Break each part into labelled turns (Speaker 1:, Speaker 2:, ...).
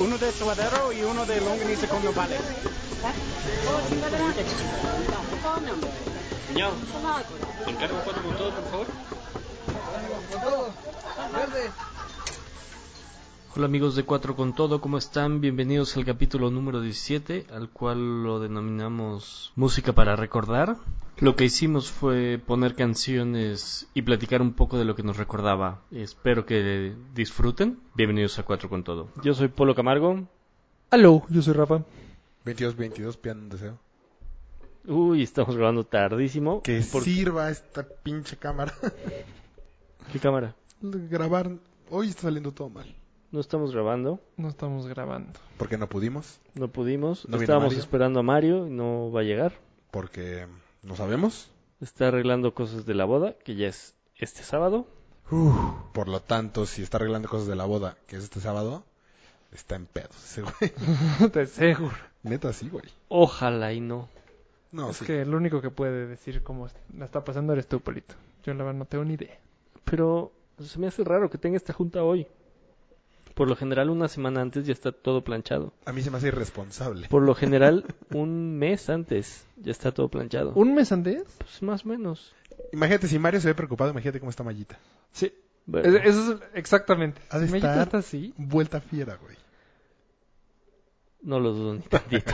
Speaker 1: uno de suadero y uno de longaniza con nopales.
Speaker 2: Señor, te encargo cuatro con todo, por favor.
Speaker 3: Hola amigos de 4 con todo, ¿cómo están? Bienvenidos al capítulo número 17, al cual lo denominamos Música para recordar. Lo que hicimos fue poner canciones y platicar un poco de lo que nos recordaba. Espero que disfruten. Bienvenidos a 4 con todo. Yo soy Polo Camargo.
Speaker 4: Aló, yo soy Rafa.
Speaker 5: 22, 22, piano un deseo.
Speaker 3: Uy, estamos grabando tardísimo.
Speaker 5: Que sirva esta pinche cámara.
Speaker 3: ¿Qué cámara?
Speaker 5: Grabar. Hoy está saliendo todo mal.
Speaker 3: No estamos grabando,
Speaker 4: No estamos grabando.
Speaker 5: Porque no pudimos.
Speaker 3: no pudimos.
Speaker 5: ¿No vino
Speaker 3: Estábamos
Speaker 5: Mario?
Speaker 3: esperando a Mario, no va a llegar.
Speaker 5: Porque no sabemos.
Speaker 3: Está arreglando cosas de la boda, que ya es este sábado.
Speaker 5: Por lo tanto, si está arreglando cosas de la boda, que es este sábado, está en pedos ese güey.
Speaker 4: Te seguro.
Speaker 5: Neta, sí, güey.
Speaker 3: Ojalá y no.
Speaker 5: No,
Speaker 3: Ah,
Speaker 4: es
Speaker 5: sí.
Speaker 4: que el único que puede decir cómo es- la está pasando eres tú, Polito. Yo la verdad no tengo ni idea.
Speaker 3: Pero se me hace raro que tenga esta junta hoy. Por lo general, una semana antes ya está todo planchado.
Speaker 5: A mí se me hace irresponsable.
Speaker 3: Por lo general, un mes antes ya está todo planchado.
Speaker 4: ¿Un mes antes?
Speaker 3: Pues más o menos.
Speaker 5: Imagínate, si Mario se ve preocupado, imagínate cómo está Mayita.
Speaker 4: Sí.
Speaker 3: Bueno,
Speaker 4: Eso es exactamente.
Speaker 5: Ha de
Speaker 4: México
Speaker 5: estar-
Speaker 4: está así.
Speaker 5: Vuelta fiera, güey.
Speaker 3: no lo dudo ni tantito.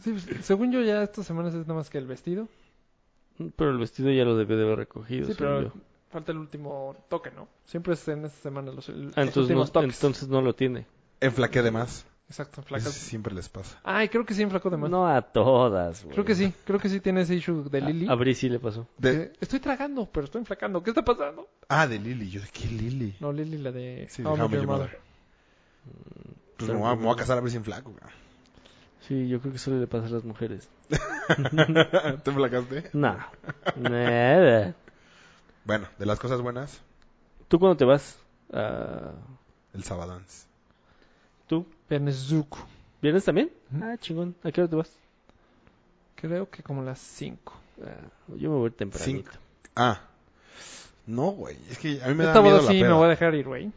Speaker 4: Sí, pues, según yo ya estas semanas es nada más que el vestido.
Speaker 3: Pero el vestido ya lo debe de haber recogido.
Speaker 4: Sí,
Speaker 3: según
Speaker 4: pero
Speaker 3: yo.
Speaker 4: falta el último toque, ¿no? Siempre es en estas semanas los, el-
Speaker 3: Ah,
Speaker 4: los
Speaker 3: entonces, no,
Speaker 4: últimos toques.
Speaker 3: entonces no lo tiene.
Speaker 5: Enflaqué de más.
Speaker 4: Exacto,
Speaker 5: Eso
Speaker 4: flacas.
Speaker 5: siempre les pasa.
Speaker 4: Ay, creo que sí enflacó de más.
Speaker 3: No a todas. güey.
Speaker 4: Creo que sí, creo que sí tiene ese issue de Lili.
Speaker 3: A, a Bri sí le pasó.
Speaker 5: De-
Speaker 4: Eh, Estoy tragando, pero estoy enflacando. ¿Qué está pasando?
Speaker 5: Ah, de Lili. Yo, ¿de qué Lili?
Speaker 4: No, Lili, la de...
Speaker 5: Sí, de
Speaker 4: How I
Speaker 5: How I
Speaker 4: Met
Speaker 5: Met
Speaker 4: Your
Speaker 5: Your
Speaker 4: Mother.
Speaker 5: Mother. Pues me voy a, me voy a casar a ver sin flaco, güey.
Speaker 3: Sí, yo creo que solo le pasa a las mujeres.
Speaker 5: ¿Te enflacaste?
Speaker 3: Nah. Nada.
Speaker 5: Bueno, de las cosas buenas,
Speaker 3: ¿Tú cuándo te vas? Ah,
Speaker 5: el sabadance.
Speaker 3: ¿Tú?
Speaker 4: Viernes Zuko.
Speaker 3: ¿Vienes también?
Speaker 4: Ujú.
Speaker 3: Ah, chingón. ¿A qué hora te vas?
Speaker 4: Creo que como las 5.
Speaker 3: Ah, yo me voy tempranito.
Speaker 5: Ah. No, güey. Es que a mí me
Speaker 4: Esta
Speaker 5: da miedo
Speaker 4: boda
Speaker 5: la
Speaker 4: sí me
Speaker 5: peda.
Speaker 4: voy a dejar ir, güey.
Speaker 3: Yo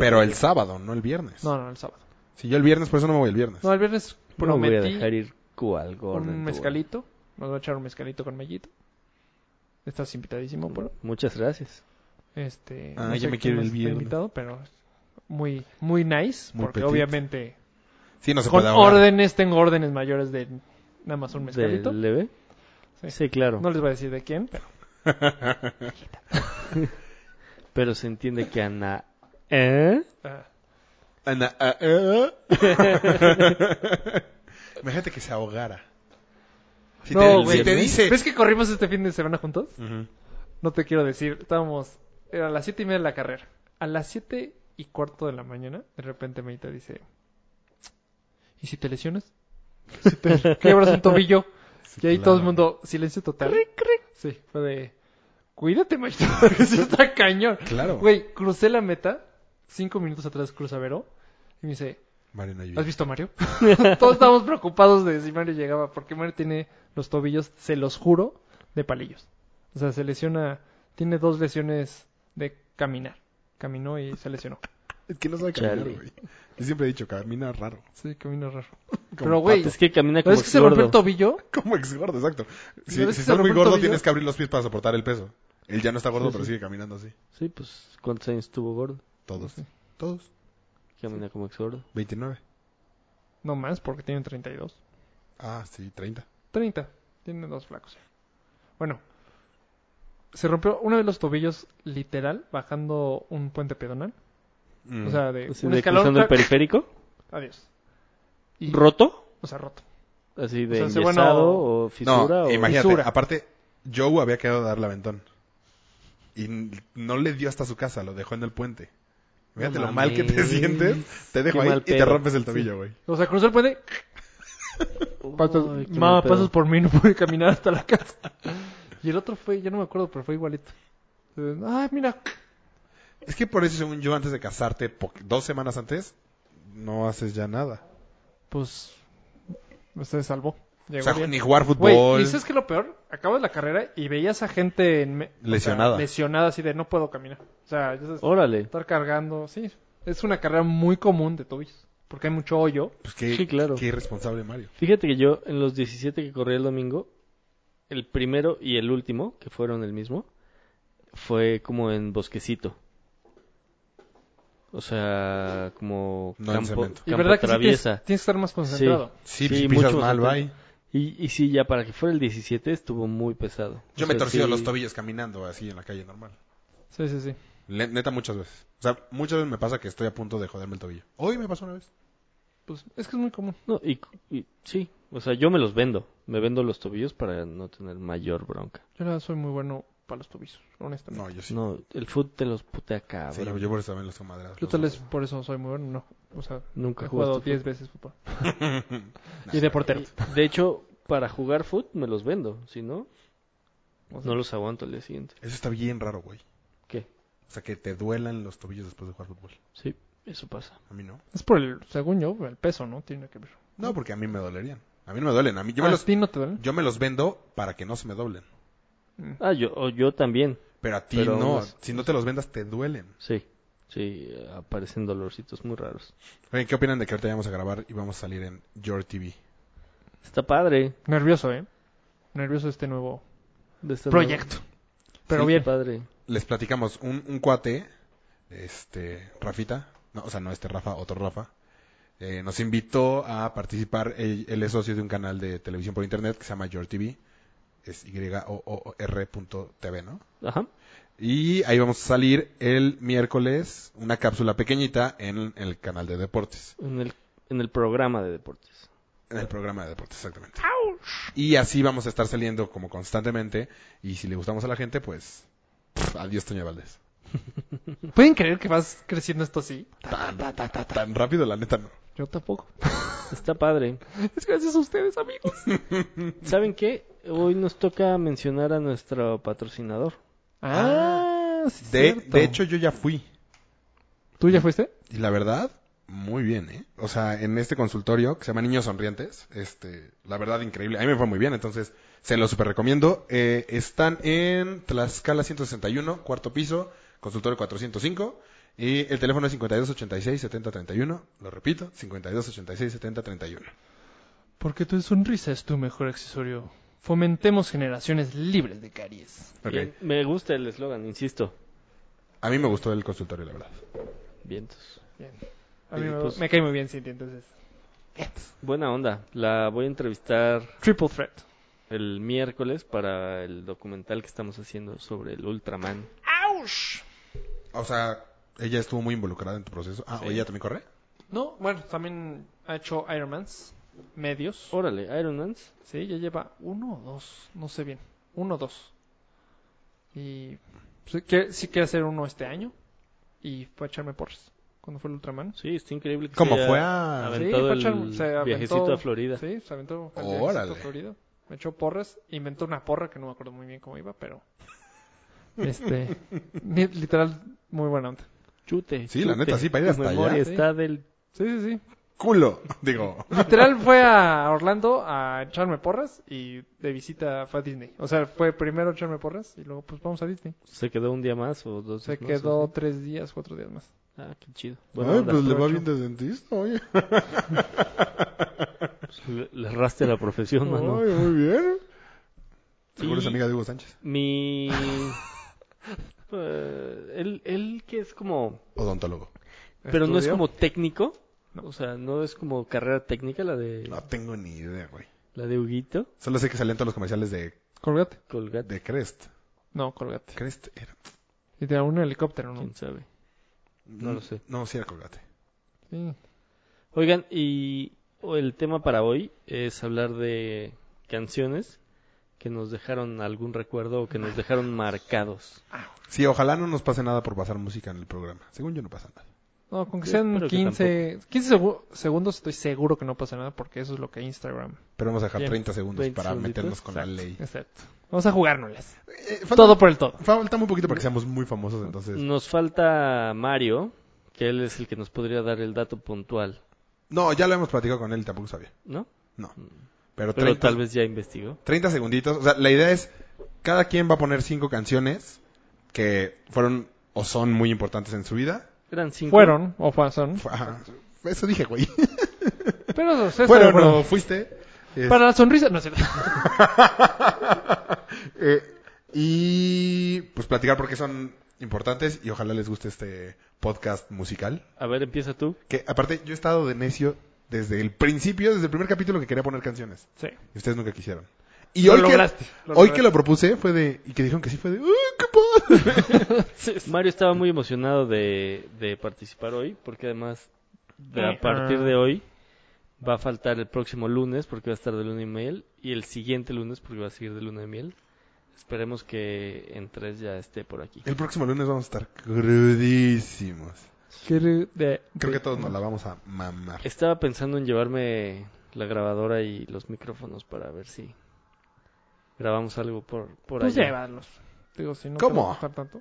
Speaker 5: Pero
Speaker 3: también.
Speaker 5: el sábado, no el viernes.
Speaker 4: No, no, el sábado.
Speaker 5: Si yo el viernes, por eso no me voy el viernes.
Speaker 4: No, el viernes
Speaker 3: No voy a
Speaker 4: prometí
Speaker 3: dejar ir cual gordo.
Speaker 4: un mezcalito. Nos va a echar un mezcalito con Mellito. Estás invitadísimo, pero...
Speaker 3: Muchas gracias.
Speaker 4: Este,
Speaker 5: Ah, ya me quiero
Speaker 4: quién
Speaker 5: ir el
Speaker 4: más está
Speaker 5: viernes.
Speaker 4: invitado, pero muy, muy nice.
Speaker 5: Muy
Speaker 4: porque
Speaker 5: petit.
Speaker 4: obviamente
Speaker 5: Sí, no se
Speaker 4: con
Speaker 5: puede ahorrar.
Speaker 4: órdenes tengo órdenes mayores de nada más un mezcalito.
Speaker 3: ¿Del leve?
Speaker 4: Sí.
Speaker 3: Sí, claro.
Speaker 4: No les voy a decir de quién, pero...
Speaker 3: Pero se entiende que Ana... ¿Eh?
Speaker 4: ah,
Speaker 5: Ana- ah, ah. Imagínate que se ahogara. Si te, si
Speaker 4: güey.
Speaker 5: te dice...
Speaker 4: ¿Ves que corrimos este fin de semana juntos?
Speaker 5: Ujú.
Speaker 4: No te quiero decir, estábamos era a las siete y media de la carrera. A las siete y cuarto de la mañana, de repente Meita dice, ¿y si te lesionas? Si te quiebras un tobillo. y ahí todo el
Speaker 5: claro.
Speaker 4: mundo, silencio total. Sí, fue de, cuídate, Meita, eso está cañón.
Speaker 5: Claro.
Speaker 4: Güey, crucé la meta, cinco minutos atrás cruzavero, y me dice,
Speaker 5: Mario no ayuda.
Speaker 4: ¿Has visto a Mario? Todos estábamos preocupados de si Mario llegaba, porque Mario tiene los tobillos, se los juro, de palillos. O sea, se lesiona, tiene dos lesiones de caminar. Caminó y se lesionó.
Speaker 5: Es que no sabe caminar,
Speaker 3: Chale.
Speaker 5: güey. Yo siempre he dicho, camina raro.
Speaker 4: Sí, camino raro.
Speaker 5: Como
Speaker 4: Pero, güey,
Speaker 3: Es que camina
Speaker 4: ¿no
Speaker 3: como
Speaker 4: es que se rompió el
Speaker 3: gordo.
Speaker 4: tobillo?
Speaker 5: Como ex gordo, exacto. Si,
Speaker 4: ¿No ves
Speaker 5: si
Speaker 4: que se
Speaker 5: estás muy
Speaker 4: rompe el
Speaker 5: gordo,
Speaker 4: tobillo?
Speaker 5: tienes que abrir los pies para soportar el peso. Él ya no está gordo,
Speaker 3: Sí,
Speaker 5: pero
Speaker 3: sí.
Speaker 5: sigue caminando así.
Speaker 3: Sí, pues, ¿cuántos años tuvo gordo?
Speaker 5: Todos. Todos.
Speaker 3: Camina como ex gordo.
Speaker 5: 29.
Speaker 4: No más, porque tiene 32.
Speaker 5: Ah, sí, 30.
Speaker 4: 30. Tiene dos flacos. Bueno, se rompió uno de los tobillos, literal, bajando un puente pedonal.
Speaker 5: Mm.
Speaker 4: O sea, de
Speaker 3: Así
Speaker 4: un
Speaker 3: de
Speaker 4: escalón.
Speaker 3: cruzando el
Speaker 4: tac,
Speaker 3: periférico.
Speaker 4: Adiós. Y-
Speaker 3: ¿Roto?
Speaker 4: o sea, roto.
Speaker 3: Así de
Speaker 4: O sea, se- bueno,
Speaker 3: enyesado o fisura
Speaker 5: no,
Speaker 3: o...
Speaker 5: imagínate,
Speaker 4: fisura.
Speaker 5: aparte, Joe había quedado a darle aventón. Y n- no le dio hasta su casa, lo dejó en el puente. Imagínate
Speaker 3: No
Speaker 5: lo mal que te
Speaker 3: mames.
Speaker 5: sientes, te dejo
Speaker 3: Qué
Speaker 5: ahí
Speaker 3: mal
Speaker 5: y te
Speaker 3: pedo.
Speaker 5: rompes el tobillo, güey.
Speaker 4: O sea, cruzó el puente. Pasas,
Speaker 3: Ay, qué
Speaker 4: "Ma,
Speaker 3: mal pedo.
Speaker 4: pasas por mí, no pude caminar hasta la casa. Y el otro fue, ya no me acuerdo, pero fue igualito. Eh, Ah, mira.
Speaker 5: Es que por eso, según yo, antes de casarte, po- dos semanas antes, no haces ya nada.
Speaker 4: Pues se salvó. Llegó
Speaker 5: O sea,
Speaker 4: bien.
Speaker 5: ni jugar
Speaker 4: Güey,
Speaker 5: fútbol.
Speaker 4: ¿y sabes qué es lo peor? Acabas la carrera y veías a gente en me- o sea,
Speaker 5: Lesionada.
Speaker 4: lesionada así de no puedo caminar. O sea, ya sabes,
Speaker 3: Órale.
Speaker 4: estar cargando, sí. Es una carrera muy común de tobillos. porque hay mucho hoyo.
Speaker 5: Pues qué,
Speaker 3: Sí, claro.
Speaker 5: qué irresponsable Mario.
Speaker 3: Fíjate que yo en los 17 que corrí el domingo, el primero y el último, que fueron el mismo, fue como en bosquecito. O sea, como
Speaker 5: No en
Speaker 3: campo,
Speaker 5: cemento.
Speaker 4: Y
Speaker 3: campo
Speaker 4: verdad que sí tienes,
Speaker 3: traviesa.
Speaker 4: tienes que estar más concentrado.
Speaker 5: Sí,
Speaker 3: Sí,
Speaker 5: si pisas
Speaker 3: mucho
Speaker 5: mal,
Speaker 3: bastante.
Speaker 5: bye.
Speaker 3: Y, y sí, ya para que fuera el 17 estuvo muy pesado.
Speaker 5: Yo
Speaker 3: O
Speaker 5: me he
Speaker 3: sea,
Speaker 5: torcido
Speaker 3: sí,
Speaker 5: los tobillos caminando así en la calle normal.
Speaker 4: Sí, sí, sí.
Speaker 5: Le- Neta, muchas veces. O sea, muchas veces me pasa que estoy a punto de joderme el tobillo. Hoy me pasó una vez.
Speaker 4: Pues es que es muy común.
Speaker 3: No, y, y- sí, o sea, yo me los vendo. Me vendo los tobillos para no tener mayor bronca.
Speaker 4: Yo la verdad soy muy bueno para los tobillos, honestamente.
Speaker 5: No, yo sí.
Speaker 3: No, el foot te los putea cabrón.
Speaker 5: Sí, yo, yo por eso también los tomo madreados.
Speaker 4: Yo
Speaker 5: los
Speaker 4: tal
Speaker 5: dos.
Speaker 4: vez por eso soy muy bueno. No, o sea,
Speaker 3: Nunca
Speaker 4: he jugado
Speaker 3: jugaste
Speaker 4: 10
Speaker 3: fut.
Speaker 4: veces fútbol. y de portero.
Speaker 3: De hecho, para jugar foot me los vendo. Si no,
Speaker 4: O sea,
Speaker 3: no los aguanto al día siguiente.
Speaker 5: Eso está bien raro, güey.
Speaker 3: ¿Qué?
Speaker 5: O sea, que te duelan los tobillos después de jugar fútbol.
Speaker 3: Sí, eso pasa.
Speaker 5: A mí no.
Speaker 4: Es por el, según yo, el peso, ¿no? Ah, Tiene que ver.
Speaker 5: No, porque a mí me dolerían. A mí no me duelen. A mí yo,
Speaker 4: ¿A
Speaker 5: me, los,
Speaker 4: ti no te duele?
Speaker 5: yo me los vendo para que no se me doblen.
Speaker 3: Ah, yo, o yo también.
Speaker 5: Pero a ti
Speaker 3: Pero
Speaker 5: no.
Speaker 3: los-
Speaker 5: Si no te los vendas, te duelen.
Speaker 3: Sí, sí, aparecen dolorcitos muy raros.
Speaker 5: Oye, ¿qué opinan de que ahorita vamos a grabar y vamos a salir en Your TV?
Speaker 3: Está padre.
Speaker 4: Nervioso, ¿eh? Nervioso este nuevo
Speaker 3: de esta
Speaker 4: proyecto. Pero
Speaker 3: Sí,
Speaker 4: bien.
Speaker 3: está padre.
Speaker 5: Les platicamos. Un, un cuate, este, Rafita. No, o sea, no este Rafa, otro Rafa. eh, nos invitó a participar. Él, él es socio de un canal de televisión por internet que se llama Your TV. Es E Y-O-O-R.tv, ¿no?
Speaker 3: Ajá.
Speaker 5: Y ahí vamos a salir el miércoles una cápsula pequeñita en el canal de deportes.
Speaker 3: En el, en el programa de deportes.
Speaker 5: En el programa de deportes, exactamente. Y así vamos a estar saliendo como constantemente. Y si le gustamos a la gente, pues... pff, adiós, Toño Valdés.
Speaker 4: ¿Pueden creer que vas creciendo esto así?
Speaker 5: Tan, tan rápido, la neta, no.
Speaker 4: Yo tampoco.
Speaker 3: Está padre.
Speaker 4: es gracias a ustedes, amigos.
Speaker 3: ¿Saben qué? Hoy nos toca mencionar a nuestro patrocinador.
Speaker 4: Ah, sí, es
Speaker 5: De,
Speaker 4: cierto.
Speaker 5: de hecho, yo ya fui.
Speaker 4: ¿Tú ya fuiste?
Speaker 5: Y la verdad, muy bien, ¿eh? O sea, en este consultorio que se llama Niños Sonrientes, este, la verdad, increíble. A mí me fue muy bien, entonces se lo super recomiendo. Eh, están en Tlaxcala 161, cuarto piso, consultorio 405. Y el teléfono es 5286-7031. Lo repito, 5286-7031.
Speaker 4: Porque tu sonrisa es tu mejor accesorio. Fomentemos generaciones libres de caries.
Speaker 5: Ok.
Speaker 3: Bien, me gusta el eslogan, insisto.
Speaker 5: A mí me gustó el consultorio, la verdad.
Speaker 3: Vientos.
Speaker 4: A mí
Speaker 3: Y,
Speaker 4: me,
Speaker 3: pues-
Speaker 4: me cae muy bien Cintia, entonces.
Speaker 3: Buena onda. La voy a entrevistar
Speaker 4: Triple threat.
Speaker 3: el miércoles para el documental que estamos haciendo sobre el Ultraman.
Speaker 5: O sea, ella estuvo muy involucrada en tu proceso. Ah,
Speaker 3: Sí.
Speaker 5: ¿o ¿ella también corre?
Speaker 4: No, bueno, también ha hecho Ironmans, medios.
Speaker 3: Órale, Iron Man.
Speaker 4: Sí, ya lleva uno o dos, no sé bien. Uno o dos. Y pues, que- sí quiere hacer uno este año. Y fue a echarme porras cuando fue el Ultraman.
Speaker 3: Sí, está increíble. Que
Speaker 5: ¿Cómo
Speaker 3: se haya
Speaker 5: fue a-
Speaker 4: Sí,
Speaker 3: Aventado
Speaker 4: fue a
Speaker 3: el
Speaker 4: echar- se aventó-
Speaker 3: viajecito a Florida.
Speaker 4: Sí, se aventó el
Speaker 5: Órale.
Speaker 4: viajecito a Florida. Me echó porras, inventó una porra que no me acuerdo muy bien cómo iba, pero... Este, ni- literal, muy buena onda.
Speaker 3: Chute.
Speaker 5: Sí, la
Speaker 3: chute.
Speaker 5: neta, sí, para ir
Speaker 3: Tu
Speaker 5: hasta allá.
Speaker 3: memoria
Speaker 4: Sí.
Speaker 3: está del...
Speaker 4: Sí, sí, sí.
Speaker 5: ¡Culo! Digo,
Speaker 4: Literal fue a Orlando a echarme porras y de visita fue a Disney. O sea, fue primero echarme porras y luego pues vamos a Disney.
Speaker 3: ¿Se quedó un día más o dos
Speaker 4: Se
Speaker 3: días más,
Speaker 4: quedó
Speaker 3: o
Speaker 4: tres días, cuatro días más.
Speaker 3: sí? Ah, qué chido. Buena
Speaker 5: Ay,
Speaker 3: onda.
Speaker 5: pues le va
Speaker 4: aprovecho.
Speaker 5: bien de dentista, oye.
Speaker 3: Pues le, le erraste la profesión, mano.
Speaker 5: Ay, muy bien.
Speaker 3: Seguro
Speaker 5: Seguro
Speaker 3: es
Speaker 5: es
Speaker 3: Y- amiga
Speaker 5: amiga de Hugo Sánchez.
Speaker 3: Mi... Eh, él, él que es como...
Speaker 5: Odontólogo.
Speaker 3: Pero no es
Speaker 4: Estudió.
Speaker 3: como técnico. O sea, no es como carrera técnica la de...
Speaker 5: No tengo ni idea, güey.
Speaker 3: La de Huguito.
Speaker 5: Solo sé que salían todos los comerciales de,
Speaker 4: ¿Colgate?
Speaker 3: Colgate.
Speaker 5: de Crest.
Speaker 4: No, colgate.
Speaker 5: Crest era.
Speaker 4: Y te da un helicóptero, ¿no?
Speaker 3: ¿Quién sabe? No lo sé.
Speaker 5: No, sí era Colgate.
Speaker 4: Sí.
Speaker 3: Oigan, y el tema para hoy es hablar de canciones que nos dejaron algún recuerdo o que nos dejaron marcados.
Speaker 5: Sí, ojalá no nos pase nada por pasar música en el programa. Según yo, no pasa nada.
Speaker 4: No, con que
Speaker 3: Yo
Speaker 4: sean
Speaker 3: espero que
Speaker 4: 15, 15 segu- segundos estoy seguro que no pasa nada porque eso es lo que Instagram.
Speaker 5: Pero vamos a dejar
Speaker 3: Bien.
Speaker 5: 30 segundos
Speaker 3: 20
Speaker 5: para
Speaker 3: segunditos.
Speaker 5: meternos con la
Speaker 3: Exacto.
Speaker 5: ley.
Speaker 4: Exacto. Vamos a jugárnoslas.
Speaker 5: Eh, falta,
Speaker 4: Todo por el todo.
Speaker 5: falta muy poquito para que seamos muy famosos, entonces.
Speaker 3: Nos falta Mario, que él es el que nos podría dar el dato puntual,
Speaker 5: No, ya lo hemos platicado con él y tampoco sabía.
Speaker 3: ¿no?
Speaker 5: No. Pero,
Speaker 3: Mm. Pero
Speaker 5: 30,
Speaker 3: tal vez ya investigó.
Speaker 5: 30 segunditos. O sea, la idea es, cada quien va a poner cinco canciones que fueron o son muy importantes en su vida.
Speaker 3: Eran cinco.
Speaker 4: Fueron, o fue- son.
Speaker 5: Fu- ajá, Eso dije, güey.
Speaker 4: Pero César,
Speaker 5: bueno,
Speaker 4: bueno,
Speaker 5: no fuiste. Es-
Speaker 4: Para la sonrisa, no sé.
Speaker 5: eh, y pues platicar porque son importantes y ojalá les guste este podcast musical.
Speaker 3: A ver, empieza tú.
Speaker 5: Que aparte yo he estado de necio desde el principio, desde el primer capítulo que quería poner canciones.
Speaker 4: Sí.
Speaker 5: Y ustedes nunca quisieron. Y
Speaker 4: Lo
Speaker 5: hoy,
Speaker 4: lograste,
Speaker 5: que,
Speaker 4: lo
Speaker 5: hoy
Speaker 4: lograste.
Speaker 5: que lo propuse fue de... Y que dijeron que sí fue de... ¡Uy, qué padre!
Speaker 3: Mario estaba muy emocionado de, de participar hoy, porque además de a
Speaker 4: Ajá.
Speaker 3: partir de hoy va a faltar el próximo lunes, porque va a estar de luna y miel, y el siguiente lunes, porque va a seguir de luna y miel. Esperemos que en tres ya esté por aquí.
Speaker 5: El próximo lunes vamos a estar crudísimos. Creo que todos nos la vamos a mamar.
Speaker 3: Estaba pensando en llevarme la grabadora y los micrófonos para ver si grabamos algo por, por
Speaker 4: Pues
Speaker 3: allá.
Speaker 4: llévalos. Digo, si no
Speaker 5: ¿Cómo?
Speaker 4: te va a costar tanto.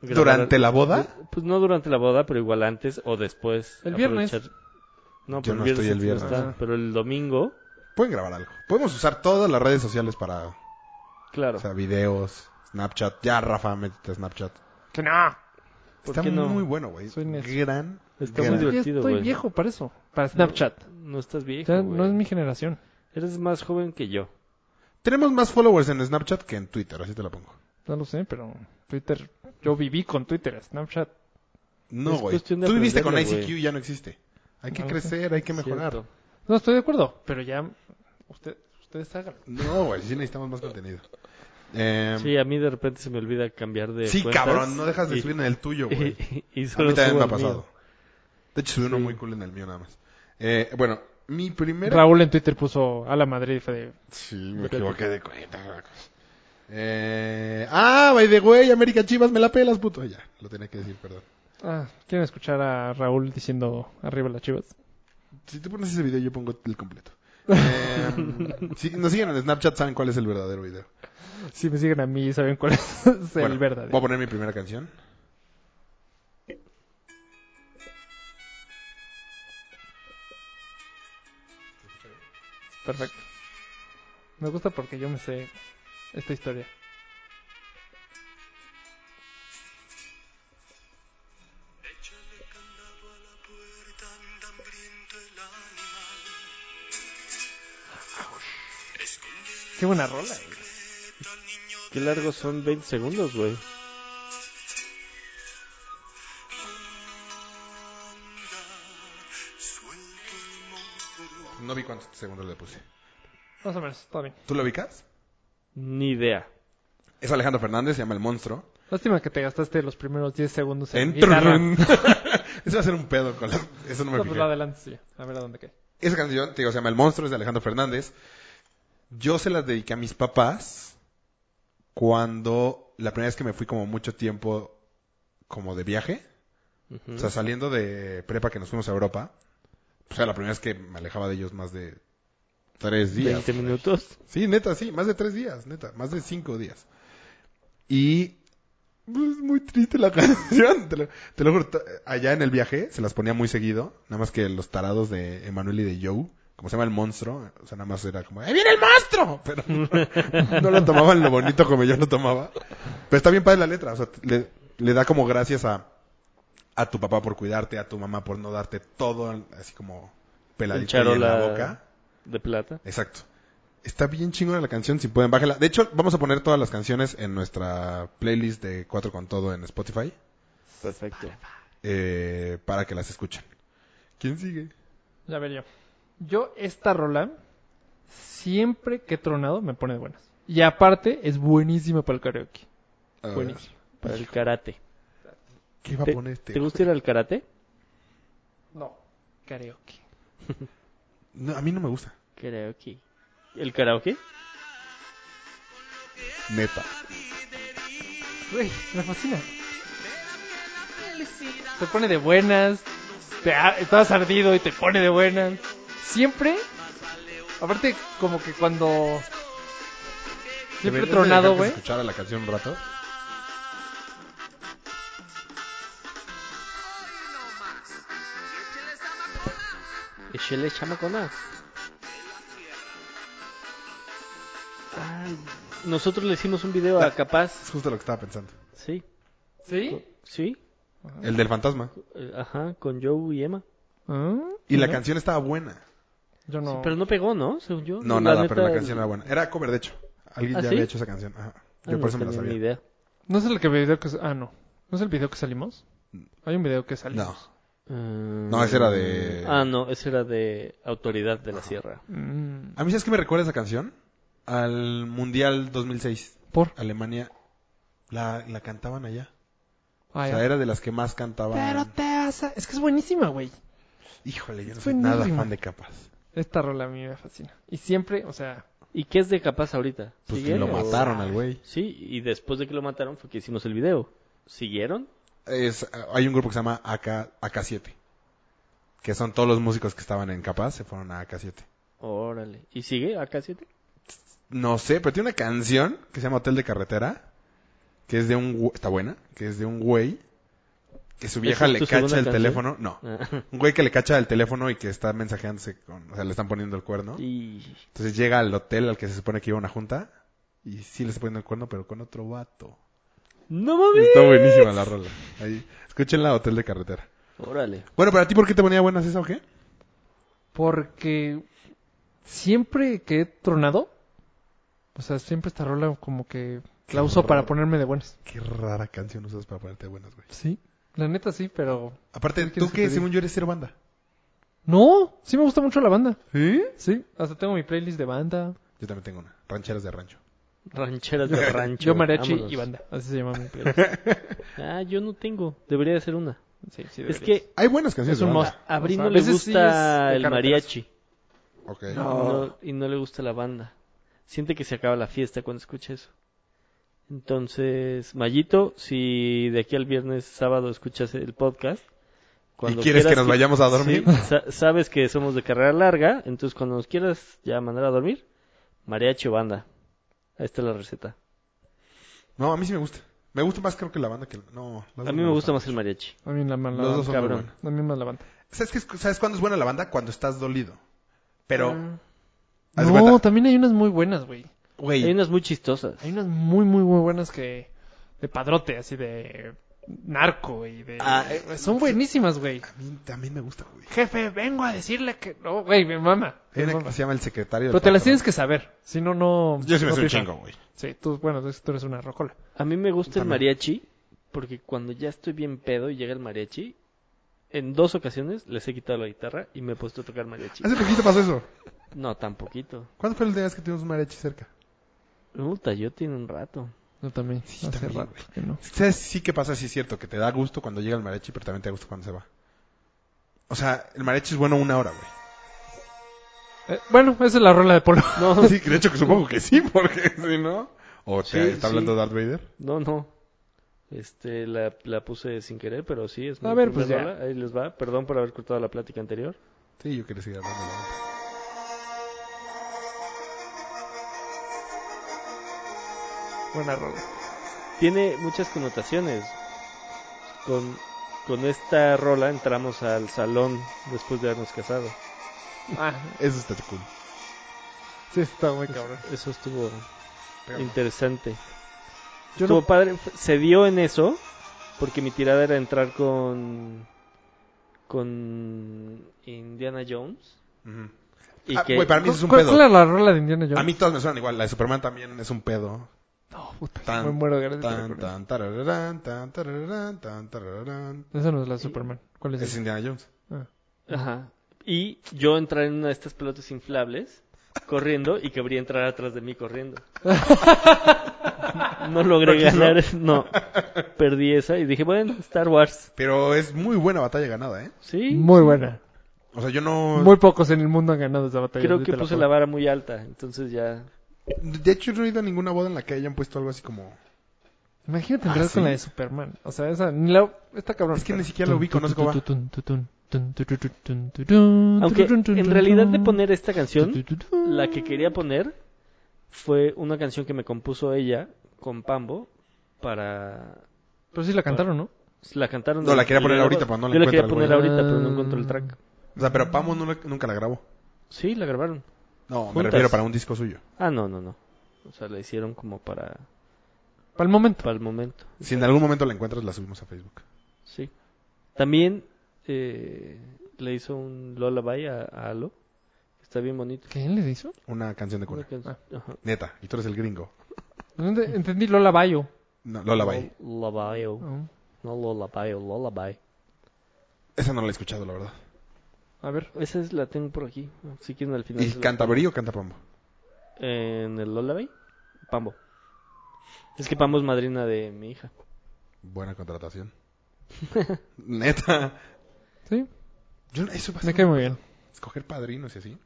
Speaker 3: Grabar-
Speaker 5: ¿Durante la boda?
Speaker 3: Pues no durante la boda, pero igual antes o después.
Speaker 4: El viernes.
Speaker 3: aprovechar. No,
Speaker 5: Yo
Speaker 3: pero
Speaker 5: no
Speaker 3: el viernes
Speaker 5: estoy el
Speaker 3: no
Speaker 5: viernes.
Speaker 3: está,
Speaker 4: Ah.
Speaker 3: pero el domingo,
Speaker 5: Pueden grabar algo. Podemos usar todas las redes sociales para...
Speaker 3: claro.
Speaker 5: O sea, videos, Snapchat. Ya, Rafa, métete a Snapchat.
Speaker 4: Que no.
Speaker 3: ¿Por
Speaker 5: Está
Speaker 3: qué no?
Speaker 5: muy bueno, güey.
Speaker 4: Soy necio.
Speaker 5: Gran.
Speaker 3: Está
Speaker 5: gran-
Speaker 3: muy
Speaker 4: Pues, Ya
Speaker 3: divertido,
Speaker 4: estoy
Speaker 3: güey.
Speaker 4: viejo para eso. Para Snapchat.
Speaker 3: No estás
Speaker 4: O
Speaker 3: viejo.
Speaker 4: sea,
Speaker 3: güey.
Speaker 4: no es mi generación.
Speaker 3: Eres más joven que yo.
Speaker 5: Tenemos más followers en Snapchat que en Twitter, así te la pongo.
Speaker 4: No lo sé, pero Twitter. Yo viví con Twitter, Snapchat.
Speaker 5: No,
Speaker 3: Es
Speaker 5: güey.
Speaker 3: cuestión de
Speaker 5: Tú viviste con
Speaker 3: aprenderle,
Speaker 5: ICQ
Speaker 3: güey.
Speaker 5: y ya no existe. Hay que
Speaker 4: No,
Speaker 5: crecer, hay que mejorar.
Speaker 3: Cierto.
Speaker 4: No estoy de acuerdo, pero ya. Usted, ustedes hagan.
Speaker 5: No, güey, sí necesitamos más contenido. Eh, sí,
Speaker 3: Sí, a mí de repente se me olvida cambiar de cuentas
Speaker 5: cabrón, no dejas de
Speaker 3: y-
Speaker 5: subir en el tuyo, güey.
Speaker 3: Y, y
Speaker 5: A
Speaker 3: solo
Speaker 5: mí
Speaker 3: subo
Speaker 5: también me ha
Speaker 3: al mío.
Speaker 5: pasado. De hecho, subí uno
Speaker 3: Sí.
Speaker 5: muy cool en el mío nada más. Eh, bueno, mi primera...
Speaker 4: Raúl en Twitter puso a la Madrid y fue de.
Speaker 5: Sí, me equivoqué de cuenta. Eh, ah, by the way, América Chivas, me la pelas, puto. Ya, lo tenía que decir, perdón.
Speaker 4: Ah, ¿quieren escuchar a Raúl diciendo arriba las chivas?
Speaker 5: Si tú pones ese video, yo pongo el completo. Eh, si nos siguen en Snapchat, saben cuál es el verdadero video.
Speaker 4: Si me siguen a mí, saben cuál es el
Speaker 5: Bueno, Voy
Speaker 4: verdadero.
Speaker 5: a poner mi primera canción.
Speaker 4: Perfecto. Me gusta porque yo me sé esta historia.
Speaker 6: Échale candado a la puerta, anda hambriento el animal. Esconde
Speaker 4: Qué buena rola. eh. güey.
Speaker 6: al niño
Speaker 3: Qué largos son 20 segundos, güey.
Speaker 6: anda, suelto el monstruo.
Speaker 5: No vi cuántos segundos le puse.
Speaker 4: Más o menos, está bien.
Speaker 5: ¿Tú lo ubicas?
Speaker 3: Ni idea.
Speaker 5: Es Alejandro Fernández, se llama El Monstruo.
Speaker 4: Lástima que te gastaste los primeros 10 segundos en
Speaker 5: En
Speaker 4: guitarra.
Speaker 5: Trun. Eso va a ser un pedo con la... Eso no me
Speaker 4: No, pues
Speaker 5: fijé.
Speaker 4: la adelante, sí. A ver a dónde cae.
Speaker 5: Esa canción, te digo, se llama El Monstruo, es de Alejandro Fernández. Yo se las dediqué a mis papás cuando la primera vez que me fui como mucho tiempo como de viaje.
Speaker 3: Ujú.
Speaker 5: O sea, saliendo de prepa que nos fuimos a Europa. O sea, la primera vez que me alejaba de ellos más de tres días.
Speaker 3: 20 minutos.
Speaker 5: Sí, neta, sí, más de tres días, neta, más de cinco días. Y pues, es muy triste la canción, te lo, te lo juro. t- Allá en el viaje se las ponía muy seguido, nada más que los tarados de Emanuel y de Joe, como se llama el monstruo, o sea, nada más era como, ¡ahí viene el monstruo! Pero no, no lo tomaban lo bonito como yo lo tomaba. Pero está bien padre la letra, o sea, t- le, le da como gracias a, a tu papá por cuidarte, a tu mamá por no darte todo así como peladito y en la
Speaker 3: charola.
Speaker 5: boca.
Speaker 3: De plata.
Speaker 5: Exacto. Está bien chingona la canción, si pueden, bájela. De hecho, vamos a poner todas las canciones en nuestra playlist de Cuatro con Todo en Spotify
Speaker 3: Perfecto.
Speaker 5: eh, para que las escuchen. ¿Quién sigue?
Speaker 4: Ya Pues, ver yo. Yo esta rola, siempre que he tronado, me pone de buenas. Y aparte, es buenísima para el karaoke.
Speaker 5: A ver,
Speaker 4: Buenísima.
Speaker 3: Para el karate.
Speaker 5: Ah, ¿Qué va a
Speaker 3: ¿Te,
Speaker 5: poner este?
Speaker 3: te gusta ir al karate?
Speaker 4: No, karaoke.
Speaker 5: No, a mí no me gusta,
Speaker 3: Creo que. ¿El karaoke?
Speaker 5: neta.
Speaker 4: Güey, me fascina. Te pone de buenas. Te, a- estás ardido y te pone de buenas. Siempre. Aparte, como que cuando. Siempre
Speaker 5: Deberías de
Speaker 4: tronado,
Speaker 5: dejar que
Speaker 4: güey.
Speaker 5: se escuchara la canción un rato?
Speaker 3: Échale chamacona. Ay, nosotros le hicimos un video a Capaz.
Speaker 5: Es justo lo que estaba pensando.
Speaker 3: Sí,
Speaker 4: ¿Sí?
Speaker 3: sí.
Speaker 5: El del fantasma.
Speaker 3: eh, Ajá, con Joe y Emma.
Speaker 4: Ah,
Speaker 5: Y la
Speaker 4: mira.
Speaker 5: canción estaba buena.
Speaker 4: Yo no.
Speaker 3: Sí, pero no pegó, ¿no? Según yo.
Speaker 5: No,
Speaker 3: La
Speaker 5: nada, pero
Speaker 3: neta,
Speaker 5: la canción era buena. Era cover, de hecho. Alguien
Speaker 3: ¿Ah,
Speaker 5: ya
Speaker 3: sí?
Speaker 5: había hecho esa canción. Ajá. Yo
Speaker 3: ah,
Speaker 5: por eso me
Speaker 3: no
Speaker 5: la
Speaker 3: tenía ni
Speaker 5: sabía.
Speaker 3: idea.
Speaker 4: ¿No es el que video que... Ah, no. ¿No es el video que salimos? Hay un video que
Speaker 5: No,
Speaker 4: salimos.
Speaker 3: Ah,
Speaker 5: No, esa era de-
Speaker 3: Ah, no, esa era de Autoridad de la Sierra.
Speaker 4: Mm,
Speaker 5: A mí, ¿sabes qué me recuerda esa canción? Al Mundial 2006.
Speaker 4: ¿Por?
Speaker 5: Alemania. La, la cantaban allá.
Speaker 4: Ah,
Speaker 5: o
Speaker 4: ya.
Speaker 5: sea, era de las que más cantaban.
Speaker 4: Pero te vas a... Es que es buenísima, güey.
Speaker 5: Híjole, yo no
Speaker 4: es
Speaker 5: soy
Speaker 4: buenísima.
Speaker 5: nada fan de capas.
Speaker 4: Esta rola a mí me fascina. Y siempre, o sea...
Speaker 3: ¿Y qué es de Capaz ahorita?
Speaker 5: Pues que
Speaker 3: ¿Sigue
Speaker 5: lo
Speaker 3: o-
Speaker 5: mataron al güey.
Speaker 3: Sí, y después de que lo mataron fue que hicimos el video. ¿Siguieron?
Speaker 5: Es, hay un grupo que se llama AK, AK7. Que son todos los músicos que estaban en Capaz, se fueron a AK7.
Speaker 3: Órale. ¿Y sigue AK7?
Speaker 5: No sé, pero tiene una canción que se llama Hotel de Carretera. Que es de un... güe- Está buena. Que es de un güey. Que su
Speaker 3: ¿Esa
Speaker 5: vieja
Speaker 3: es
Speaker 5: le
Speaker 3: tu
Speaker 5: cacha el
Speaker 3: segunda canción?
Speaker 5: teléfono. No.
Speaker 3: Ah,
Speaker 5: Un güey que le cacha el teléfono y que está mensajeándose con... O sea, le están poniendo el cuerno.
Speaker 3: y...
Speaker 5: Entonces llega al hotel al que se supone que iba a una junta. Y sí le está poniendo el cuerno, pero con otro vato.
Speaker 3: ¡No mames!
Speaker 5: Está buenísima la rola. Ahí. Escúchenla, Hotel de Carretera.
Speaker 3: Órale.
Speaker 5: Bueno, pero a ti, ¿por qué te ponía buenas esa o qué?
Speaker 4: Porque siempre que he tronado, o sea, siempre esta rola como que la uso para ponerme de buenas.
Speaker 5: Qué rara canción usas para ponerte buenas, güey.
Speaker 4: Sí. La neta sí, pero...
Speaker 5: Aparte,
Speaker 4: ¿Qué
Speaker 5: tú
Speaker 4: quieres que
Speaker 5: que
Speaker 4: te diga?
Speaker 5: según yo eres cero banda.
Speaker 4: No, sí me gusta mucho la banda.
Speaker 5: ¿Sí?
Speaker 4: Sí, hasta tengo mi playlist de banda.
Speaker 5: Yo también tengo una. Rancheras de rancho.
Speaker 3: Rancheras de rancho.
Speaker 4: Yo mariachi
Speaker 3: Vámonos.
Speaker 4: y banda. Así se llama mi playlist.
Speaker 3: Ah, yo no tengo. Debería de ser una.
Speaker 4: Sí, sí,
Speaker 3: Es
Speaker 4: deberías.
Speaker 3: que
Speaker 5: Hay buenas canciones.
Speaker 4: Es un
Speaker 5: de
Speaker 4: must.
Speaker 5: banda.
Speaker 3: a Brin
Speaker 4: O sea,
Speaker 3: no
Speaker 4: a
Speaker 3: le
Speaker 4: veces sí es
Speaker 3: gusta
Speaker 4: de
Speaker 3: el
Speaker 4: carreteras.
Speaker 3: mariachi.
Speaker 5: Ok.
Speaker 3: No, y no le gusta la banda. Siente que se acaba la fiesta cuando escucha eso. Entonces, Mayito, si de aquí al viernes sábado escuchas el podcast,
Speaker 5: ¿Y quieres
Speaker 3: quieras
Speaker 5: que nos vayamos a dormir?
Speaker 3: Sí, sa- sabes que somos de carrera larga, entonces cuando nos quieras ya mandar a dormir, mariachi o banda. Ahí está la receta.
Speaker 5: No, a mí sí me gusta. Me gusta más creo que la banda que... No. las
Speaker 3: A
Speaker 5: dos
Speaker 3: mí me gusta
Speaker 5: gustan.
Speaker 3: más el mariachi.
Speaker 4: A mí la más la
Speaker 5: Los
Speaker 4: banda.
Speaker 5: dos son
Speaker 3: cabrón.
Speaker 5: muy buenas.
Speaker 4: A mí más la banda.
Speaker 5: ¿Sabes, qué es- ¿Sabes cuándo es buena la banda? Cuando estás dolido.
Speaker 3: Mm.
Speaker 5: Pero... haz de
Speaker 4: No,
Speaker 5: cuenta,
Speaker 4: también hay unas muy buenas, güey.
Speaker 5: Güey,
Speaker 3: Hay unas muy chistosas.
Speaker 4: Hay unas muy, muy, muy buenas que... De padrote, así de... Narco, y De...
Speaker 5: Ah, eh,
Speaker 4: Son buenísimas, güey.
Speaker 5: a mí también me gusta, güey.
Speaker 4: Jefe, vengo a decirle que... No, güey, me mama.
Speaker 5: Hay
Speaker 4: me
Speaker 5: una
Speaker 4: mama.
Speaker 5: que se llama El Secretario del
Speaker 4: Pero te las
Speaker 5: Patrón.
Speaker 4: tienes que saber. Si no, no...
Speaker 5: Yo sí me
Speaker 4: no
Speaker 5: soy un
Speaker 4: pifa.
Speaker 5: chingo, güey.
Speaker 4: Sí, tú, bueno, tú eres una rocola.
Speaker 3: A mí me gusta el
Speaker 5: También.
Speaker 3: mariachi porque cuando ya estoy bien pedo y llega el mariachi, en dos ocasiones les he quitado la guitarra y me he puesto a tocar mariachi.
Speaker 5: Hace poquito pasó eso.
Speaker 3: No, tan poquito.
Speaker 5: ¿Cuándo fue la última vez que tuvimos un mariachi cerca?
Speaker 3: Puta, yo tiene un rato.
Speaker 4: Yo también.
Speaker 5: Sí,
Speaker 4: hace
Speaker 5: también,
Speaker 4: rato que no.
Speaker 5: ¿Sabes? Sí que pasa, sí es cierto, que te da gusto cuando llega el mariachi, pero también te da gusto cuando se va. O sea, el mariachi es bueno una hora, güey.
Speaker 4: Eh, bueno, esa es la rola de Polo.
Speaker 3: No,
Speaker 5: Sí, de hecho que supongo que sí, porque si no... O te
Speaker 3: Sí,
Speaker 5: está
Speaker 3: sí.
Speaker 5: hablando Darth Vader.
Speaker 3: no, no. Este, la, la puse sin querer, pero sí, es mi
Speaker 4: A ver,
Speaker 3: primer
Speaker 4: pues ya.
Speaker 3: rola. Ahí les va. Perdón por haber cortado la plática anterior.
Speaker 5: Sí, yo quería seguir hablando. de la banda.
Speaker 4: Buena rola.
Speaker 3: Tiene muchas connotaciones. Con, con esta rola entramos al salón después de habernos casado.
Speaker 4: Ah,
Speaker 5: Eso está cool.
Speaker 4: sí, está muy cabrón.
Speaker 3: Eso estuvo interesante.
Speaker 4: Yo
Speaker 3: Estuvo
Speaker 4: no-
Speaker 3: padre, se dio en eso, porque mi tirada era entrar con con Indiana Jones.
Speaker 5: Ujú.
Speaker 3: Y
Speaker 5: Ah,
Speaker 3: que,
Speaker 5: güey, para mí eso es un
Speaker 4: ¿Cuál-
Speaker 5: pedo.
Speaker 4: ¿Cuál era la rola de Indiana Jones?
Speaker 5: A mí todas me suenan igual. La de Superman también es un pedo.
Speaker 4: No, puta,
Speaker 5: Tan,
Speaker 4: me muero de ganas de
Speaker 5: Tan,
Speaker 4: recordar.
Speaker 5: tan, tarararán, tan, tarararán, tan, tarararán.
Speaker 4: Esa no es la de Superman. ¿Cuál es?
Speaker 5: Es
Speaker 4: esa?
Speaker 5: Indiana Jones.
Speaker 4: Ah.
Speaker 3: Ajá. Y yo entrar en una de estas pelotas inflables, corriendo, y que habría entrar atrás de mí corriendo. no logré ganar, no. Perdí esa y dije, bueno, Star Wars.
Speaker 5: Pero es muy buena batalla ganada, ¿eh?
Speaker 3: Sí.
Speaker 4: Muy buena.
Speaker 5: O sea, yo no...
Speaker 4: Muy pocos en el mundo han ganado esa batalla.
Speaker 3: Creo
Speaker 4: yo
Speaker 3: que
Speaker 4: te
Speaker 3: puse
Speaker 4: pongo.
Speaker 3: la vara muy alta, entonces ya.
Speaker 5: De hecho, yo no he ido a ninguna boda en la que hayan puesto algo así como...
Speaker 4: Imagínate
Speaker 5: Ah,
Speaker 4: entrar
Speaker 5: ¿sí?
Speaker 4: con la de Superman. O sea, esa... ni la- Está cabrón.
Speaker 5: Es que ni siquiera lo ubico, no sé cómo va.
Speaker 3: Aunque
Speaker 4: Aunque
Speaker 3: en realidad de poner esta canción, La que quería poner fue una canción que me compuso ella con Pambo para...
Speaker 4: Pero sí la cantaron, ¿no?
Speaker 3: La cantaron...
Speaker 5: No, la quería poner
Speaker 3: primera
Speaker 5: ahorita,
Speaker 3: voz.
Speaker 5: pero no la
Speaker 3: Yo la quería
Speaker 5: encuentro Ah. el
Speaker 3: poner
Speaker 5: güey.
Speaker 3: ahorita, pero no encuentro el track.
Speaker 5: O sea, pero Pamo no la- nunca la grabó.
Speaker 3: Sí, la grabaron.
Speaker 5: No, me
Speaker 3: Juntas.
Speaker 5: refiero para un disco suyo.
Speaker 3: Ah, no, no, no. O sea, la hicieron como para,
Speaker 4: Para el momento.
Speaker 3: para el momento.
Speaker 5: Si en algún momento la encuentras, la subimos a Facebook.
Speaker 3: Sí. También eh, le hizo un lullaby a, a Alo. Está bien bonito.
Speaker 4: ¿Qué le hizo?
Speaker 5: Una canción de cuna.
Speaker 3: Una canción- ajá.
Speaker 5: Neta, y tú eres el gringo.
Speaker 4: No ent- Entendí Lola Bayo.
Speaker 5: No, Lullaby.
Speaker 3: Lullaby, oh.
Speaker 4: Ah,
Speaker 3: No lullaby, oh, lullaby.
Speaker 5: Esa no la he escuchado, la verdad.
Speaker 4: A ver.
Speaker 3: Esa es la tengo por aquí. Si quieren al final.
Speaker 5: ¿Y
Speaker 3: se la-
Speaker 5: Cantabrí o Cantapambo?
Speaker 3: En el lullaby. Pambo. Es que Pambo es madrina de mi hija.
Speaker 5: Buena contratación. Neta.
Speaker 4: Sí,
Speaker 5: Yo, eso va a
Speaker 4: me
Speaker 5: ser-
Speaker 4: cae muy bien.
Speaker 5: Escoger padrinos y así.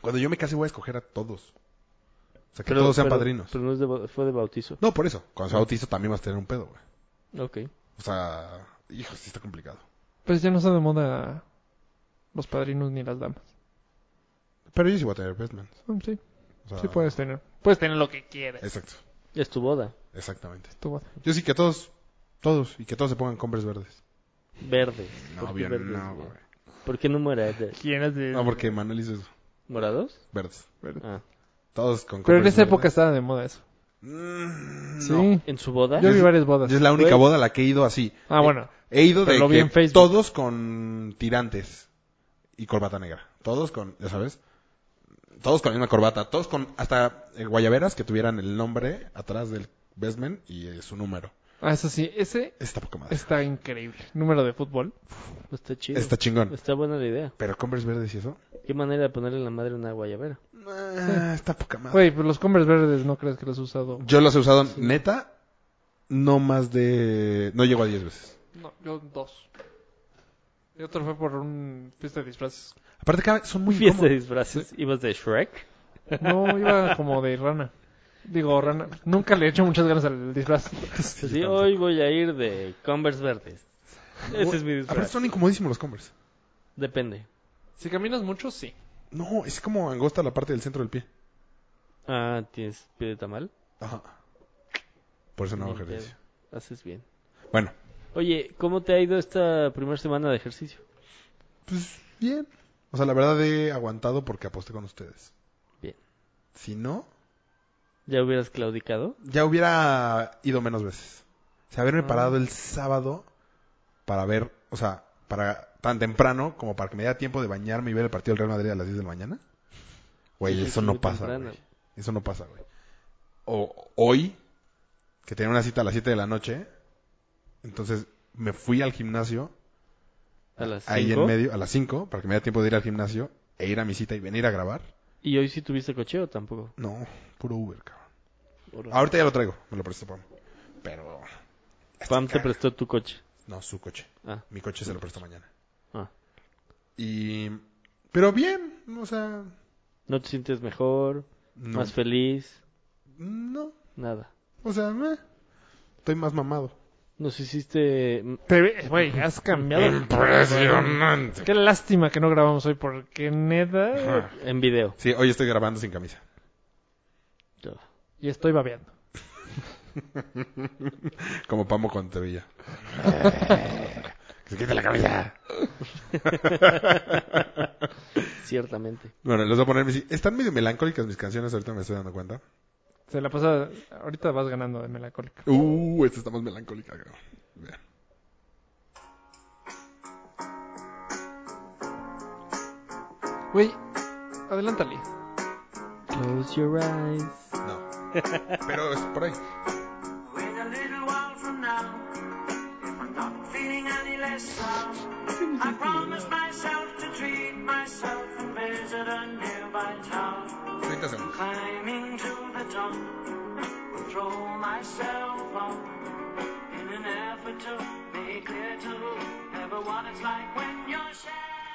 Speaker 5: Cuando yo me case voy a escoger a todos. O sea, que
Speaker 3: Pero-
Speaker 5: todos sean
Speaker 3: pero-
Speaker 5: padrinos.
Speaker 3: Pero no es de bau- fue de bautizo.
Speaker 5: No, por eso. Cuando sea bautizo también vas a tener un pedo, güey.
Speaker 3: Ok.
Speaker 5: O sea, hijo, sí está complicado.
Speaker 4: Pues ya no está de moda los padrinos ni las damas.
Speaker 5: Pero yo sí voy a tener Batman.
Speaker 4: Ah, Sí,
Speaker 5: O sea,
Speaker 4: sí puedes tener. Pues, Puedes tener lo que quieras.
Speaker 5: Exacto,
Speaker 3: Es tu boda.
Speaker 5: exactamente.
Speaker 4: Tú vas-
Speaker 5: Yo sí que todos, todos, y que todos se pongan Converse verdes.
Speaker 3: Verdes. ¿Por
Speaker 5: No,
Speaker 3: qué
Speaker 5: bien,
Speaker 3: verdes,
Speaker 5: no,
Speaker 3: güey?
Speaker 5: güey.
Speaker 3: ¿Por qué no morados?
Speaker 4: ¿Quieres de...
Speaker 5: No, porque Manuel hizo eso.
Speaker 3: ¿Morados?
Speaker 5: Verdes.
Speaker 3: Ah.
Speaker 5: Todos con
Speaker 4: Pero en
Speaker 5: Converse
Speaker 4: esa época
Speaker 5: verdes.
Speaker 4: estaba de moda eso.
Speaker 5: Mm, no.
Speaker 4: Sí,
Speaker 3: ¿En su boda?
Speaker 4: yo vi varias bodas.
Speaker 5: Es la única
Speaker 3: Güey.
Speaker 5: boda a la que he ido así.
Speaker 4: Ah, bueno.
Speaker 5: He ido
Speaker 4: Pero
Speaker 5: de
Speaker 4: lo vi
Speaker 5: que
Speaker 4: en Facebook.
Speaker 5: todos con tirantes y corbata negra. Todos con, ya sabes, todos con la misma corbata. Todos con hasta eh, guayaberas que tuvieran el nombre atrás del bestman y eh, su número.
Speaker 4: Ah, eso sí, ese
Speaker 5: Está poca madre.
Speaker 4: está increíble. Número de fútbol.
Speaker 3: Está chido.
Speaker 5: Está chingón.
Speaker 3: Está buena la idea.
Speaker 5: Pero Converse verdes y eso.
Speaker 3: ¿Qué manera de ponerle en la madre una guayabera?
Speaker 5: Ah, está poca madre.
Speaker 4: Güey, pues los Converse verdes no crees que los he usado.
Speaker 5: Yo los he usado, neta, no más de... No llego a 10 veces.
Speaker 4: No, yo dos. Y otro fue por un fiesta de disfraces.
Speaker 5: Aparte, cada vez son muy
Speaker 3: Fiesta de
Speaker 5: incómodos.
Speaker 3: disfraces. ¿Ibas de Shrek?
Speaker 4: No, iba como de rana. Digo, rana. Nunca le he hecho muchas ganas al disfraz.
Speaker 3: Sí, hoy voy a ir de Converse verdes. Ese es mi
Speaker 5: Aparte,
Speaker 3: disfraz.
Speaker 5: son incomodísimos los Converse.
Speaker 3: Depende.
Speaker 4: Si caminas mucho, sí.
Speaker 5: No, es como angosta la parte del centro del pie.
Speaker 3: Ah, ¿tienes pie de tamal?
Speaker 5: Ajá. Por eso no hago
Speaker 3: Ni
Speaker 5: ejercicio.
Speaker 3: pedo. Haces bien.
Speaker 5: Bueno,
Speaker 3: Oye, ¿cómo te ha ido esta primera semana de ejercicio?
Speaker 5: pues bien. O sea, la verdad he aguantado porque aposté con ustedes.
Speaker 3: Bien.
Speaker 5: Si no,
Speaker 3: ¿Ya hubieras claudicado?
Speaker 5: ya hubiera ido menos veces. O sea, haberme
Speaker 4: Ah.
Speaker 5: parado el sábado para ver, o sea, para tan temprano como para que me diera tiempo de bañarme y ver el partido del Real Madrid a las 10 de la mañana. Güey,
Speaker 3: Sí,
Speaker 5: eso
Speaker 3: sí,
Speaker 5: no
Speaker 3: muy
Speaker 5: pasa,
Speaker 3: temprano.
Speaker 5: güey. Eso no pasa, güey. O hoy, que tenía una cita a las 7 de la noche, entonces me fui al gimnasio
Speaker 3: A las
Speaker 5: ahí
Speaker 3: cinco?
Speaker 5: en medio a las 5 para que me diera tiempo de ir al gimnasio e ir a mi cita y venir a grabar.
Speaker 3: ¿Y hoy sí tuviste cocheo tampoco?
Speaker 5: No, puro Uber, cabrón.
Speaker 3: Ahora-
Speaker 5: Ahorita ya lo traigo, me lo prestó Pam. Pero
Speaker 3: Pam te prestó tu coche.
Speaker 5: no, su coche.
Speaker 3: Ah,
Speaker 5: Mi coche se lo prestó mañana.
Speaker 3: ah.
Speaker 5: Y pero bien, o sea,
Speaker 3: ¿No te sientes mejor?
Speaker 5: no.
Speaker 3: ¿Más feliz?
Speaker 5: No,
Speaker 3: Nada.
Speaker 5: o sea, meh. estoy más mamado.
Speaker 3: Nos hiciste...
Speaker 4: Te ve- Güey, has cambiado.
Speaker 5: Impresionante.
Speaker 4: Qué lástima que no grabamos hoy porque neta.
Speaker 3: En video.
Speaker 5: Sí, hoy estoy grabando sin camisa.
Speaker 4: Y estoy babeando.
Speaker 5: Como Pamo con Tevilla. Eh, que se quite la camisa.
Speaker 3: Ciertamente.
Speaker 5: Bueno, les voy a poner mis... Están medio melancólicas mis canciones, ahorita me estoy dando cuenta.
Speaker 4: Se la pasa. Ahorita vas ganando de melancólica.
Speaker 5: Uh, esta está más melancólica, cabrón. Vean.
Speaker 4: Güey, adelántale.
Speaker 3: Close your eyes.
Speaker 5: No. Pero es por ahí.
Speaker 7: Wait a little while from now. If I'm not feeling any less sound, I promise myself to treat myself and visit a nearby town.
Speaker 5: 30 segundos.
Speaker 7: Climbing to the top, will throw myself up in an effort to make clear to everyone it's like when you're shattered.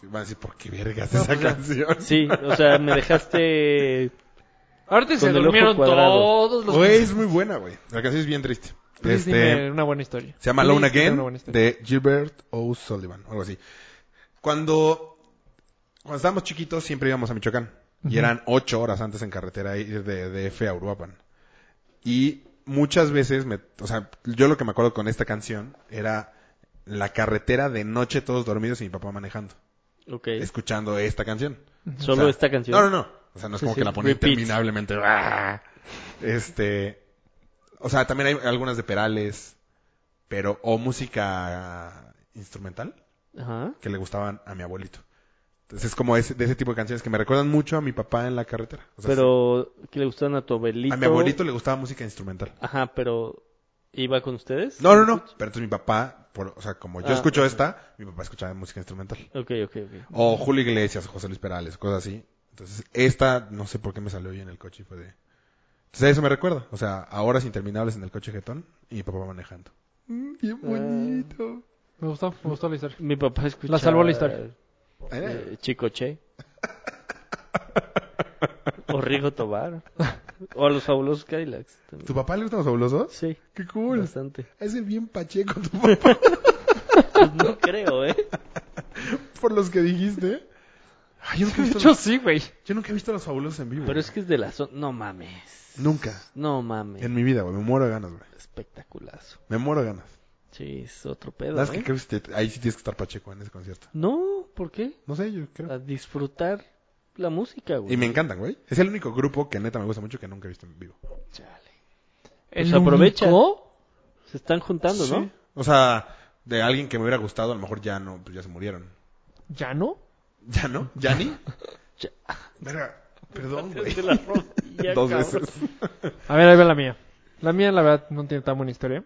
Speaker 5: Sí, Van a decir, ¿por qué vergas esa canción?
Speaker 3: Sí, o sea, me dejaste...
Speaker 4: Ahorita
Speaker 3: Con
Speaker 4: se
Speaker 3: el ojo
Speaker 4: durmieron
Speaker 3: cuadrado.
Speaker 4: todos los.
Speaker 5: Güey, es muy buena, güey. La canción es bien triste.
Speaker 4: Please
Speaker 5: este,
Speaker 4: Pues dime una buena historia.
Speaker 5: se llama
Speaker 4: Please
Speaker 5: Alone
Speaker 4: dime una buena
Speaker 5: Again
Speaker 4: historia.
Speaker 5: de Gilbert O'Sullivan, o algo así. Cuando, cuando estábamos chiquitos siempre íbamos a Michoacán. Y eran ocho horas antes en carretera ir de DF a Uruapan. Y muchas veces, me, o sea, yo lo que me acuerdo con esta canción era la carretera de noche todos dormidos y mi papá manejando,
Speaker 3: Ok.
Speaker 5: escuchando esta canción.
Speaker 3: Solo
Speaker 5: O sea,
Speaker 3: esta canción.
Speaker 5: No, no, no. O sea, no es
Speaker 3: Sí,
Speaker 5: como
Speaker 3: sí.
Speaker 5: que la ponía
Speaker 3: Repeat.
Speaker 5: interminablemente. ¡ah! Este. O sea, también hay algunas de Perales. pero o música instrumental
Speaker 3: Ajá.
Speaker 5: que le gustaban a mi abuelito. Entonces es como ese- de ese tipo de canciones que me recuerdan mucho a mi papá en la carretera. O sea,
Speaker 3: Pero que le gustaban a tu
Speaker 5: sí,
Speaker 3: abuelito.
Speaker 5: a mi abuelito le gustaba música instrumental.
Speaker 3: Ajá, pero ¿iba con ustedes?
Speaker 5: No, no, no. Pero entonces mi papá, por- o sea, como yo
Speaker 3: Ah,
Speaker 5: escucho esta, mi papá escuchaba música instrumental.
Speaker 3: Ok, ok, ok.
Speaker 5: O Julio Iglesias, José Luis Perales, cosas así. Entonces esta, no sé por qué me salió hoy en el coche y fue de... Entonces a eso me recuerda. O sea, a horas interminables en el coche jetón y mi papá manejando. Mm, bien bonito.
Speaker 4: Me gustó, me gustó la historia.
Speaker 3: Mi papá escuchaba...
Speaker 4: La salvó la historia.
Speaker 5: Eh,
Speaker 3: eh, Chico Che. o Rigo Tobar. o a los fabulosos Cadillacs. también.
Speaker 5: ¿Tu papá le gustan los fabulosos?
Speaker 3: Sí,
Speaker 5: ¡Qué cool!
Speaker 3: bastante.
Speaker 5: Es el bien pacheco tu papá,
Speaker 3: Pues no creo, ¿eh?
Speaker 5: por los que dijiste. Ay, yo nunca he visto
Speaker 4: Yo sí, güey.
Speaker 5: Yo nunca he visto a los fabulosos en vivo.
Speaker 3: Pero
Speaker 5: güey.
Speaker 3: es que es de la zona... No mames.
Speaker 5: Nunca.
Speaker 3: No mames.
Speaker 5: En mi vida, güey. Me muero de ganas, güey.
Speaker 3: Espectaculazo.
Speaker 5: Me muero de ganas.
Speaker 3: Sí, es otro pedo,
Speaker 5: Nada más
Speaker 3: ¿eh?
Speaker 5: que creo que te- ahí sí tienes que estar pacheco en ese concierto.
Speaker 3: No, ¿por qué?
Speaker 5: No sé, yo creo.
Speaker 3: A disfrutar la música, güey.
Speaker 5: Y me encantan, güey. Es el único grupo que neta me gusta mucho que nunca he visto en vivo.
Speaker 3: Chale.
Speaker 4: ¿El
Speaker 3: Pues aprovecha.
Speaker 4: único?
Speaker 3: Se están juntando,
Speaker 5: Sí.
Speaker 3: ¿no?
Speaker 5: O sea, de alguien que me hubiera gustado, a lo mejor ya no, pues ya se murieron.
Speaker 4: ¿Ya no?
Speaker 5: ¿Ya no? ¿Ya ni?
Speaker 3: Ya.
Speaker 5: Verga, perdón, güey.
Speaker 3: De la rodilla,
Speaker 5: Dos
Speaker 3: cabrón.
Speaker 5: veces.
Speaker 4: A ver, ahí va la mía. La mía, la verdad, no tiene tan buena historia.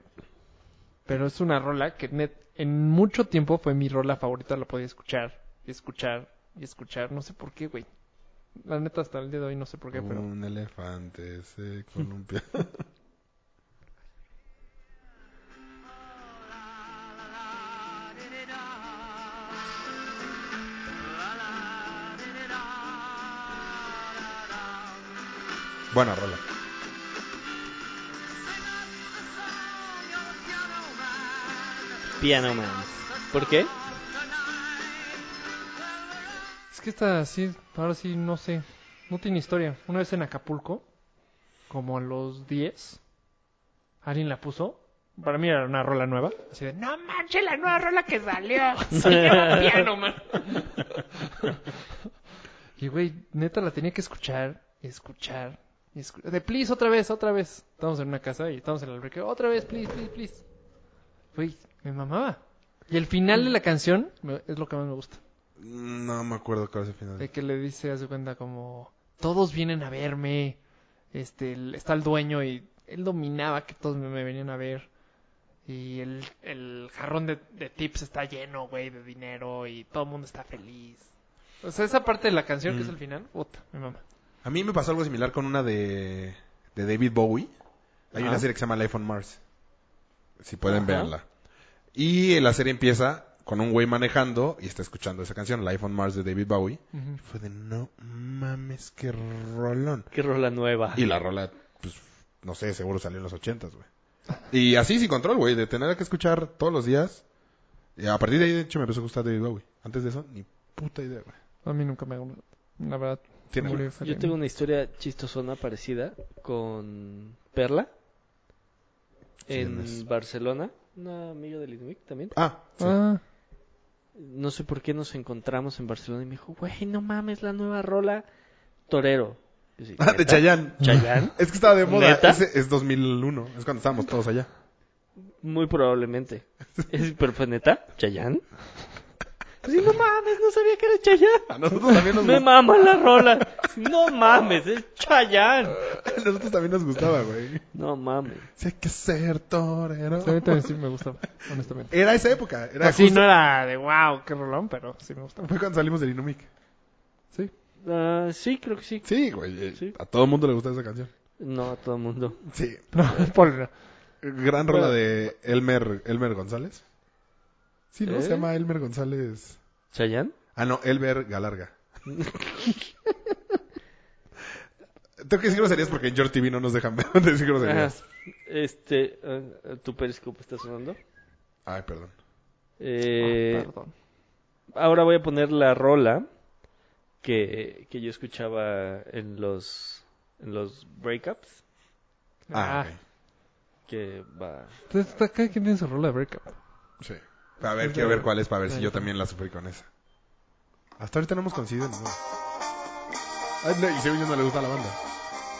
Speaker 4: Pero es una rola que net, en mucho tiempo fue mi rola favorita. La podía escuchar y escuchar y escuchar. No sé por qué, güey. La neta, hasta el día de hoy no sé por qué, pero...
Speaker 5: Un elefante se columpia. Buena rola.
Speaker 3: Piano Man. ¿Por qué?
Speaker 4: Es que esta sí, ahora sí, no sé. No tiene historia. Una vez en Acapulco, como a los 10, alguien la puso. Para mí era una rola nueva. Así de, no manches, la nueva rola que salió. Se llama piano, man. y güey, neta la tenía que escuchar, y escuchar, y escuchar. De please, otra vez, otra vez. Estamos en una casa y estamos en el albergue. Otra vez, please, please, please. Güey, me mamaba. Y el final de la canción me- es lo que más me gusta.
Speaker 5: No me acuerdo cuál es el final.
Speaker 4: De que le dice, a su cuenta, como, todos vienen a verme, este, el- está el dueño y él dominaba que todos me, me venían a ver. Y el, el jarrón de, de tips está lleno, güey, de dinero y todo el mundo está feliz. O sea, esa parte de la canción que
Speaker 5: Mm.
Speaker 4: es el final, puta, mi mamá.
Speaker 5: A mí me pasó algo similar con una de, de David Bowie. Hay
Speaker 3: Ajá.
Speaker 5: una serie que se llama Life on Mars. Si pueden,
Speaker 3: Ajá.
Speaker 5: verla. Y la serie empieza con un güey manejando y está escuchando esa canción, Life on Mars de David Bowie. Y fue de no mames, qué rolón.
Speaker 3: Qué rola nueva.
Speaker 5: Y la rola, pues, no sé, seguro salió en los ochentas, güey. Y así sin control, güey, de tener que escuchar todos los días. Y a partir de ahí, de hecho, me empezó a gustar David Bowie. Antes de eso, ni puta idea, güey.
Speaker 4: A mí nunca me la verdad.
Speaker 5: Tiene-
Speaker 4: murió
Speaker 3: Yo
Speaker 4: feliz.
Speaker 3: tengo una historia chistosona parecida con Perla
Speaker 5: ¿Quién
Speaker 3: en
Speaker 5: es?
Speaker 3: Barcelona. Una amiga de Litwick también.
Speaker 5: Ah, sí.
Speaker 4: Ah,
Speaker 3: No sé por qué nos encontramos en Barcelona y me dijo, güey, no mames, la nueva rola Torero. Yo sí,
Speaker 5: Ah, de
Speaker 3: "¿Neta?
Speaker 5: Chayanne.
Speaker 3: ¿Chayanne?
Speaker 5: Es que estaba de moda.
Speaker 3: ¿Neta?
Speaker 5: Ese es 2001. Es cuando estábamos todos allá.
Speaker 3: Muy probablemente. ¿Es hiperfaneta? ¿Chayán? Pues Sí, no mames, no sabía que era Chayán.
Speaker 5: A Ah, nosotros también nos,
Speaker 3: Me mama la rola. No mames, es Chayán.
Speaker 5: a nosotros también nos gustaba, güey.
Speaker 3: No mames.
Speaker 5: Sí, hay que ser torero.
Speaker 4: a mí también sí me gustaba, honestamente.
Speaker 5: Era esa época. Era
Speaker 4: Así
Speaker 5: justo-
Speaker 4: no era de wow, qué rolón, pero sí me gustaba.
Speaker 5: Fue cuando salimos del Inumic.
Speaker 4: Sí.
Speaker 3: Ah, sí, creo que sí.
Speaker 5: Sí, güey. eh,
Speaker 3: Sí.
Speaker 5: A todo el mundo le gusta esa canción.
Speaker 3: No, a todo el mundo.
Speaker 5: Sí.
Speaker 4: No, por-
Speaker 5: Gran rola de Elmer, Elmer González. Sí, ¿no?
Speaker 3: ¿Eh?
Speaker 5: Se llama Elmer González.
Speaker 3: ¿Chayán?
Speaker 5: Ah, no, Elmer Galarga. Tengo que decir groserías porque en George TV no nos dejan decir groserías.
Speaker 3: Este, ah, tu periscope está sonando.
Speaker 5: Ay, perdón.
Speaker 3: Eh,
Speaker 4: Ah, perdón.
Speaker 3: ahora voy a poner la rola que, que yo escuchaba en los, en los breakups.
Speaker 4: Ah.
Speaker 5: Ah,
Speaker 3: Que va.
Speaker 4: Entonces, está- cada quien tiene su rola de breakup.
Speaker 5: ok. Sí. A ver, quiero ver cuál es para ver si yo también la sufrí con esa. Hasta ahorita no hemos coincidido en nada. Ay, no, y según yo no le gusta la banda.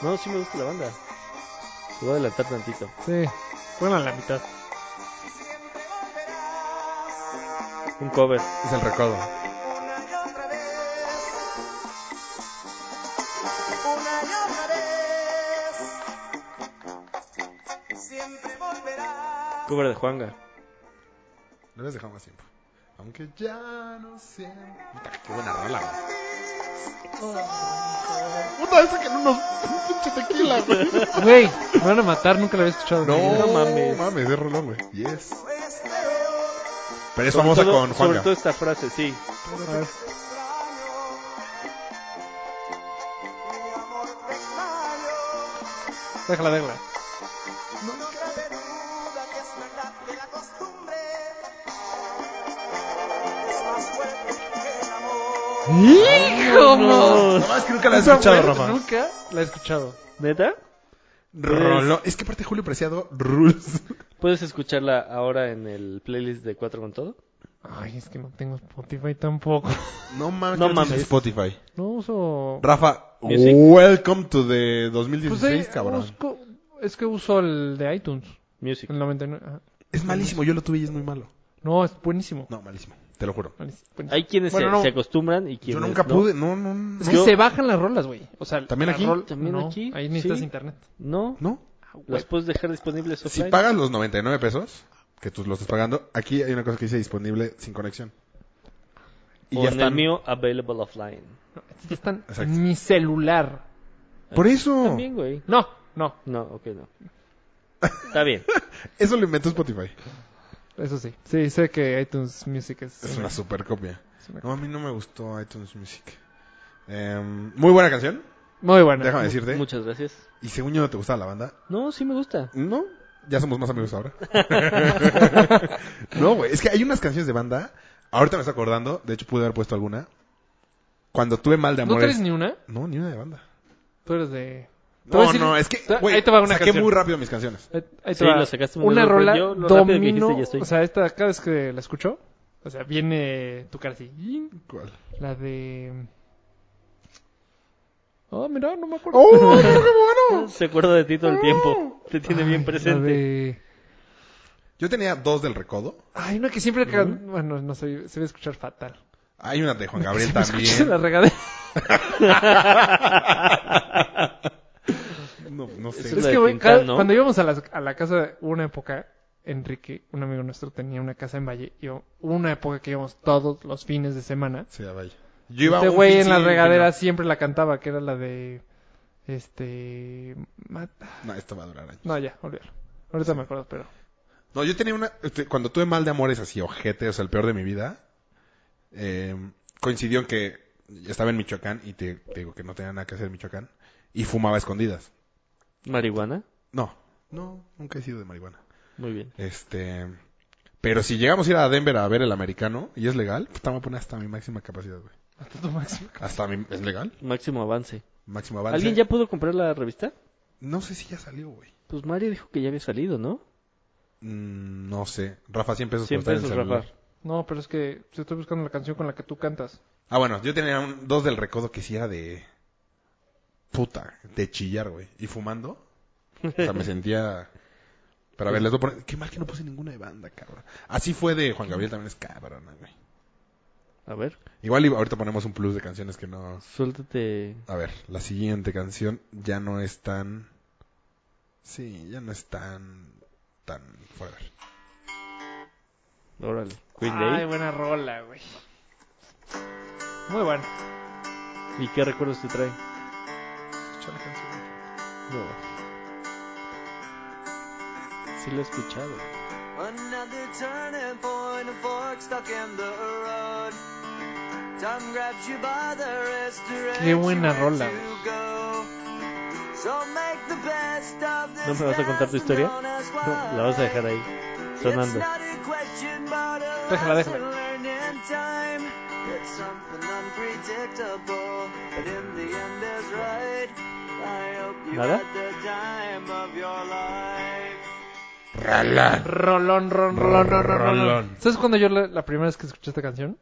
Speaker 3: No, sí me gusta la banda. Te voy a adelantar tantito.
Speaker 4: Sí, bueno, a la mitad.
Speaker 3: Un cover.
Speaker 5: Es el recodo.
Speaker 8: Una y otra vez, una y otra vez, siempre volverá.
Speaker 3: Cover de Juanga.
Speaker 5: Lo habías dejado más tiempo. Aunque ya no siento. Puta, Qué buena rola, güey. Puta, esa que no nos. Un pinche tequila, güey.
Speaker 4: Güey, me van a matar, nunca la había escuchado.
Speaker 5: No,
Speaker 3: No mames.
Speaker 5: mames. mames, es rolón, güey. Yes. Pero
Speaker 3: Sobre
Speaker 5: es famosa
Speaker 3: todo-
Speaker 5: con
Speaker 3: Sobre
Speaker 5: Juanga.
Speaker 3: todo esta frase, sí.
Speaker 4: A ver. Déjala, déjala.
Speaker 8: No cabe duda que es verdad que la costumbre es más fuerte que el amor.
Speaker 4: ¡Hijo!
Speaker 3: No.
Speaker 5: Nomás que nunca la has escuchado, Rafa.
Speaker 4: Nunca la he escuchado.
Speaker 3: ¿Neta?
Speaker 5: Rolón. Es que aparte Julio Preciado rules.
Speaker 3: ¿Puedes escucharla ahora en el playlist de Cuatro con Todo?
Speaker 4: Ay, es que no tengo Spotify tampoco.
Speaker 5: No mames.
Speaker 3: No
Speaker 5: creo que es
Speaker 3: mames.
Speaker 5: Spotify.
Speaker 4: No uso.
Speaker 5: Rafa,
Speaker 3: Music.
Speaker 5: welcome to the 2016,
Speaker 4: Pues ahí
Speaker 5: cabrón.
Speaker 4: busco- Es que uso el de iTunes.
Speaker 3: Music.
Speaker 4: El 99. ajá.
Speaker 5: Es malísimo, yo lo tuve y es muy malo.
Speaker 4: ah. No, es buenísimo.
Speaker 5: No, malísimo, te lo juro.
Speaker 4: Buenísimo, buenísimo.
Speaker 3: Hay quienes
Speaker 4: Bueno,
Speaker 3: se,
Speaker 4: no.
Speaker 3: se acostumbran y quienes
Speaker 5: Yo nunca
Speaker 3: no.
Speaker 5: pude, no, no, no.
Speaker 4: Es que
Speaker 3: yo-
Speaker 4: se bajan las rolas, güey. O sea,
Speaker 5: ¿También
Speaker 4: las
Speaker 5: aquí?
Speaker 4: rol-
Speaker 3: ¿También
Speaker 4: no,
Speaker 3: aquí?
Speaker 4: Ahí necesitas
Speaker 3: Sí.
Speaker 4: internet.
Speaker 3: No,
Speaker 5: ¿No?
Speaker 3: las puedes dejar disponibles
Speaker 5: Si
Speaker 3: offline.
Speaker 5: pagas los 99 pesos, que tú los estás pagando, aquí hay una cosa que dice disponible sin conexión. Y
Speaker 3: o
Speaker 5: ya
Speaker 3: en
Speaker 5: están.
Speaker 3: el mío, available offline.
Speaker 4: No, estas están
Speaker 5: Exacto.
Speaker 4: en mi celular.
Speaker 5: Por eso.
Speaker 3: También, güey.
Speaker 4: No, no,
Speaker 3: No, ok, no. Está bien.
Speaker 5: Eso lo inventó Spotify.
Speaker 4: eso sí. Sí, sé que iTunes Music es.
Speaker 5: Es una super copia.
Speaker 4: una
Speaker 5: No, a mí no me gustó iTunes Music. Em, muy buena canción,
Speaker 4: Muy buena.
Speaker 5: déjame decirte.
Speaker 3: Muchas gracias.
Speaker 5: Y según yo no te gustaba la banda.
Speaker 3: No, sí me gusta.
Speaker 5: No, ya somos más amigos ahora. no, güey, es que hay unas canciones de banda. Ahorita me estoy acordando, de hecho pude haber puesto alguna. Cuando tuve mal de
Speaker 4: ¿No
Speaker 5: amores.
Speaker 4: traes ni una?
Speaker 5: No, ni una de banda.
Speaker 4: Tú eres de. Te
Speaker 5: No,
Speaker 4: voy a decir-
Speaker 5: no, es que
Speaker 4: te-
Speaker 5: güey,
Speaker 4: ahí te va una
Speaker 5: saqué
Speaker 4: canción.
Speaker 5: muy rápido mis canciones.
Speaker 4: Ahí- ahí te
Speaker 3: Sí,
Speaker 4: va.
Speaker 3: lo sacaste muy
Speaker 4: Una
Speaker 3: rápido,
Speaker 4: rola
Speaker 3: yo lo rápido que dijiste,
Speaker 4: domino.
Speaker 3: ya estoy.
Speaker 4: O sea, esta, cada vez que la escucho, o sea, viene tu cara así. ¡yin!
Speaker 5: ¿Cuál?
Speaker 4: La de. Oh, mira, no me acuerdo.
Speaker 5: ¡Oh, qué bueno!
Speaker 3: Se acuerda de ti todo el tiempo. Te tiene bien
Speaker 4: La
Speaker 3: presente.
Speaker 4: de...
Speaker 5: Yo tenía dos del recodo.
Speaker 4: Ay, una que siempre. ca- Bueno, no sé, se va a escuchar fatal.
Speaker 5: Hay una de Juan Gabriel
Speaker 4: Se me escucha
Speaker 5: también.
Speaker 4: la regadera.
Speaker 5: No, no sé.
Speaker 3: Es
Speaker 4: Es
Speaker 3: la
Speaker 4: que,
Speaker 3: de
Speaker 4: güey,
Speaker 3: Tintán,
Speaker 4: cada-
Speaker 3: ¿no?
Speaker 4: cuando íbamos a la, a la casa, una época, Enrique, un amigo nuestro, tenía una casa en Valle. Y yo- una época que íbamos todos los fines de semana.
Speaker 5: Sí, ya vaya. Yo iba a
Speaker 4: este
Speaker 5: un
Speaker 4: güey en
Speaker 5: pinche
Speaker 4: la regadera
Speaker 5: ingenio.
Speaker 4: siempre la cantaba, que era la de. Este. Mata.
Speaker 5: No, esto va a durar años.
Speaker 4: No, ya, olvídalo. Ahorita me acuerdo, pero.
Speaker 5: No, yo tenía una. este, Cuando tuve mal de amores así, ojete, o sea, el peor de mi vida, eh, coincidió en que estaba en Michoacán y te, te digo que no tenía nada que hacer en Michoacán y fumaba a escondidas.
Speaker 3: Marihuana.
Speaker 5: No, no, nunca he sido de marihuana.
Speaker 3: Muy bien.
Speaker 5: Este. Pero si llegamos a ir a Denver a ver el americano y es legal, pues te voy a poner hasta mi máxima capacidad, güey.
Speaker 4: Hasta tu máximo.
Speaker 5: Hasta mi. ¿Es legal?
Speaker 3: Máximo avance.
Speaker 5: Máximo avance.
Speaker 3: ¿Alguien ya pudo comprar la revista?
Speaker 5: No sé si ya salió, güey.
Speaker 3: Pues Mario dijo que ya había salido, ¿no?
Speaker 5: Mm, no sé. Rafa, 100 pesos por
Speaker 3: Siempre
Speaker 5: estar en
Speaker 3: es
Speaker 5: el celular.
Speaker 3: Rafa.
Speaker 4: No, pero es que yo estoy buscando la canción con la que tú cantas.
Speaker 5: Ah, bueno, yo tenía un- dos del recodo que sí era de. Puta, de chillar, güey. Y fumando. O sea, me sentía. Pero a ver, les voy a poner. Qué mal que no puse ninguna de banda, cabrón. Así fue de Juan Gabriel también es cabrón, güey.
Speaker 3: A ver,
Speaker 5: Igual y ahorita ponemos un plus de canciones que no.
Speaker 3: suéltate.
Speaker 5: A ver, la siguiente canción ya no es tan. Sí, ya no es tan. tan. fuera.
Speaker 3: Órale. Queen
Speaker 4: Ay,
Speaker 3: Day.
Speaker 4: buena rola, güey. Muy buena.
Speaker 3: ¿Y qué recuerdos te trae?
Speaker 5: Escucha la canción.
Speaker 3: No. Sí lo he escuchado.
Speaker 8: Another turning point, a fork stuck in the road. Time grabs you by the wrist, directs
Speaker 4: Qué buena
Speaker 8: you where
Speaker 4: rola,
Speaker 8: to
Speaker 4: güey.
Speaker 8: go. So make the best of this
Speaker 3: ¿No me vas a contar tu historia?
Speaker 8: dance known as
Speaker 3: No, la vas a dejar ahí,
Speaker 8: life. It's
Speaker 3: sonando.
Speaker 8: not a question, but a
Speaker 4: Déjala,
Speaker 8: lesson
Speaker 4: déjala.
Speaker 8: learned in time. It's something unpredictable, but in the end is right. I hope you
Speaker 3: ¿Nada?
Speaker 8: had the time of your life.
Speaker 4: Rolón, rolón, rolón, rolón, rolón. ¿Sabes cuándo yo la, la primera vez que escuché esta canción?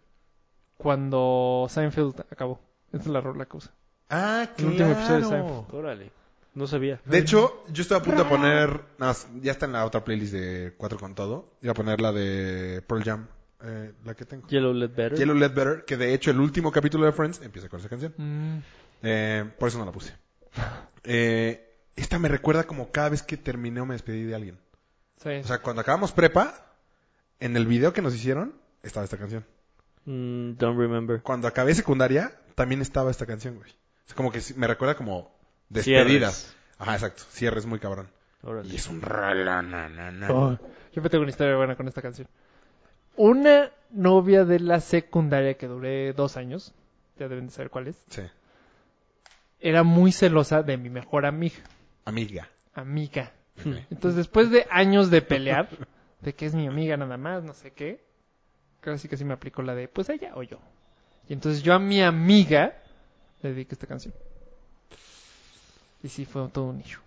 Speaker 4: Cuando Seinfeld acabó. Esta es la rola que usa.
Speaker 5: Ah,
Speaker 4: El último episodio de
Speaker 5: claro.
Speaker 4: Seinfeld.
Speaker 3: Órale. No sabía.
Speaker 5: De hecho, yo estaba a punto de poner. no, ya está en la otra playlist de Cuatro con todo. Iba a poner la de Pearl Jam, eh, la que tengo.
Speaker 3: Yellow Let Better.
Speaker 5: Yellow Let Better, que de hecho el último capítulo de Friends empieza con esa canción.
Speaker 4: Mm,
Speaker 5: Eh, por eso no la puse. Eh, esta me recuerda como cada vez que terminé o me despedí de alguien.
Speaker 4: sí.
Speaker 5: O sea, cuando acabamos prepa, en el video que nos hicieron, estaba esta canción.
Speaker 3: Mm, don't remember.
Speaker 5: Cuando acabé secundaria, también estaba esta canción, güey. Es como que sí- me recuerda como despedidas.
Speaker 3: Cierres.
Speaker 5: Ajá, exacto. Cierres muy cabrón.
Speaker 3: Órale.
Speaker 5: Y es un rala, na, na, na.
Speaker 4: Oh, yo me tengo una historia buena con esta canción. Una novia de la secundaria que duré dos años, ya deben de saber cuál es,
Speaker 5: Sí.
Speaker 4: era muy celosa de mi mejor amiga.
Speaker 5: Amiga.
Speaker 4: amiga.
Speaker 5: Ok.
Speaker 4: Entonces, después de años de pelear, de que es mi amiga nada más, no sé qué, casi que sí me aplicó la de, pues ella o yo. Y entonces yo a mi amiga le dediqué esta canción. Y sí, fue todo un issue.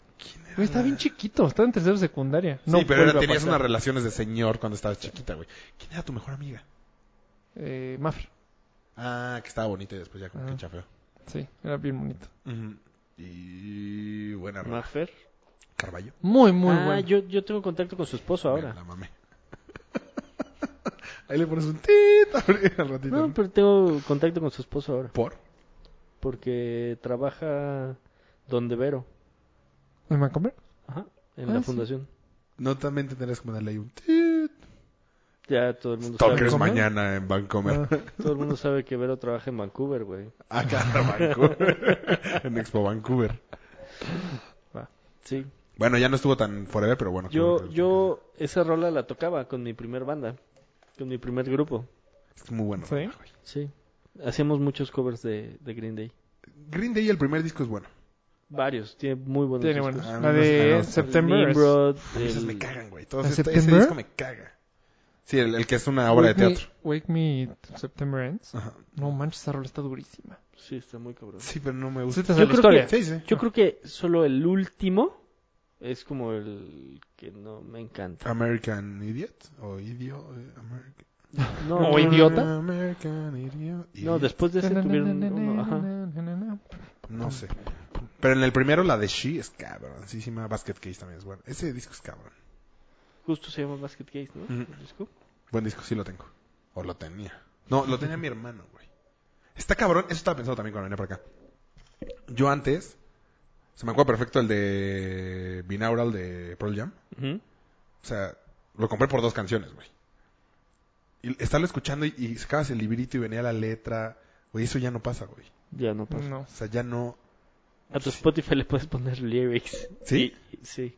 Speaker 4: Güey, estaba bien chiquito, estaba en tercero de secundaria. No
Speaker 5: sí, pero era-
Speaker 4: vuelve a
Speaker 5: tenías
Speaker 4: pasar.
Speaker 5: unas relaciones de señor cuando estabas chiquita, güey. ¿Quién era tu mejor amiga?
Speaker 4: Eh, Mafra,
Speaker 5: Ah, que estaba bonita y después ya como
Speaker 4: Ah.
Speaker 5: que chafeó.
Speaker 4: sí, era bien bonito.
Speaker 5: Ujú. Y buena rola.
Speaker 3: Maffer.
Speaker 5: Carballo.
Speaker 4: Muy, muy
Speaker 3: ah,
Speaker 4: bueno.
Speaker 3: yo, yo tengo contacto con su esposo
Speaker 5: Ahora.
Speaker 3: ahora.
Speaker 5: La mamé. Ahí le pones un tit al ratito.
Speaker 3: No, pero tengo contacto con su esposo ahora.
Speaker 5: ¿Por?
Speaker 3: Porque trabaja donde Vero.
Speaker 4: ¿Me van a comer?
Speaker 3: Ajá. En
Speaker 4: Ah,
Speaker 3: la
Speaker 4: sí.
Speaker 3: fundación.
Speaker 5: No también tendrías como darle ahí un tit.
Speaker 3: Ya todo el mundo sabe.
Speaker 5: Toques
Speaker 4: Vancomer?
Speaker 5: mañana en Vancomer.
Speaker 3: Todo el mundo sabe que Vero trabaja en Vancouver, güey.
Speaker 5: Acá en Ah, Vancouver. en Expo Vancouver.
Speaker 3: Sí.
Speaker 5: Bueno, ya no estuvo tan forever, pero bueno. qué
Speaker 3: Yo,
Speaker 5: bueno que-
Speaker 3: yo esa rola la tocaba con mi primer banda, con mi primer grupo.
Speaker 5: Es muy bueno.
Speaker 4: Sí.
Speaker 3: Sí. Hacíamos muchos covers de, de Green Day.
Speaker 5: Green Day, el primer disco es bueno.
Speaker 3: Varios, tiene muy buenos.
Speaker 4: Tiene
Speaker 3: discos.
Speaker 5: Ah,
Speaker 4: buena. La
Speaker 5: no sé, no
Speaker 4: de
Speaker 5: sé.
Speaker 4: September es
Speaker 3: Nimrod,
Speaker 5: Esas
Speaker 3: el-
Speaker 5: me cagan, güey. Todo
Speaker 4: ¿En
Speaker 5: ese, ese
Speaker 4: septiembre?
Speaker 5: disco me caga. Sí, el, el que es una obra de
Speaker 4: Wake Me-
Speaker 5: teatro.
Speaker 4: Wake Me September Ends.
Speaker 5: Ajá.
Speaker 4: No manches, esa rola está durísima.
Speaker 3: Sí, está muy cabrón.
Speaker 5: Sí, pero no me gusta.
Speaker 4: Sí,
Speaker 3: Yo
Speaker 4: te sale la
Speaker 3: creo
Speaker 4: historia.
Speaker 5: Sí, sí.
Speaker 3: Yo creo que solo el último es como el que no me encanta.
Speaker 5: American Idiot o Idio eh, American...
Speaker 3: No,
Speaker 4: ¿O
Speaker 3: no,
Speaker 4: Idiot? ¿Idiota?
Speaker 5: American Idiot.
Speaker 3: no,
Speaker 5: Idiot.
Speaker 3: después de ese tuvieron uno, ajá.
Speaker 5: No sé. Pero en el primero la de She es cabroncísima. Basket Case también es bueno. Ese disco es cabrón.
Speaker 3: Justo se llama Basket Case, ¿no? El disco.
Speaker 5: Buen disco, sí lo tengo. O lo tenía. No, lo tenía mi hermano, güey. Está cabrón, eso estaba pensando también cuando venía para acá. Yo antes, se me acuerda perfecto el de Binaural de Pearl Jam.
Speaker 3: Ujú.
Speaker 5: O sea, lo compré por dos canciones, güey. Y estarlo escuchando y, y sacabas el librito y venía la letra. Güey, eso ya no pasa, güey.
Speaker 3: Ya no pasa.
Speaker 4: No.
Speaker 5: O sea, ya no.
Speaker 3: A tu Spotify le puedes poner lyrics.
Speaker 5: ¿Sí?
Speaker 3: Y- Sí.